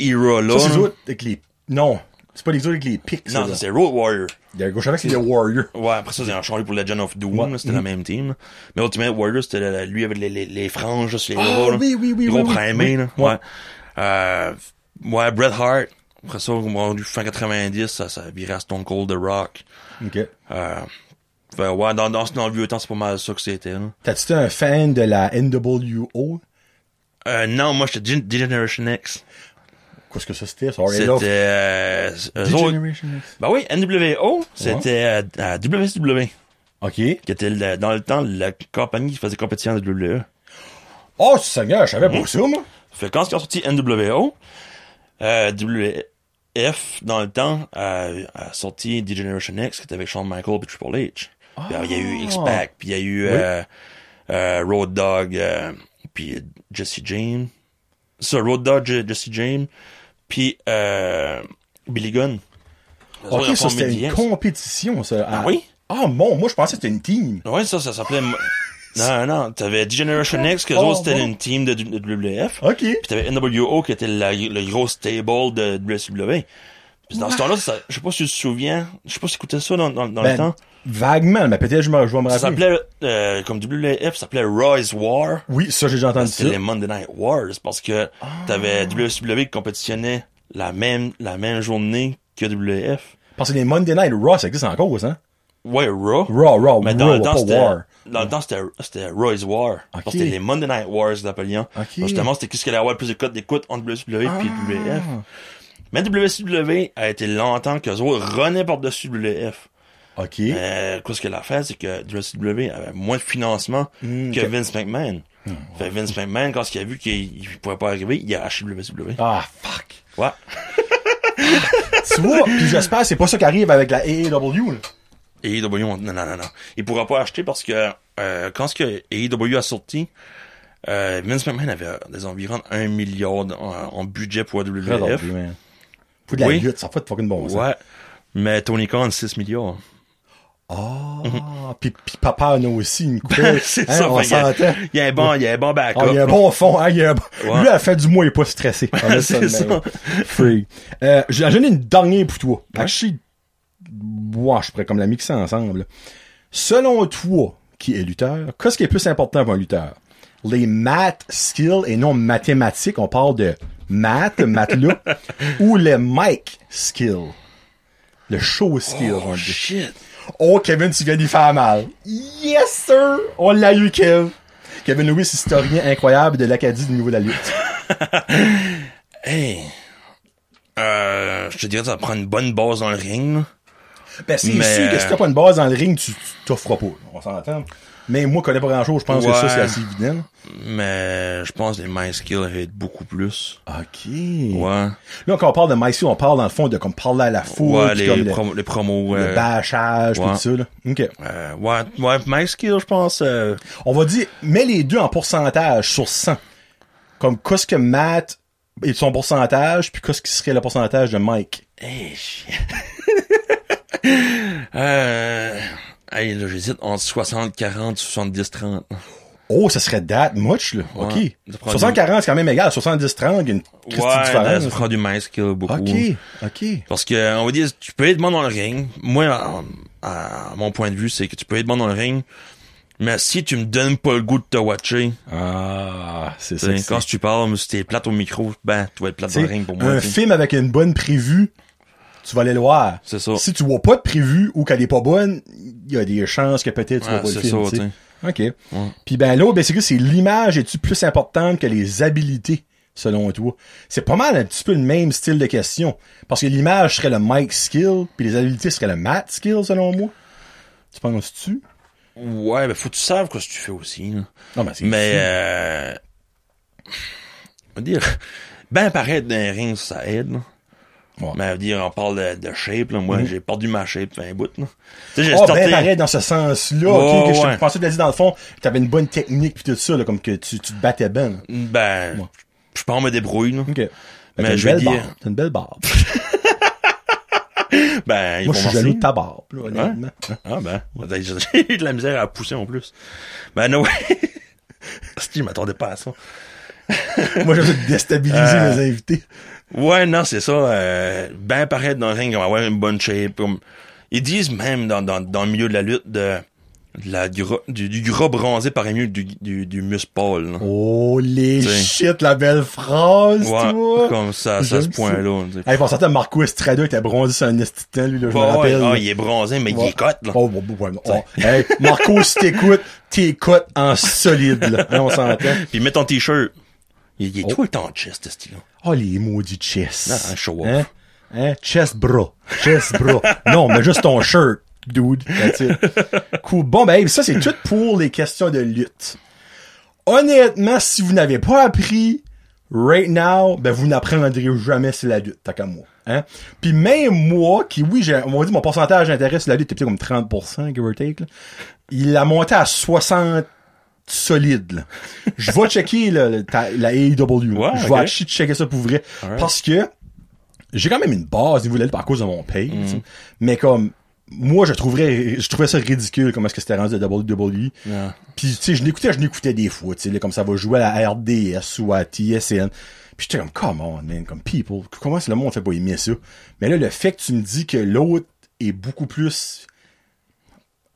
A: Ça,
B: era-là?
A: c'est les
B: là?
A: autres avec les. Non. C'est pas les autres avec les pics.
B: non, ça, c'est Oh. Road Warrior.
A: Je savais que c'était les Warriors.
B: Ouais, après ça, ils ont changé pour Legend of Doom.
A: Ouais.
B: là, C'était la même team. Mais Ultimate Warrior, c'était la- la- lui avec les, les, les franges là, sur les
A: Ah,
B: bras. là.
A: oui, oui, oui,
B: Gros
A: oui, oui.
B: primé,
A: Oui.
B: là.
A: Ouais.
B: Ouais. Euh, ouais, Bret Hart. Après ça, on du fin 90, ça, ça virait à Stone Cold The Rock.
A: Ok.
B: Euh, fait, ouais, dans, dans, dans le vieux temps, c'est pas mal ça que c'était. là.
A: T'as-tu été un fan de la NWO?
B: Euh, non, moi, j'étais Gen- Degeneration X.
A: Qu'est-ce que ça c'était? Sorry,
B: C'était...
A: là.
B: Euh, eux autres-
A: Degeneration X.
B: ben oui, NWO, c'était euh, à WCW,
A: OK.
B: qui était le- dans le temps la compagnie qui faisait compétition de WWE.
A: Oh, Seigneur, je savais pas
B: Hmm.
A: ça, moi.
B: Fait que quand ils ont sorti NWO, euh, WF, dans le temps, a, a sorti Degeneration X, qui était avec Shawn Michaels et Triple H. Puis, euh, Il y a eu X-Pac, puis il y a eu euh, euh, Road Dog, euh, puis Jesse James. Ça, Road Dog, Je- Jesse James, puis euh, Billy Gunn. Les autres, ils ont
A: OK, ça,
B: formé
A: c'était une
B: DX.
A: compétition, ça.
B: Ah oui?
A: Ah, mon, moi, je pensais que c'était une team.
B: Ouais, ça, ça s'appelait... non, non, t'avais Degeneration X, que eux
A: Oh,
B: autres, c'était
A: bon.
B: une team de, de WF.
A: OK.
B: Puis t'avais NWO qui était la- le gros stable de WCW. Puis dans ce temps-là, ça- je sais pas si tu te souviens, je sais pas si tu écoutais ça dans, dans- dans le
A: Ben,
B: temps.
A: vaguement, mais peut-être je, me- je vais me
B: Ça
A: rappeler.
B: s'appelait, euh, comme WWF, ça s'appelait Rise War.
A: Oui, ça, j'ai déjà entendu ça.
B: C'était les Monday Night Wars parce que t'avais WCW qui compétitionnait la même, la même journée que E. WWF.
A: Parce que les Monday Night Raw, ça existe encore, ça. hein?
B: Ouais, Raw.
A: Raw, Raw,
B: Mais
A: Raw,
B: dans le temps,
A: pas
B: c'était,
A: War.
B: dans le temps, c'était, c'était Rise War. Parce que
A: Ok.
B: C'était les Monday Night Wars, ils l'appelaient.
A: Ok. Ah.
B: Justement, c'était qu'est-ce qu'elle allait avoir le plus de codes d'écoute entre WCW et WF. Mais WCW a été longtemps qu'eux autres renaient par-dessus WF.
A: OK.
B: Euh, qu'est-ce qu'elle a fait, c'est que WCW avait moins de financement
A: Hmm,
B: que
A: ok. Hmm.
B: Vince McMahon. Fait Vince McMahon, quand il a vu qu'il il pouvait pas arriver, il a acheté WCW.
A: Ah, fuck.
B: Ouais.
A: tu vois, puis j'espère que c'est pas ça qui arrive avec la AEW, là.
B: Et AEW, on- E non, non, non, non. Il pourra pas acheter parce que euh, quand ce que AEW a sorti, euh, Vince McMahon avait euh, des environs 1 milliard d- en, en budget pour WWF.
A: Aujourd'hui, man. Faut de la
B: Oui.
A: lutte, ça fait de fucking bon sens.
B: Ouais. Mais Tony Khan, 6 milliards.
A: Ah, puis, puis papa en a aussi une coupelle.
B: Mhm. Ben, C'est
A: Hein,
B: ça,
A: on
B: fait que-
A: s'entend.
B: Il y a un bon, il y a un bon backup.
A: Ah, il y a un bon fond, hein, il y a un bon-
B: Ouais.
A: Lui, à la fin du mois, il est pas stressé. honnêtement,
B: ça.
A: là. Free. Euh, j'en ai une dernière pour toi.
B: Ouais.
A: Actually, ouah, je pourrais comme la mixer ensemble. Selon toi, qui est lutteur, qu'est-ce qui est plus important pour un lutteur? Les math skills et non mathématiques. On parle de Matt, matelas, ou le mic skill. Le show skill, on
B: Oh
A: dit.
B: shit.
A: Oh, Kevin, tu viens d'y faire mal. Yes, sir! On l'a eu, Kev. Kevin Lewis, historien incroyable de l'Acadie du niveau de la lutte.
B: Hey. Euh, je te dirais, ça prend une bonne base dans le ring. là.
A: Ben, c'est
B: Mais-
A: sûr que si t'as pas une base dans le ring, tu tu t'offres pas. On s'entend. Mais moi, je connais pas grand chose, je pense que ça,
B: Ouais.
A: c'est assez évident.
B: Mais je pense que les My Skills aident beaucoup plus.
A: OK.
B: Ouais.
A: Là, quand on parle de MySU, on parle dans le fond de comme parler à la foule,
B: Ouais,
A: puis
B: les,
A: comme le,
B: prom- les promos.
A: le
B: euh,
A: bâchage, puis
B: ouais.
A: tout ça. Là. OK.
B: euh, ouais, ouais, My Skills, je pense. euh,
A: On va dire, mets les deux en pourcentage sur 100. Comme qu'est-ce que Matt et son pourcentage, puis qu'est-ce qui serait le pourcentage de Mike.
B: Hey, shit. euh, hey, là, j'hésite entre 60, 40, 70, 30.
A: Oh, ça serait that much, là.
B: Ouais.
A: OK.
B: Ça prend
A: 60-40, c'est quand même égal. 70-30, il y a une petite
B: là,
A: différence.
B: euh, ça prend du main skill beaucoup.
A: OK. OK.
B: Parce que, on va dire, tu peux être bon dans le ring. Moi, à, à mon point de vue, c'est que tu peux être bon dans le ring. Mais si tu me donnes pas le goût de te watcher,
A: Ah, c'est
B: tu
A: ça.
B: sais,
A: que
B: quand
A: c'est.
B: tu parles, si t'es plate au micro, ben, tu vas être plate dans
A: Tu
B: le
A: sais,
B: ring pour moi.
A: un
B: tu sais.
A: film avec une bonne prévue, tu vas aller le voir.
B: C'est ça.
A: Si tu vois pas de prévue ou qu'elle est pas bonne, il y a des chances que peut-être tu
B: Ouais,
A: vois pas le
B: c'est
A: film.
B: ça,
A: tu sais. OK.
B: Ouais.
A: Puis ben l'autre, ben, c'est que c'est l'image est-tu plus importante que les habilités, selon toi? C'est pas mal un petit peu le même style de question. Parce que l'image serait le mic skill, puis les habilités seraient le mat skill, selon moi. Tu penses-tu?
B: Ouais, ben, faut que tu saves quoi, ce que tu fais aussi, là.
A: Non, ben, c'est
B: Mais,
A: fou.
B: euh, on va dire, ben paraître dans les rings, ça aide. là.
A: Ouais. Mm-hmm.
B: Mais on va dire, on parle de, de shape. Là. Moi, j'ai perdu ma shape fait un bout. là. Tu sais, j'ai
A: Ah,
B: starté-
A: ben, pareil, dans ce sens-là,
B: Oh,
A: ok, que je
B: ouais.
A: pensais que tu l'as dit dans le fond, que t'avais une bonne technique pis tout ça, là, comme que tu, tu te battais bien. là.
B: Ben, je pense me débrouille. là.
A: Ok. Ben,
B: Mais
A: t'as une
B: je vais
A: belle
B: dire-
A: barbe. T'as une belle barbe.
B: Ben,
A: Moi, je
B: ils vont
A: suis
B: merci.
A: jaloux de ta barbe, là, honnêtement.
B: Ah ben, ben, j'ai eu de la misère à pousser en plus. Ben non, je m'attendais pas à ça.
A: Moi, je veux déstabiliser
B: Euh,
A: mes invités.
B: Ouais, non, c'est ça. euh, ben paraître dans le ring, comme avoir une bonne shape. comme- Ils disent même dans, dans, dans le milieu de la lutte de, de la, du, gras- du, du gras bronzé par mieux du, du, du muscle pâle. là.
A: Oh, les
B: T'sais.
A: shit, la belle phrase,
B: Ouais,
A: toi!
B: comme ça, ça à
A: J'aime
B: ce
A: ça.
B: point-là. on dit.
A: Hey, pour certains, Marco Estrada était bronzé sur un esti de temps, lui, là, je me
B: Ouais, ouais,
A: rappelle.
B: ah,
A: là.
B: il est bronzé, mais il
A: Ouais.
B: est cote, là.
A: Oh, bon, bon, bon, oh. Hey, Marco, si t'écoutes, t'écoutes en solide, là. Hein, on s'entend.
B: Puis mets ton t-shirt. Il, il est
A: Oh.
B: tout le temps en chest, ce style-là.
A: Oh, les maudits chess.
B: Ah, un show-off.
A: Hein? Hein? Chess bra. Chess bra. non, mais juste ton shirt, dude. That's it. Cool. Bon, ben, hey, ça, c'est tout pour les questions de lutte. Honnêtement, si vous n'avez pas appris right now, ben, vous n'apprendrez jamais sur la lutte, tant qu'à moi. Hein? Puis même moi, qui, oui, j'ai, on va dire, mon pourcentage d'intérêt sur la lutte est peut-être comme 30%, give or take, là. Il a monté à 60 solide. là. Je vais checker là, le- ta- la AEW.
B: Ouais,
A: je vais
B: ok.
A: acheter- checker ça pour vrai.
B: Alright.
A: Parce que j'ai quand même une base niveau de la lutte par cause de mon pays.
B: Mm.
A: tu sais. Mais comme moi je trouverais je trouvais ça ridicule comment est-ce que c'était rendu à E. WWE.
B: Ouais.
A: Puis tu sais je l'écoutais je l'écoutais des fois, tu sais là, comme ça va jouer à la RDS ou à TSN. Puis j'étais comme come on man, comme people, comment est-ce que le monde fait pas aimer ça Mais là le fait que tu me dis que l'autre est beaucoup plus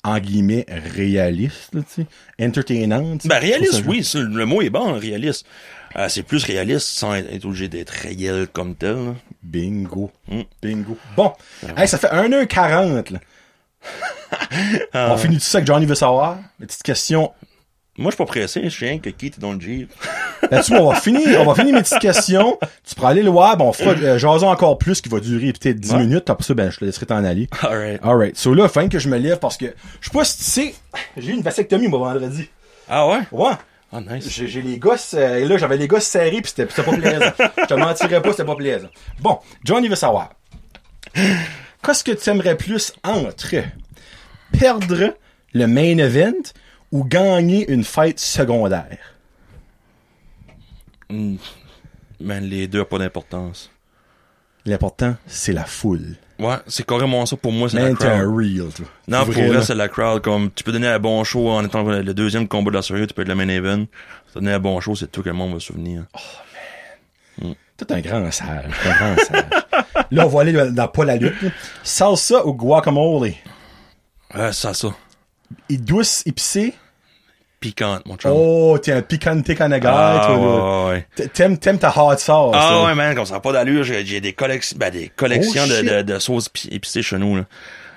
A: en guillemets réaliste, là, tu sais, entertainante. tu sais,
B: Ben,
A: je trouve ça
B: réaliste,
A: juste.
B: oui, c'est- le mot est bon, réaliste. Euh, c'est plus réaliste sans être, être obligé d'être réel comme tel. là.
A: Bingo.
B: Mm.
A: Bingo. Bon.
B: Ah
A: Hey, ça fait 1h40. Là.
B: Ah.
A: On finit tout ça avec Johnny veut savoir. Une petite question.
B: Moi, je suis pas pressé, je sais que Keith est dans le Jeep.
A: Là-dessus, on va finir. On va finir mes petites questions. Tu pourras aller le voir. Bon, on fera euh, jaser encore plus qui va durer peut-être 10
B: Ouais.
A: minutes. Après ça, ben, je te laisserai t'en aller.
B: Alright.
A: Alright. So là, fin que je me lève parce que je sais pas si tu sais, j'ai eu une vasectomie moi vendredi.
B: Ah ouais?
A: Ouais.
B: Ah, nice.
A: J'ai, j'ai les gosses, euh, et là, j'avais les gosses serrés, puis c'était, c'était pas plaisant. Je te mentirais pas, c'était pas plaisant. Bon, Johnny veut savoir. Qu'est-ce que tu aimerais plus entre perdre le main event ou gagner une fête secondaire?
B: Mm. Man, les deux n'ont pas d'importance.
A: L'important, c'est la foule.
B: Ouais, c'est carrément ça pour moi, c'est la
A: Man, t'es un
B: crowd.
A: real, toi.
B: Non, pour
A: Vrai, là.
B: vrai, c'est la crowd. Comme, tu peux donner un bon show en étant le deuxième combat de la soirée, tu peux être le main event. Donner un bon show, c'est tout que le monde va se souvenir.
A: Tout un grand sage. Un grand sage. là, on va aller dans pas la lutte. là. Salsa ou guacamole?
B: Ah, ça, ça.
A: Et douce, épicée?
B: piquante, mon chum.
A: Oh, t'es un picante canaga,
B: ah,
A: toi,
B: ouais,
A: là.
B: ouais, ouais.
A: T- T'aimes, t'aimes ta hot sauce,
B: Ah
A: là.
B: ouais, man, comme ça n'a pas d'allure, j'ai j'ai des, collections ben, des collections
A: Oh,
B: de,
A: shit.
B: de, de sauces épi- épicées chez nous. Là.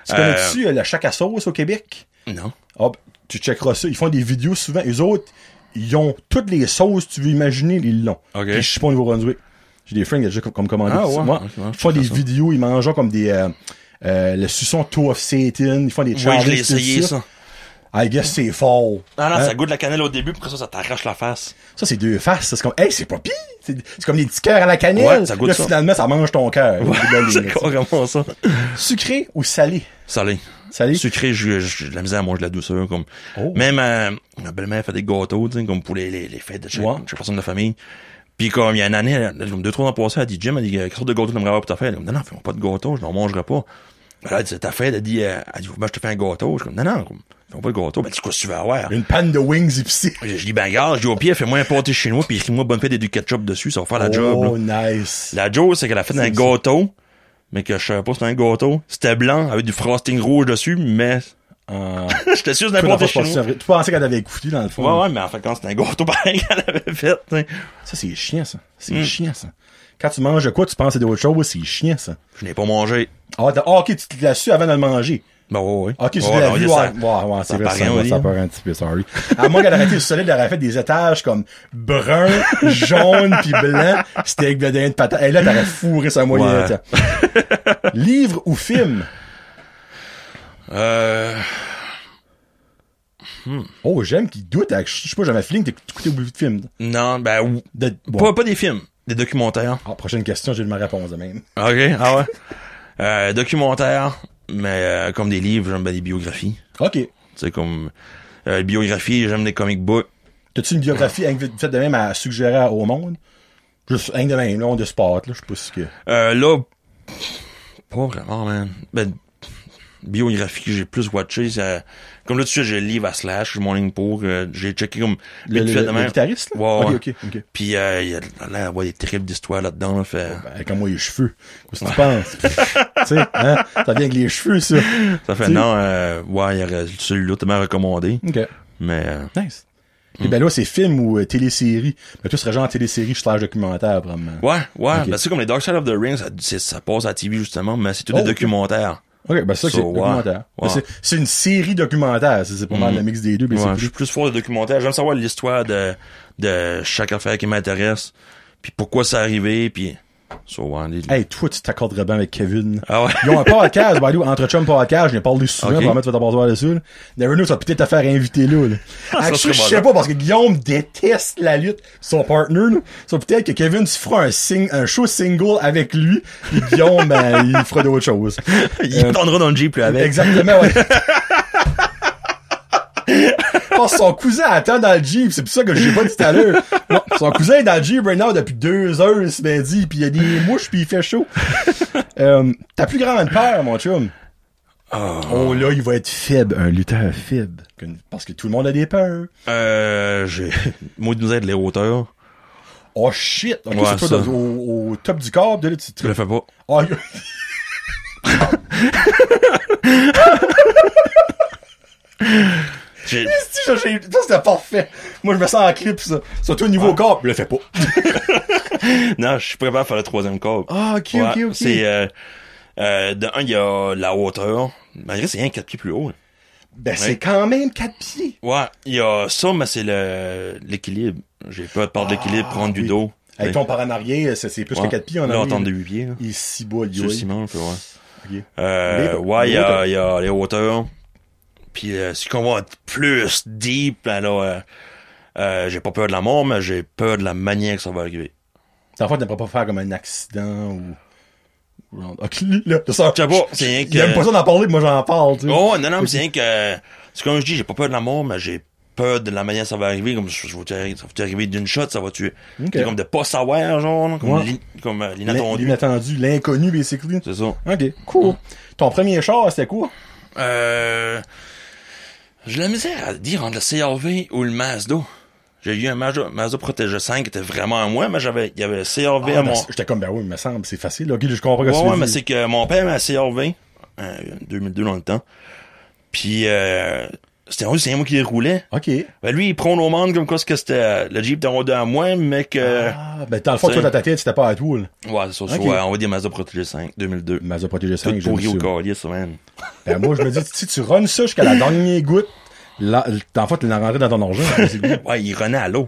A: Tu connais-tu euh, la chac à sauce au Québec?
B: Euh, non.
A: Ah, ben, tu checkeras ça. Ils font des vidéos souvent. Eux autres, ils ont toutes les sauces que tu veux imaginer, ils l'ont.
B: Ok.
A: Puis je suis pas au Nouveau-Brunswick. J'ai des friends qui ont déjà comme- comme commandé.
B: Ah ouais?
A: Moi,
B: Ok, ouais,
A: ils
B: je
A: font
B: sais
A: des
B: ça.
A: vidéos, ils mangent comme des... euh, euh, le suçon Toe of Satan, ils font des
B: Oui,
A: challenges,
B: je l'ai
A: tout
B: essayé, ça.
A: I guess c'est fort.
B: Ah non,
A: Hein?
B: ça goûte la cannelle au début, puis après ça, ça t'arrache la face.
A: Ça, c'est deux faces. ça, C'est comme, hey, c'est pas pire. C'est c'est comme des petits cœurs à la cannelle.
B: Ouais, ça goûte
A: Là,
B: ça.
A: finalement, ça mange ton cœur. C'est bien
B: C'est
A: limite.
B: carrément ça.
A: Sucré ou salé?
B: Salé.
A: Salé?
B: Sucré, j'ai j'ai de la misère à manger de la douceur. Comme.
A: Oh.
B: Même euh, ma belle-mère fait des gâteaux, tu sais, comme pour les, les, les fêtes de chaque,
A: Ouais.
B: chaque personne de la famille. Puis comme il y a une année, elle- comme deux, trois ans passés, elle dit Jim, elle dit euh, quelle sorte de gâteau t'aimerais avoir pour ta fête? Elle dit, non, non, fais pas de gâteau, je n'en mangerai pas. Ben là, elle dit, c'est ta fête, elle dit, euh, elle dit, ben, je te fais un gâteau. Je suis comme, non, non, comme, fais pas de gâteau. Ben, dis quoi, si tu veux avoir.
A: Une panne de wings épicée.
B: Je je dis, ben, garde, je dis au pied, fais-moi un pâté chinois, puis écris-moi bonne fête et du ketchup dessus, ça va faire la job. là.
A: Oh, nice.
B: La Joe, c'est qu'elle a fait un
A: C'est ça.
B: gâteau, mais que je savais pas c'était un gâteau. C'était blanc, avec du frosting rouge dessus, mais
A: Euh,
B: j'étais sûr que
A: toi, dans
B: c'était n'importe
A: le fond,
B: chez
A: c'est pas
B: nous.
A: vrai. tu pensais qu'elle avait écouté dans le fond.
B: Ouais, ouais, mais en fait, quand c'était un gâteau pareil qu'elle avait fait, t'sais.
A: Ça, c'est chiant, ça. C'est
B: Hmm.
A: chiant, ça. Quand tu manges de quoi, tu penses à d'autres choses, c'est chiant, ça.
B: je n'ai pas mangé.
A: Ah, t'as- ah, ok, tu te l'as su avant de le manger.
B: Ben ouais, ouais.
A: Ok, tu
B: Ouais,
A: l'as
B: ouais,
A: vu,
B: ouais,
A: ouais.
B: ça-
A: Ouais, ouais, c'est
B: ça
A: vrai,
B: paraît,
A: ça,
B: on
A: ouais,
B: dit,
A: ça
B: hein.
A: paraît un petit peu, sorry. À moins qu'elle aurait été solide, elle aurait fait des étages comme brun, jaune, puis blanc, c'était avec de de patate. Et là, t'aurais fourré sa moyenne.
B: Ouais.
A: tiens. Livre ou film?
B: Euh,
A: Oh, j'aime qu'il doute. hein. Je sais pas, j'avais un feeling que t'écoutais beaucoup de films.
B: non, ben, ou-
A: De... ouais.
B: pas, pas des films, des documentaires.
A: Ah, prochaine question, j'ai eu ma réponse de même.
B: Ok, ah ouais. Euh, documentaires, mais euh, comme des livres, j'aime bien des biographies.
A: Ok.
B: Tu sais, comme, euh, biographies, j'aime les comic books.
A: T'as-tu une biographie hein, faite de même à suggérer au monde? Juste un de même, là, on de sport, là, je sais pas si que.
B: Euh, là, pas vraiment, man. Ben, biographie que j'ai plus watché, ça- comme là, tu sais, j'ai le livre à Slash, j'ai mon ligne pour, euh, j'ai checké comme,
A: Le,
B: vite
A: le-
B: fait de
A: le
B: même.
A: guitariste, là?
B: Ouais, ouais.
A: Ok, ok, ok.
B: Puis, euh, il y a de- là, ouais, des terribles histoires là-dedans, là, fait,
A: Ben, comme moi, les cheveux. Qu'est-ce que tu penses? tu sais, hein? Ça vient avec les cheveux, ça.
B: ça fait
A: tu-
B: non, euh, ouais, il y aurait celui-là, tellement recommandé,
A: OK.
B: mais, euh,
A: Nice. Et ben là, c'est film ou euh, télésérie. Mais toi, ce serait genre télésérie slash documentaire, probablement.
B: ouais, ouais,
A: Ok.
B: ben, c'est comme les Dark Side of the Ring, ça, c'est- ça passe à la TV, justement, mais c'est tout
A: Oh,
B: des
A: ok.
B: documentaires.
A: OK, ben ça,
B: So,
A: c'est
B: ouais.
A: documentaire. Ben,
B: Ouais.
A: c'est- c'est une série documentaire. C'est c'est pas mal
B: Mhm.
A: le mix des deux, mais
B: Ouais,
A: c'est
B: je suis
A: plus...
B: plus fort de documentaire. J'aime savoir l'histoire de, de chaque affaire qui m'intéresse, puis pourquoi ça arrivé, puis... So, ouais, les-
A: Hey, toi, tu t'accorderais bien avec Kevin.
B: Ah ouais?
A: Ils ont un podcast, by the way, entre chum podcast, je n'ai parlé souvent,
B: Ok.
A: probablement tu vas t'en passer dessus. Là. Never know, ça va peut-être te faire inviter là. là. Actually, je
B: serait
A: sais
B: malade.
A: pas, parce que Guillaume déteste la lutte, son partner, là. Ça peut-être que Kevin, tu feras un, sing un show single avec lui, puis Guillaume, ben, il fera d'autres choses.
B: Il
A: Euh,
B: attendra dans le Jeep, là, avec.
A: Exactement, ouais. Parce que son cousin attend dans le Jeep, c'est pour ça que j'ai pas dit tout à l'heure. Non, son cousin est dans le Jeep right now depuis deux heures ce midi, puis il y a des mouches, puis il fait chaud. Euh, ta plus grande peur, mon chum.
B: Oh.
A: Oh là, il va être faible, un lutteur faible. Parce que tout le monde a des peurs.
B: Euh, j'ai, moi, nous aide les hauteurs.
A: Oh shit! Ok,
B: Ouais,
A: c'est toi
B: ça.
A: dans- au, au top du corps, de là, tu
B: Je
A: te...
B: le fais pas.
A: Oh, Si,
B: J'ai,
A: ça, j'ai- ça, c'était parfait. Moi, je me sens en clip, ça. Surtout au niveau corps, je le fais pas.
B: non, je suis prêt à faire le troisième corps.
A: Ah, ok, ok, ok.
B: C'est, euh, euh, de un, il y a la hauteur. Malgré, c'est rien que 4 pieds plus haut. là.
A: Ben, c'est quand même quatre pieds.
B: Ouais, il y a ça, mais c'est le, l'équilibre. J'ai peur de perdre l'équilibre, prendre du
A: Ah, oui.
B: dos.
A: Avec ton par en arrière, c'est c'est plus que
B: Ouais.
A: quatre pieds. On
B: Là,
A: a
B: on tombe de 8 pieds, là.
A: Ici, bas,
B: Sur le ciment, un peu, ouais.
A: Ok.
B: Euh,
A: Les-
B: ouais, il y,
A: les hauteurs.
B: a- il y a les hauteurs. Puis euh, si qu'on va être plus deep, alors euh, euh, j'ai pas peur de la mort, mais j'ai peur de la manière que ça va arriver.
A: Dans le fond, t'aimerais pas faire comme un accident ou... Ok, là, de ça.
B: Je sais pas, c'est rien
A: Il aime
B: que.
A: pas ça d'en parler, moi j'en parle, tu sais.
B: euh, Oh non, non, mais c'est rien que. C'est comme je dis, j'ai pas peur de la mort, mais j'ai peur de la manière que ça va arriver. Comme je, je vais t'arriver- ça va arriver d'une shot, ça va tuer.
A: Ok.
B: C'est comme de pas savoir, genre, là, comme,
A: Ouais.
B: l'in- comme euh,
A: L'in-
B: l'inattendu.
A: L'inattendu, l'inconnu, basically.
B: C'est ça.
A: Ok, cool.
B: Ah.
A: Ton premier char, c'était quoi?
B: Euh. J'ai la misère à dire entre le CRV ou le Mazda. J'ai eu un Mazda, Mazda Protégé 5 qui était vraiment à moi, mais j'avais, il y avait le CRV
A: Ah,
B: à
A: ben,
B: mon.
A: J'étais comme, ben oui, il me semble, c'est facile. Ok, je comprends que
B: Ouais,
A: tu
B: ouais,
A: veux
B: mais
A: dire.
B: c'est que mon père m'a un CRV, euh, 2002 dans le temps. Puis, euh, C'était un, c'est moi qui les roulait.
A: OK.
B: Ben, lui, il prône au monde comme quoi ce que c'était euh, le Jeep était rendu à moi, mais que.
A: Ah, ben, dans le fond, toi, dans ta tête, c'était pas à tout, là.
B: Ouais, c'est ça.
A: Ok.
B: Ouais, on va dire Mazda Protégé 5, 2002.
A: Mazda Protégé 5,
B: Tout
A: j'aime
B: pourri au
A: ça.
B: calice, man.
A: Ben, moi, je me dis, si tu runs ça jusqu'à la dernière goutte, là, en fait, tu l'as rentré dans ton argent. C'est le goût.
B: Ouais, il renait à l'eau.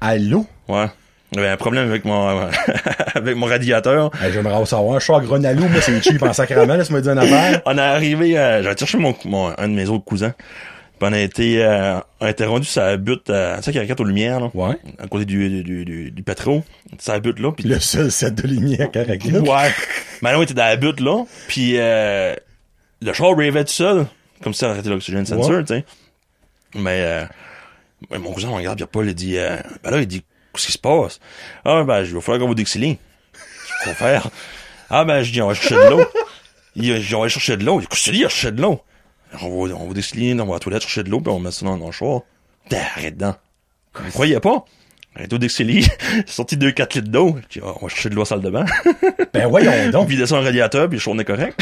A: Allô?
B: Ouais. J'avais un problème avec mon, avec mon radiateur.
A: Ben, j'aimerais savoir. Un char à l'eau, moi, c'est cheap en sacrament, là, ça me dit une affaire.
B: On est arrivé, euh, j'avais cherché mon, mon, un de mes autres cousins. Puis on a été, euh, on était rendu sur la butte, euh, tu sais, qui regarde aux lumières, là.
A: Ouais.
B: À côté du, du, du, du pétrole. Sur la butte, là. Puis
A: Le seul set de lumière caractère.
B: Ouais. Manon était dans la butte, là. Puis euh, le char ravait tout seul. Comme ça, arrêtait l'oxygène sensor,
A: Ouais.
B: tu sais. Mais euh, mais mon cousin, on regarde, puis Paul, il dit... Euh, ben là, il dit, qu'est-ce qui se passe? Ah, ben, je vais falloir qu'on vous déxilline. Qu'est-ce qu'on va faire? Ah, ben, je dis, on va chercher de l'eau. Il a dit, on va chercher de l'eau. Il dit, qu'est-ce que tu dis, chercher de l'eau? On va, on va déxiliner, on va à la toilette chercher de l'eau, puis on met ça dans le char. Ben, Arrête donc. Vous me croyez pas? Arrête au déxilline. sorti 2-4 litres d'eau. Je dis, Ah, on va chercher de l'eau à la salle de bain.
A: Ben, voyons donc.
B: Puis il descend un radiateur, puis je tournais correct.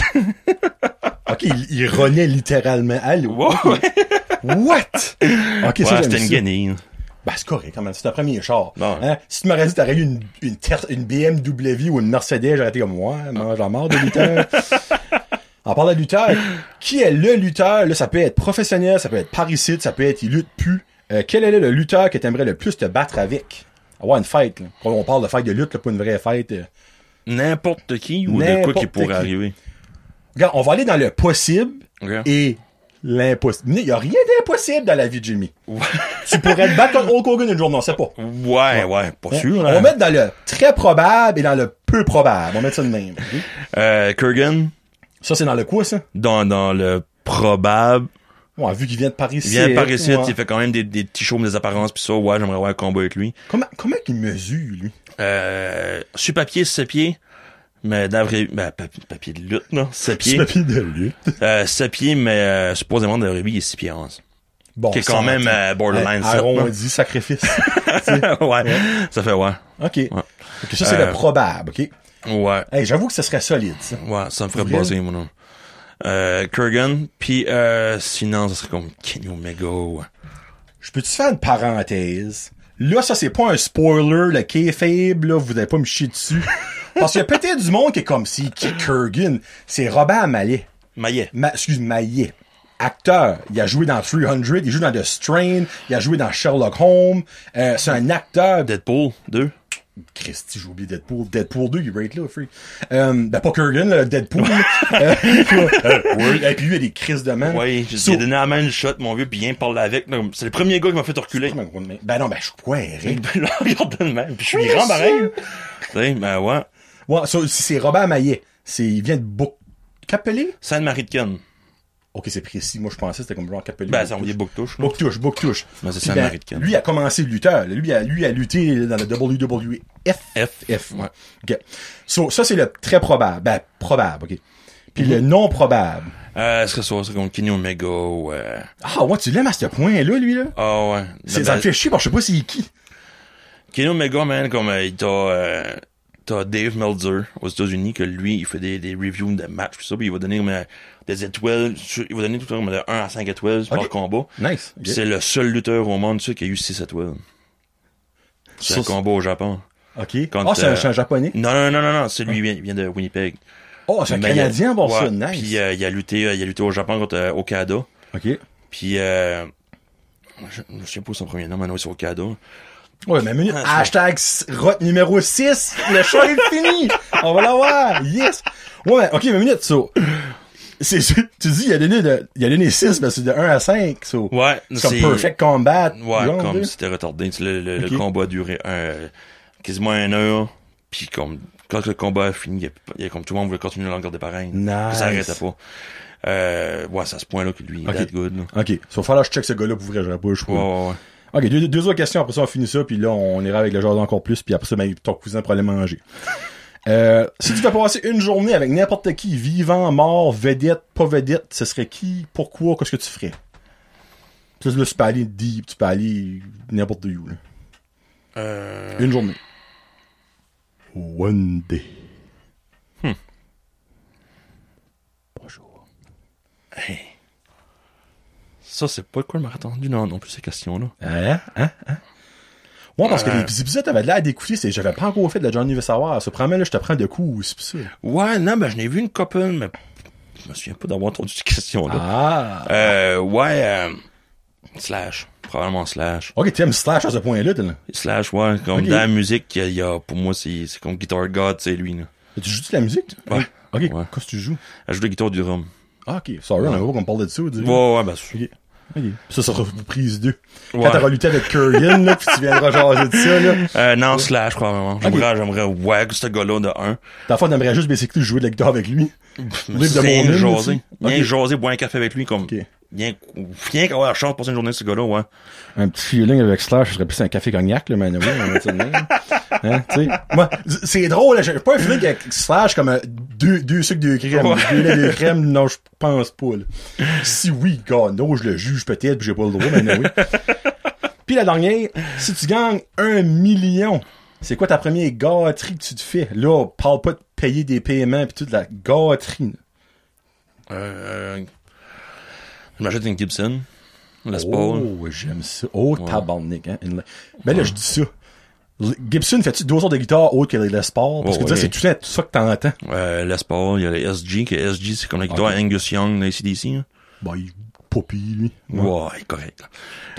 A: OK, il, il runnait littéralement à l'eau.
B: Wow, ouais,
A: What? OK, ça, j'aime
B: c'était une
A: ça.
B: guenille.
A: Ben, c'est correct, quand même. C'est ton premier char.
B: Non.
A: Hein? Si tu m'aurais dit que t'aurais eu une, une, ter- une BMW ou une Mercedes, j'aurais été comme, ouais, mange la mort de Luther. En parlant de Luther, qui est le lutteur? Là, ça peut être professionnel, ça peut être parricide, ça peut être il lutte plus. Euh, quel est le lutteur que t'aimerais le plus te battre avec? Avoir une fête, là. On parle de fête de lutte, là, pas une vraie fête. euh.
B: N'importe qui ou de quoi
A: N'importe
B: qui pourrait
A: qui.
B: arriver.
A: Regarde, on va aller dans le possible et l'impossible. Il n'y a rien d'impossible dans la vie de Jimmy. tu pourrais te battre contre Hulk Hogan une journée, on sait pas.
B: Ouais, ouais, pas sûr.
A: On
B: hein.
A: va mettre dans le très probable et dans le peu probable. On va mettre ça de même. ok?
B: Euh, Kurgan,
A: Ça, c'est dans le quoi, ça?
B: dans, dans le probable,
A: Ouais, vu qu'il vient de Paris,
B: il vient par ici,
A: ouais.
B: il fait quand même des, des petits shows, des apparences, puis ça, ouais, j'aimerais avoir un combat avec lui.
A: Comment, comment qu'il mesure, lui?
B: Euh, sur papier, c'est pieds, mais dans la vraie- ben, pa- papier de lutte, non? 7
A: C'est
B: pieds.
A: le pied de lutte.
B: Euh, 7 pieds, mais euh, supposément, dans la vraie vie, il est 6 pieds 11.
A: Bon,
B: Qui est quand
A: ça,
B: même
A: attends.
B: euh, borderline
A: Hey,
B: sept, non?
A: Arrondi, sacrifice. Tu sais,
B: ouais, ça fait ouais.
A: OK. Ok, ça, c'est
B: Euh,
A: le probable, OK?
B: Ouais.
A: Hey, j'avoue que ce serait solide, ça.
B: Ouais, ça me ferait
A: Vraiment?
B: buzzer, mon nom. Euh, Kurgan, puis euh, sinon, ça serait comme Kenny Omega. ouais.
A: Je peux-tu faire une parenthèse? Là, ça, c'est pas un spoiler, le qui est faible, là, vous n'allez pas me chier dessus. Parce qu'il y a peut-être du monde qui est comme si, qui est Kurgan, c'est Robert Mallet.
B: Maillet.
A: Ma, excuse, Maillet. Acteur. Il a joué dans 300, il joue dans The Strain, il a joué dans Sherlock Holmes. Euh, c'est un acteur de...
B: Deadpool 2.
A: Christy, j'ai oublié Deadpool. Deadpool 2, il rate là, free. Euh, ben, pas Kurgan, là, Deadpool. Euh, ouais. Et puis, lui, il a des crises de man.
B: Ouais, j'ai
A: So-
B: j'ai donné la main une shot, mon vieux, puis il parle avec. là, comme- C'est le premier gars qui m'a fait reculer.
A: Ben non, ben, je suis quoi, Eric?
B: Là, regarde de même, puis je suis
A: Oui,
B: grand pareil.
A: monsieur.
B: Tu sais, ben ouais.
A: Ouais, ça, c'est Robert Maillet. C'est, il vient de Book. Capelé?
B: Sainte-Marie de Cannes.
A: Ok, c'est précis. Moi, je pensais que c'était comme genre Capelé.
B: Ben, ça on dit Bouctouche. là.
A: Bouctouche, Bouctouche.
B: Ben, c'est
A: Puis,
B: ça,
A: ben,
B: Marie de Cannes.
A: Lui a commencé le lutteur. là. Lui a, lui a lutté dans le WWF.
B: F.
A: F.
B: Ouais.
A: OK. So, ça, c'est le très probable. Ben, probable, OK. Puis le
B: Mm-hmm.
A: non probable.
B: Euh, Est-ce que ça serait comme Kenny Omega ou. euh,
A: Ah, ouais, tu l'aimes à ce point-là, lui, là?
B: Ah ouais.
A: C'est,
B: Ben,
A: ça me fait chier, parce que je sais pas c'est qui.
B: Kenny Omega, man, comme euh, t'as euh, t'as Dave Meltzer aux États-Unis, que lui, il fait des, des reviews de matchs, tout ça, puis il va donner comme, euh, des étoiles, sur- il va donner tout le temps comme de 1 à 5 étoiles par
A: Ok.
B: combat.
A: Nice.
B: Puis C'est le seul lutteur au monde, tu sais, qui a eu 6 étoiles. C'est
A: Ça,
B: un
A: c'est-
B: combat au Japon.
A: OK. Ah,
B: Quand,
A: c'est, un,
B: euh,
A: c'est un japonais.
B: Non, non, non, non, non, c'est lui, il vient, il vient de Winnipeg.
A: Oh, c'est un
B: Mais il a-
A: canadien, bon,
B: ouais,
A: ça. Nice.
B: Puis euh, il, a lutté, euh, il a lutté au Japon contre euh, Okada.
A: OK.
B: Puis, euh, je, je sais pas son premier nom, maintenant, c'est Okada.
A: Ouais, mais minute.
B: Ah, c'est
A: Hashtag rot numéro 6. Le show est fini. On va l'avoir. Yes. Ouais, ok, mais minute, so. C'est, tu dis, il a donné de, il a donné 6, mais c'est de 1 à 5, so.
B: Ouais,
A: C'est comme Perfect Combat. hein?
B: Ouais,
A: genre,
B: comme
A: là.
B: c'était retardé. Tu sais, Le, le- le
A: Ok.
B: combat a duré un- quasiment une heure. Puis comme quand le combat a fini, il y a- il y a comme tout le monde voulait continuer l'encore des pareils.
A: Nice.
B: Ça s'arrêtait pas. Euh, ouais, c'est à ce point-là que lui, il
A: Ok.
B: est good. Là.
A: Ok, so, falloir que je check ce gars-là pour vrai, j'aurais pas le
B: Ouais,
A: choix.
B: ouais, ouais.
A: Ok, deux, deux autres questions, après ça, on finit ça, puis là, on ira avec le jardin encore plus, puis après ça, ben, ton cousin pourra aller manger. Euh, si tu veux passer une journée avec n'importe qui, vivant, mort, vedette, pas vedette, ce serait qui, pourquoi, qu'est-ce que tu ferais? Puis là, tu peux aller deep, tu peux aller n'importe où, là.
B: Euh,
A: Une journée. One day.
B: Hey. Ça, c'est pas quoi je m'aurais attendu non, non plus ces questions-là.
A: Hein? Hein? Hein? Ouais, parce que
B: Ouais.
A: les épisodes avaient l'air d'écouter, c'est j'avais pas encore fait de la Johnny veut savoir. Ça prend là, je te prends de coups, c'est pour ça.
B: Ouais, non, ben, je n'ai vu une copine, mais je me souviens pas d'avoir entendu ces questions-là.
A: Ah!
B: Euh, ouais, euh, slash. Probablement slash.
A: Ok, t'aimes Slash à ce point-là, t'es là.
B: Slash, ouais, comme
A: Ok.
B: dans la musique, il y a, pour moi, c'est c'est comme Guitar God, c'est lui, là.
A: Tu joues de la musique, toi?
B: Ouais.
A: Ok,
B: Ouais.
A: qu'est-ce que tu joues?
B: Elle joue de la guitare du drum.
A: Ah, ok. Sorry, on a gros qu'on parle de ça, on dirait.
B: Ouais, ouais, ben, c'est-
A: Ok. Ok. Ça sera prise 2.
B: Ouais.
A: Quand t'auras lutté avec Kurian, là, puis tu viendras jaser de ça, là.
B: Euh, non, slash, probablement. J'aimerais, j'aimerais wag ce gars-là de 1.
A: Ta fois, t'aimerais juste basically jouer de la guitare avec lui. Libre de
B: Rien
A: mon
B: que
A: île,
B: jaser.
A: aussi.
B: Rien
A: Ok.
B: que jaser, boire un café avec lui, comme.
A: Ok.
B: Rien, rien qu'avoir la chance de passer une journée avec ce gars-là, ouais.
A: un petit feeling avec Slash, je serais plus un café cognac, le man. Oui, on va dire de même. hein, tu sais. Moi, c- c'est drôle, là, j'ai pas un feeling avec Slash comme euh, deux, deux sucres, deux crèmes.
B: Ouais.
A: Deux laits, deux crèmes, non, je pense pas, là. Si oui, God, non, je le juge peut-être, puis j'ai pas le droit, mais oui. Puis la dernière, si tu gagnes un million, c'est quoi ta première gâterie que tu te fais? Là, on parle pas de payer des paiements pis toute la gâterie. là.
B: Euh, euh, je m'achète une Gibson. La Paul.
A: Oh, j'aime ça. Oh, tabarnak. Hein? Une- Ben là, je dis ça. L- Gibson, fais-tu deux sortes de guitare autres que les Les Paul? Parce que
B: Oh,
A: tu sais,
B: oui.
A: c'est tout ça, tout ça que t'entends.
B: Euh, la Paul, il y a la SG, que SG, c'est comme la guitare Angus Young, la ACDC, là.
A: Ben, il poppy, lui.
B: Ouais, correct.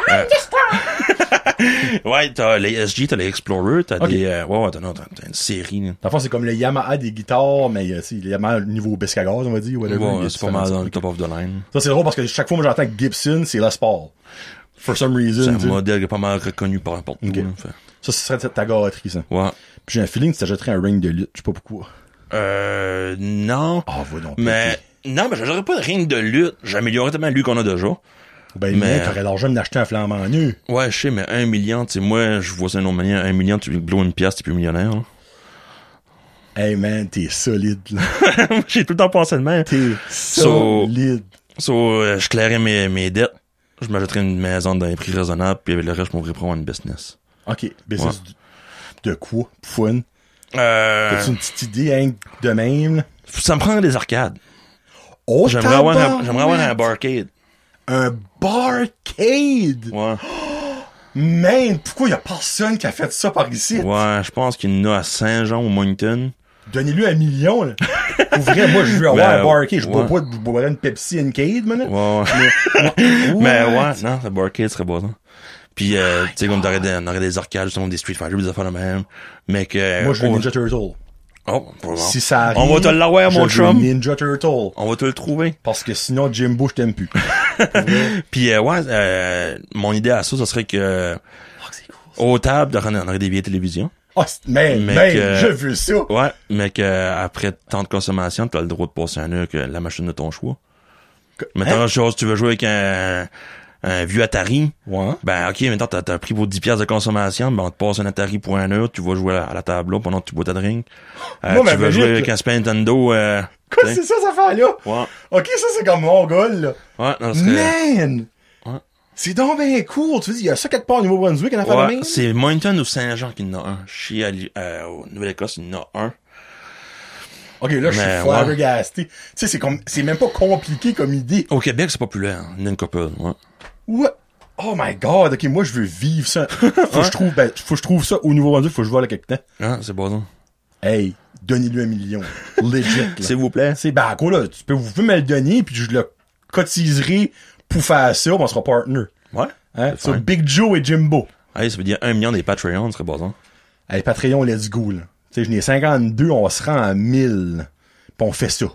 B: là. Euh, ouais, t'as les SG, t'as les Explorer, t'as
A: Ok.
B: des. euh, ouais, ouais, t'as, non, t'as- t'as une série. là.
A: Dans le fond, c'est comme le Yamaha des guitares, mais euh, c'est le Yamaha niveau biscuit à gaz, on va dire. whatever. Il y
B: Ouais,
A: a
B: c'est pas mal
A: différentes-
B: dans le top of the line.
A: Ça, c'est drôle parce que chaque fois que j'entends Gibson, c'est Les Paul. For some
B: C'est
A: reason.
B: un
A: tu sais.
B: modèle qui est pas mal reconnu par n'importe où. là, fait.
A: Ça, ce serait ta- ta gâterie, ça.
B: Ouais.
A: Puis j'ai un feeling que t'achèterais un ring de lutte. Je sais pas pourquoi.
B: Euh, non.
A: Ah, va donc.
B: mais,
A: péter.
B: non, mais j'aurais pas de ring de lutte. J'améliorerais tellement lui qu'on a déjà.
A: Ben, mais...
B: mais-
A: t'aurais l'argent d'acheter un flambant nu.
B: Ouais, je sais, mais un million, tu sais, moi, je vois ça d'une autre manière. Un million, tu blows une pièce, t'es plus millionnaire. là.
A: Hey, man, t'es solide, là.
B: J'ai tout le temps pensé de même.
A: T'es
B: So-
A: solide.
B: So, euh, je clairais mes, mes dettes. Je m'achèterais une maison d'un prix raisonnable, puis avec le reste, je m'ouvrirais prendre une business.
A: Ok, ben
B: Ouais.
A: ça, c'est de quoi? Fun.
B: Euh,
A: T'as-tu une petite idée, hein, de même? là?
B: ça me prend des arcades.
A: Oh,
B: J'aimerais avoir, un-
A: tabarouette!
B: j'aimerais avoir un barcade.
A: Un barcade!
B: Ouais.
A: Man, pourquoi y a personne qui a fait ça par ici?
B: Ouais, je pense qu'il y en a à Saint-Jean au Moncton.
A: Donnez-lui un million, là. Pour vrai, moi, je veux avoir
B: Ben,
A: un barcade. Je bois
B: ouais.
A: pas de- je boirais une Pepsi and Cade, man. là.
B: Ouais, ouais. Mais ouais, non, le barcade serait pas ça. Puis, euh,
A: Ah,
B: tu sais, comme t'aurais des, on aurait des arcades, justement, des Street Fighter, des affaires de même. Mais que. euh,
A: Moi, je veux
B: on-
A: Ninja Turtle.
B: Oh, faut voir.
A: Si ça arrive.
B: On va te l'avoir, mon
A: je veux
B: chum.
A: Ninja Turtle.
B: On va te le trouver.
A: Parce que sinon, Jimbo, je t'aime plus. Ah,
B: Puis, euh, ouais, euh, mon idée à ça, ça serait que,
A: Ah, c'est cool.
B: au table, on aurait- on aurait des vieilles télévisions.
A: Ah, c'est- man,
B: Mec,
A: man,
B: euh,
A: je veux ça.
B: Ouais, mais que, euh, après tant de consommation, t'as le droit de passer un heure que la machine de ton choix. Maintenant,
A: Hein?
B: chose, tu veux jouer avec un, un vieux Atari.
A: Ouais.
B: Ben, ok, maintenant, t'as, t'as pris pour 10 piastres de consommation, ben, on te passe un Atari pour un heure, tu vas jouer à la, à la table là pendant que tu bois ta drink. Euh,
A: Moi, mais
B: tu veux jouer
A: ben, imagine
B: avec
A: que-
B: un Super Nintendo, euh,
A: Quoi,
B: t'sais.
A: c'est ça, cette affaire-là?
B: Ouais.
A: Ok, ça, c'est comme mon goal, là.
B: Ouais, non, ce serait-
A: Man!
B: Ouais.
A: C'est donc bien cool. Tu dis, il y a ça quelque part au Nouveau-Brunswick, en affaire de
B: Ouais,
A: même?
B: c'est Moncton ou Saint-Jean qui en a un. Chez, Ali- euh, au Nouvelle-Écosse, il en a un.
A: Ok, là, je suis
B: Mais,
A: flabbergasté. Tu sais, c'est comme, c'est même pas compliqué comme idée.
B: Au Québec, c'est populaire. Il y en a une couple, ouais.
A: Ouais. Oh my god, ok, moi, je veux vivre ça. Faut que je trouve, ben, faut que je trouve ça au Nouveau-Brunswick, faut que je vois là quelque temps.
B: Hein, c'est pas ça.
A: Hey, donnez-lui un million. Legit, là.
B: S'il vous plaît.
A: C'est, ben, quoi, là, tu peux, vous pouvez me le donner, puis je le cotiserai pour faire ça, puis on sera partner.
B: Ouais.
A: Hein?
B: C'est
A: Sur
B: fine.
A: Big Joe et Jimbo.
B: Hey, ça veut dire un million des Patreons, c'est pas ça.
A: Hey, Patreon, let's go, là. Tu sais, je n'ai 52, on se rend à 1000. Pis on fait ça.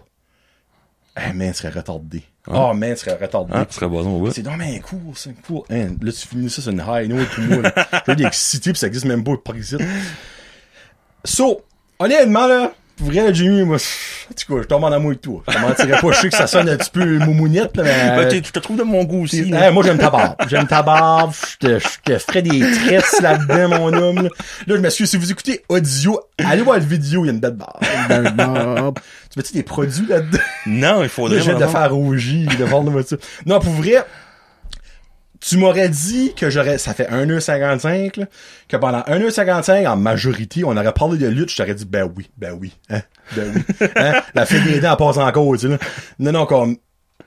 A: Hey, man, tu serais retardé. Oh, man, tu serais retardé.
B: Hein, c'est pas ça, ouais.
A: C'est donc bien cool, c'est cool. Hein, là, tu finis ça sur une high note pour moi, là. Je suis excité pis ça existe même pas par ici. So, honnêtement, là, pour vrai, Jimmy, moi, pff, en tout cas, je tombe en amour avec toi. Je te mentirais pas, je sais que ça sonne un petit peu moumounette, là, mais...
B: Ben, t'es- tu te trouves de mon goût aussi.
A: Hey,
B: là.
A: moi, j'aime ta barbe. J'aime ta barbe. Je te, je te ferai des tresses là-dedans, mon homme. Là, je m'excuse. Si vous écoutez audio, allez voir le vidéo. Il y a une belle barbe. Une belle barbe. Tu mets-tu des produits là-dedans?
B: Non, il
A: Là,
B: faudrait.
A: je viens de
B: vraiment.
A: faire rougir. De voir le- non, pour vrai, tu m'aurais dit que j'aurais, ça fait 1h55, là, que pendant 1h55, en majorité, on aurait parlé de lutte, je t'aurais dit, ben oui, ben oui, hein, ben oui, hein, la fille des dents elle passe encore, tu sais, là. Non, non, comme,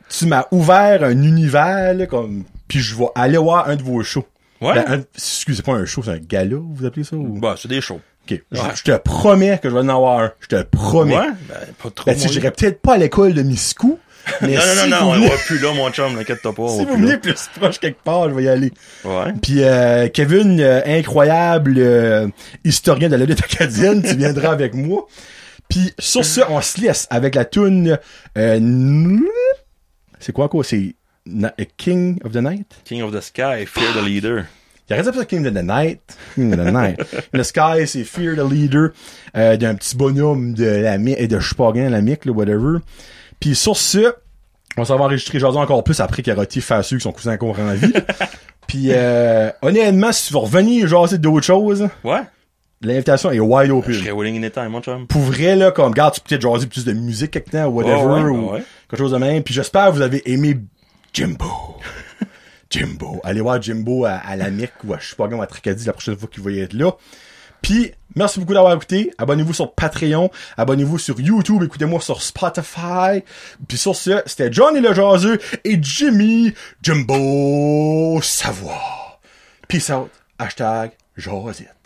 A: tu m'as ouvert un univers, là, comme, puis je vais aller voir un de vos shows.
B: Ouais.
A: Ben, un- excusez, pas un show, c'est un gala, vous appelez ça? Ou...
B: Bah, c'est des shows.
A: Ok. Je, je te promets que je vais en avoir un. Je te promets.
B: Ben, pas trop.
A: Ben, si
B: moi.
A: j'irai peut-être pas à l'école de Miscou, mais
B: non, non,
A: si
B: non,
A: vous
B: non, on
A: venez-
B: va plus là, mon chum, n'inquiète-toi pas. on
A: si
B: va
A: vous
B: plus
A: venez plus proche quelque part, je vais y aller.
B: là. Ouais.
A: Puis euh, Kevin, euh, incroyable euh, historien de la lutte acadienne, tu viendras avec moi. Puis sur ce, on se laisse avec la tune C'est quoi quoi C'est Na- King of the Night
B: King of the Sky, Fear the Leader.
A: il aurait dû appeler ça King of the Night. King of the Night. le Sky, c'est Fear the Leader euh, d'un petit bonhomme de la mi- et de Chupagan, la mic, là, whatever. Puis sur ce, on s'en va enregistrer Jason encore plus après qu'il a roté Fassu, que son cousin encore en vie. Puis euh, honnêtement, si tu veux revenir jaser d'autres choses,
B: Ouais.
A: l'invitation est wide
B: Je
A: open.
B: serais willing anytime, mon chum.
A: Pour vrai, là, comme, regarde, tu peux peut-être jaser plus de musique quelque temps, ou whatever,
B: Ouais, ouais,
A: ou
B: ouais.
A: quelque chose de même. Puis j'espère que vous avez aimé Jimbo. Jimbo. Allez voir Jimbo à, à la Mecque ou à Chupagon, à Tracadie la prochaine fois qu'il va y être là. Puis, merci beaucoup d'avoir écouté. Abonnez-vous sur Patreon. Abonnez-vous sur YouTube. Écoutez-moi sur Spotify. Puis sur ce, c'était Johnny le Jaseux et Jimmy Jimbo Savoir. Peace out. Hashtag Jazette.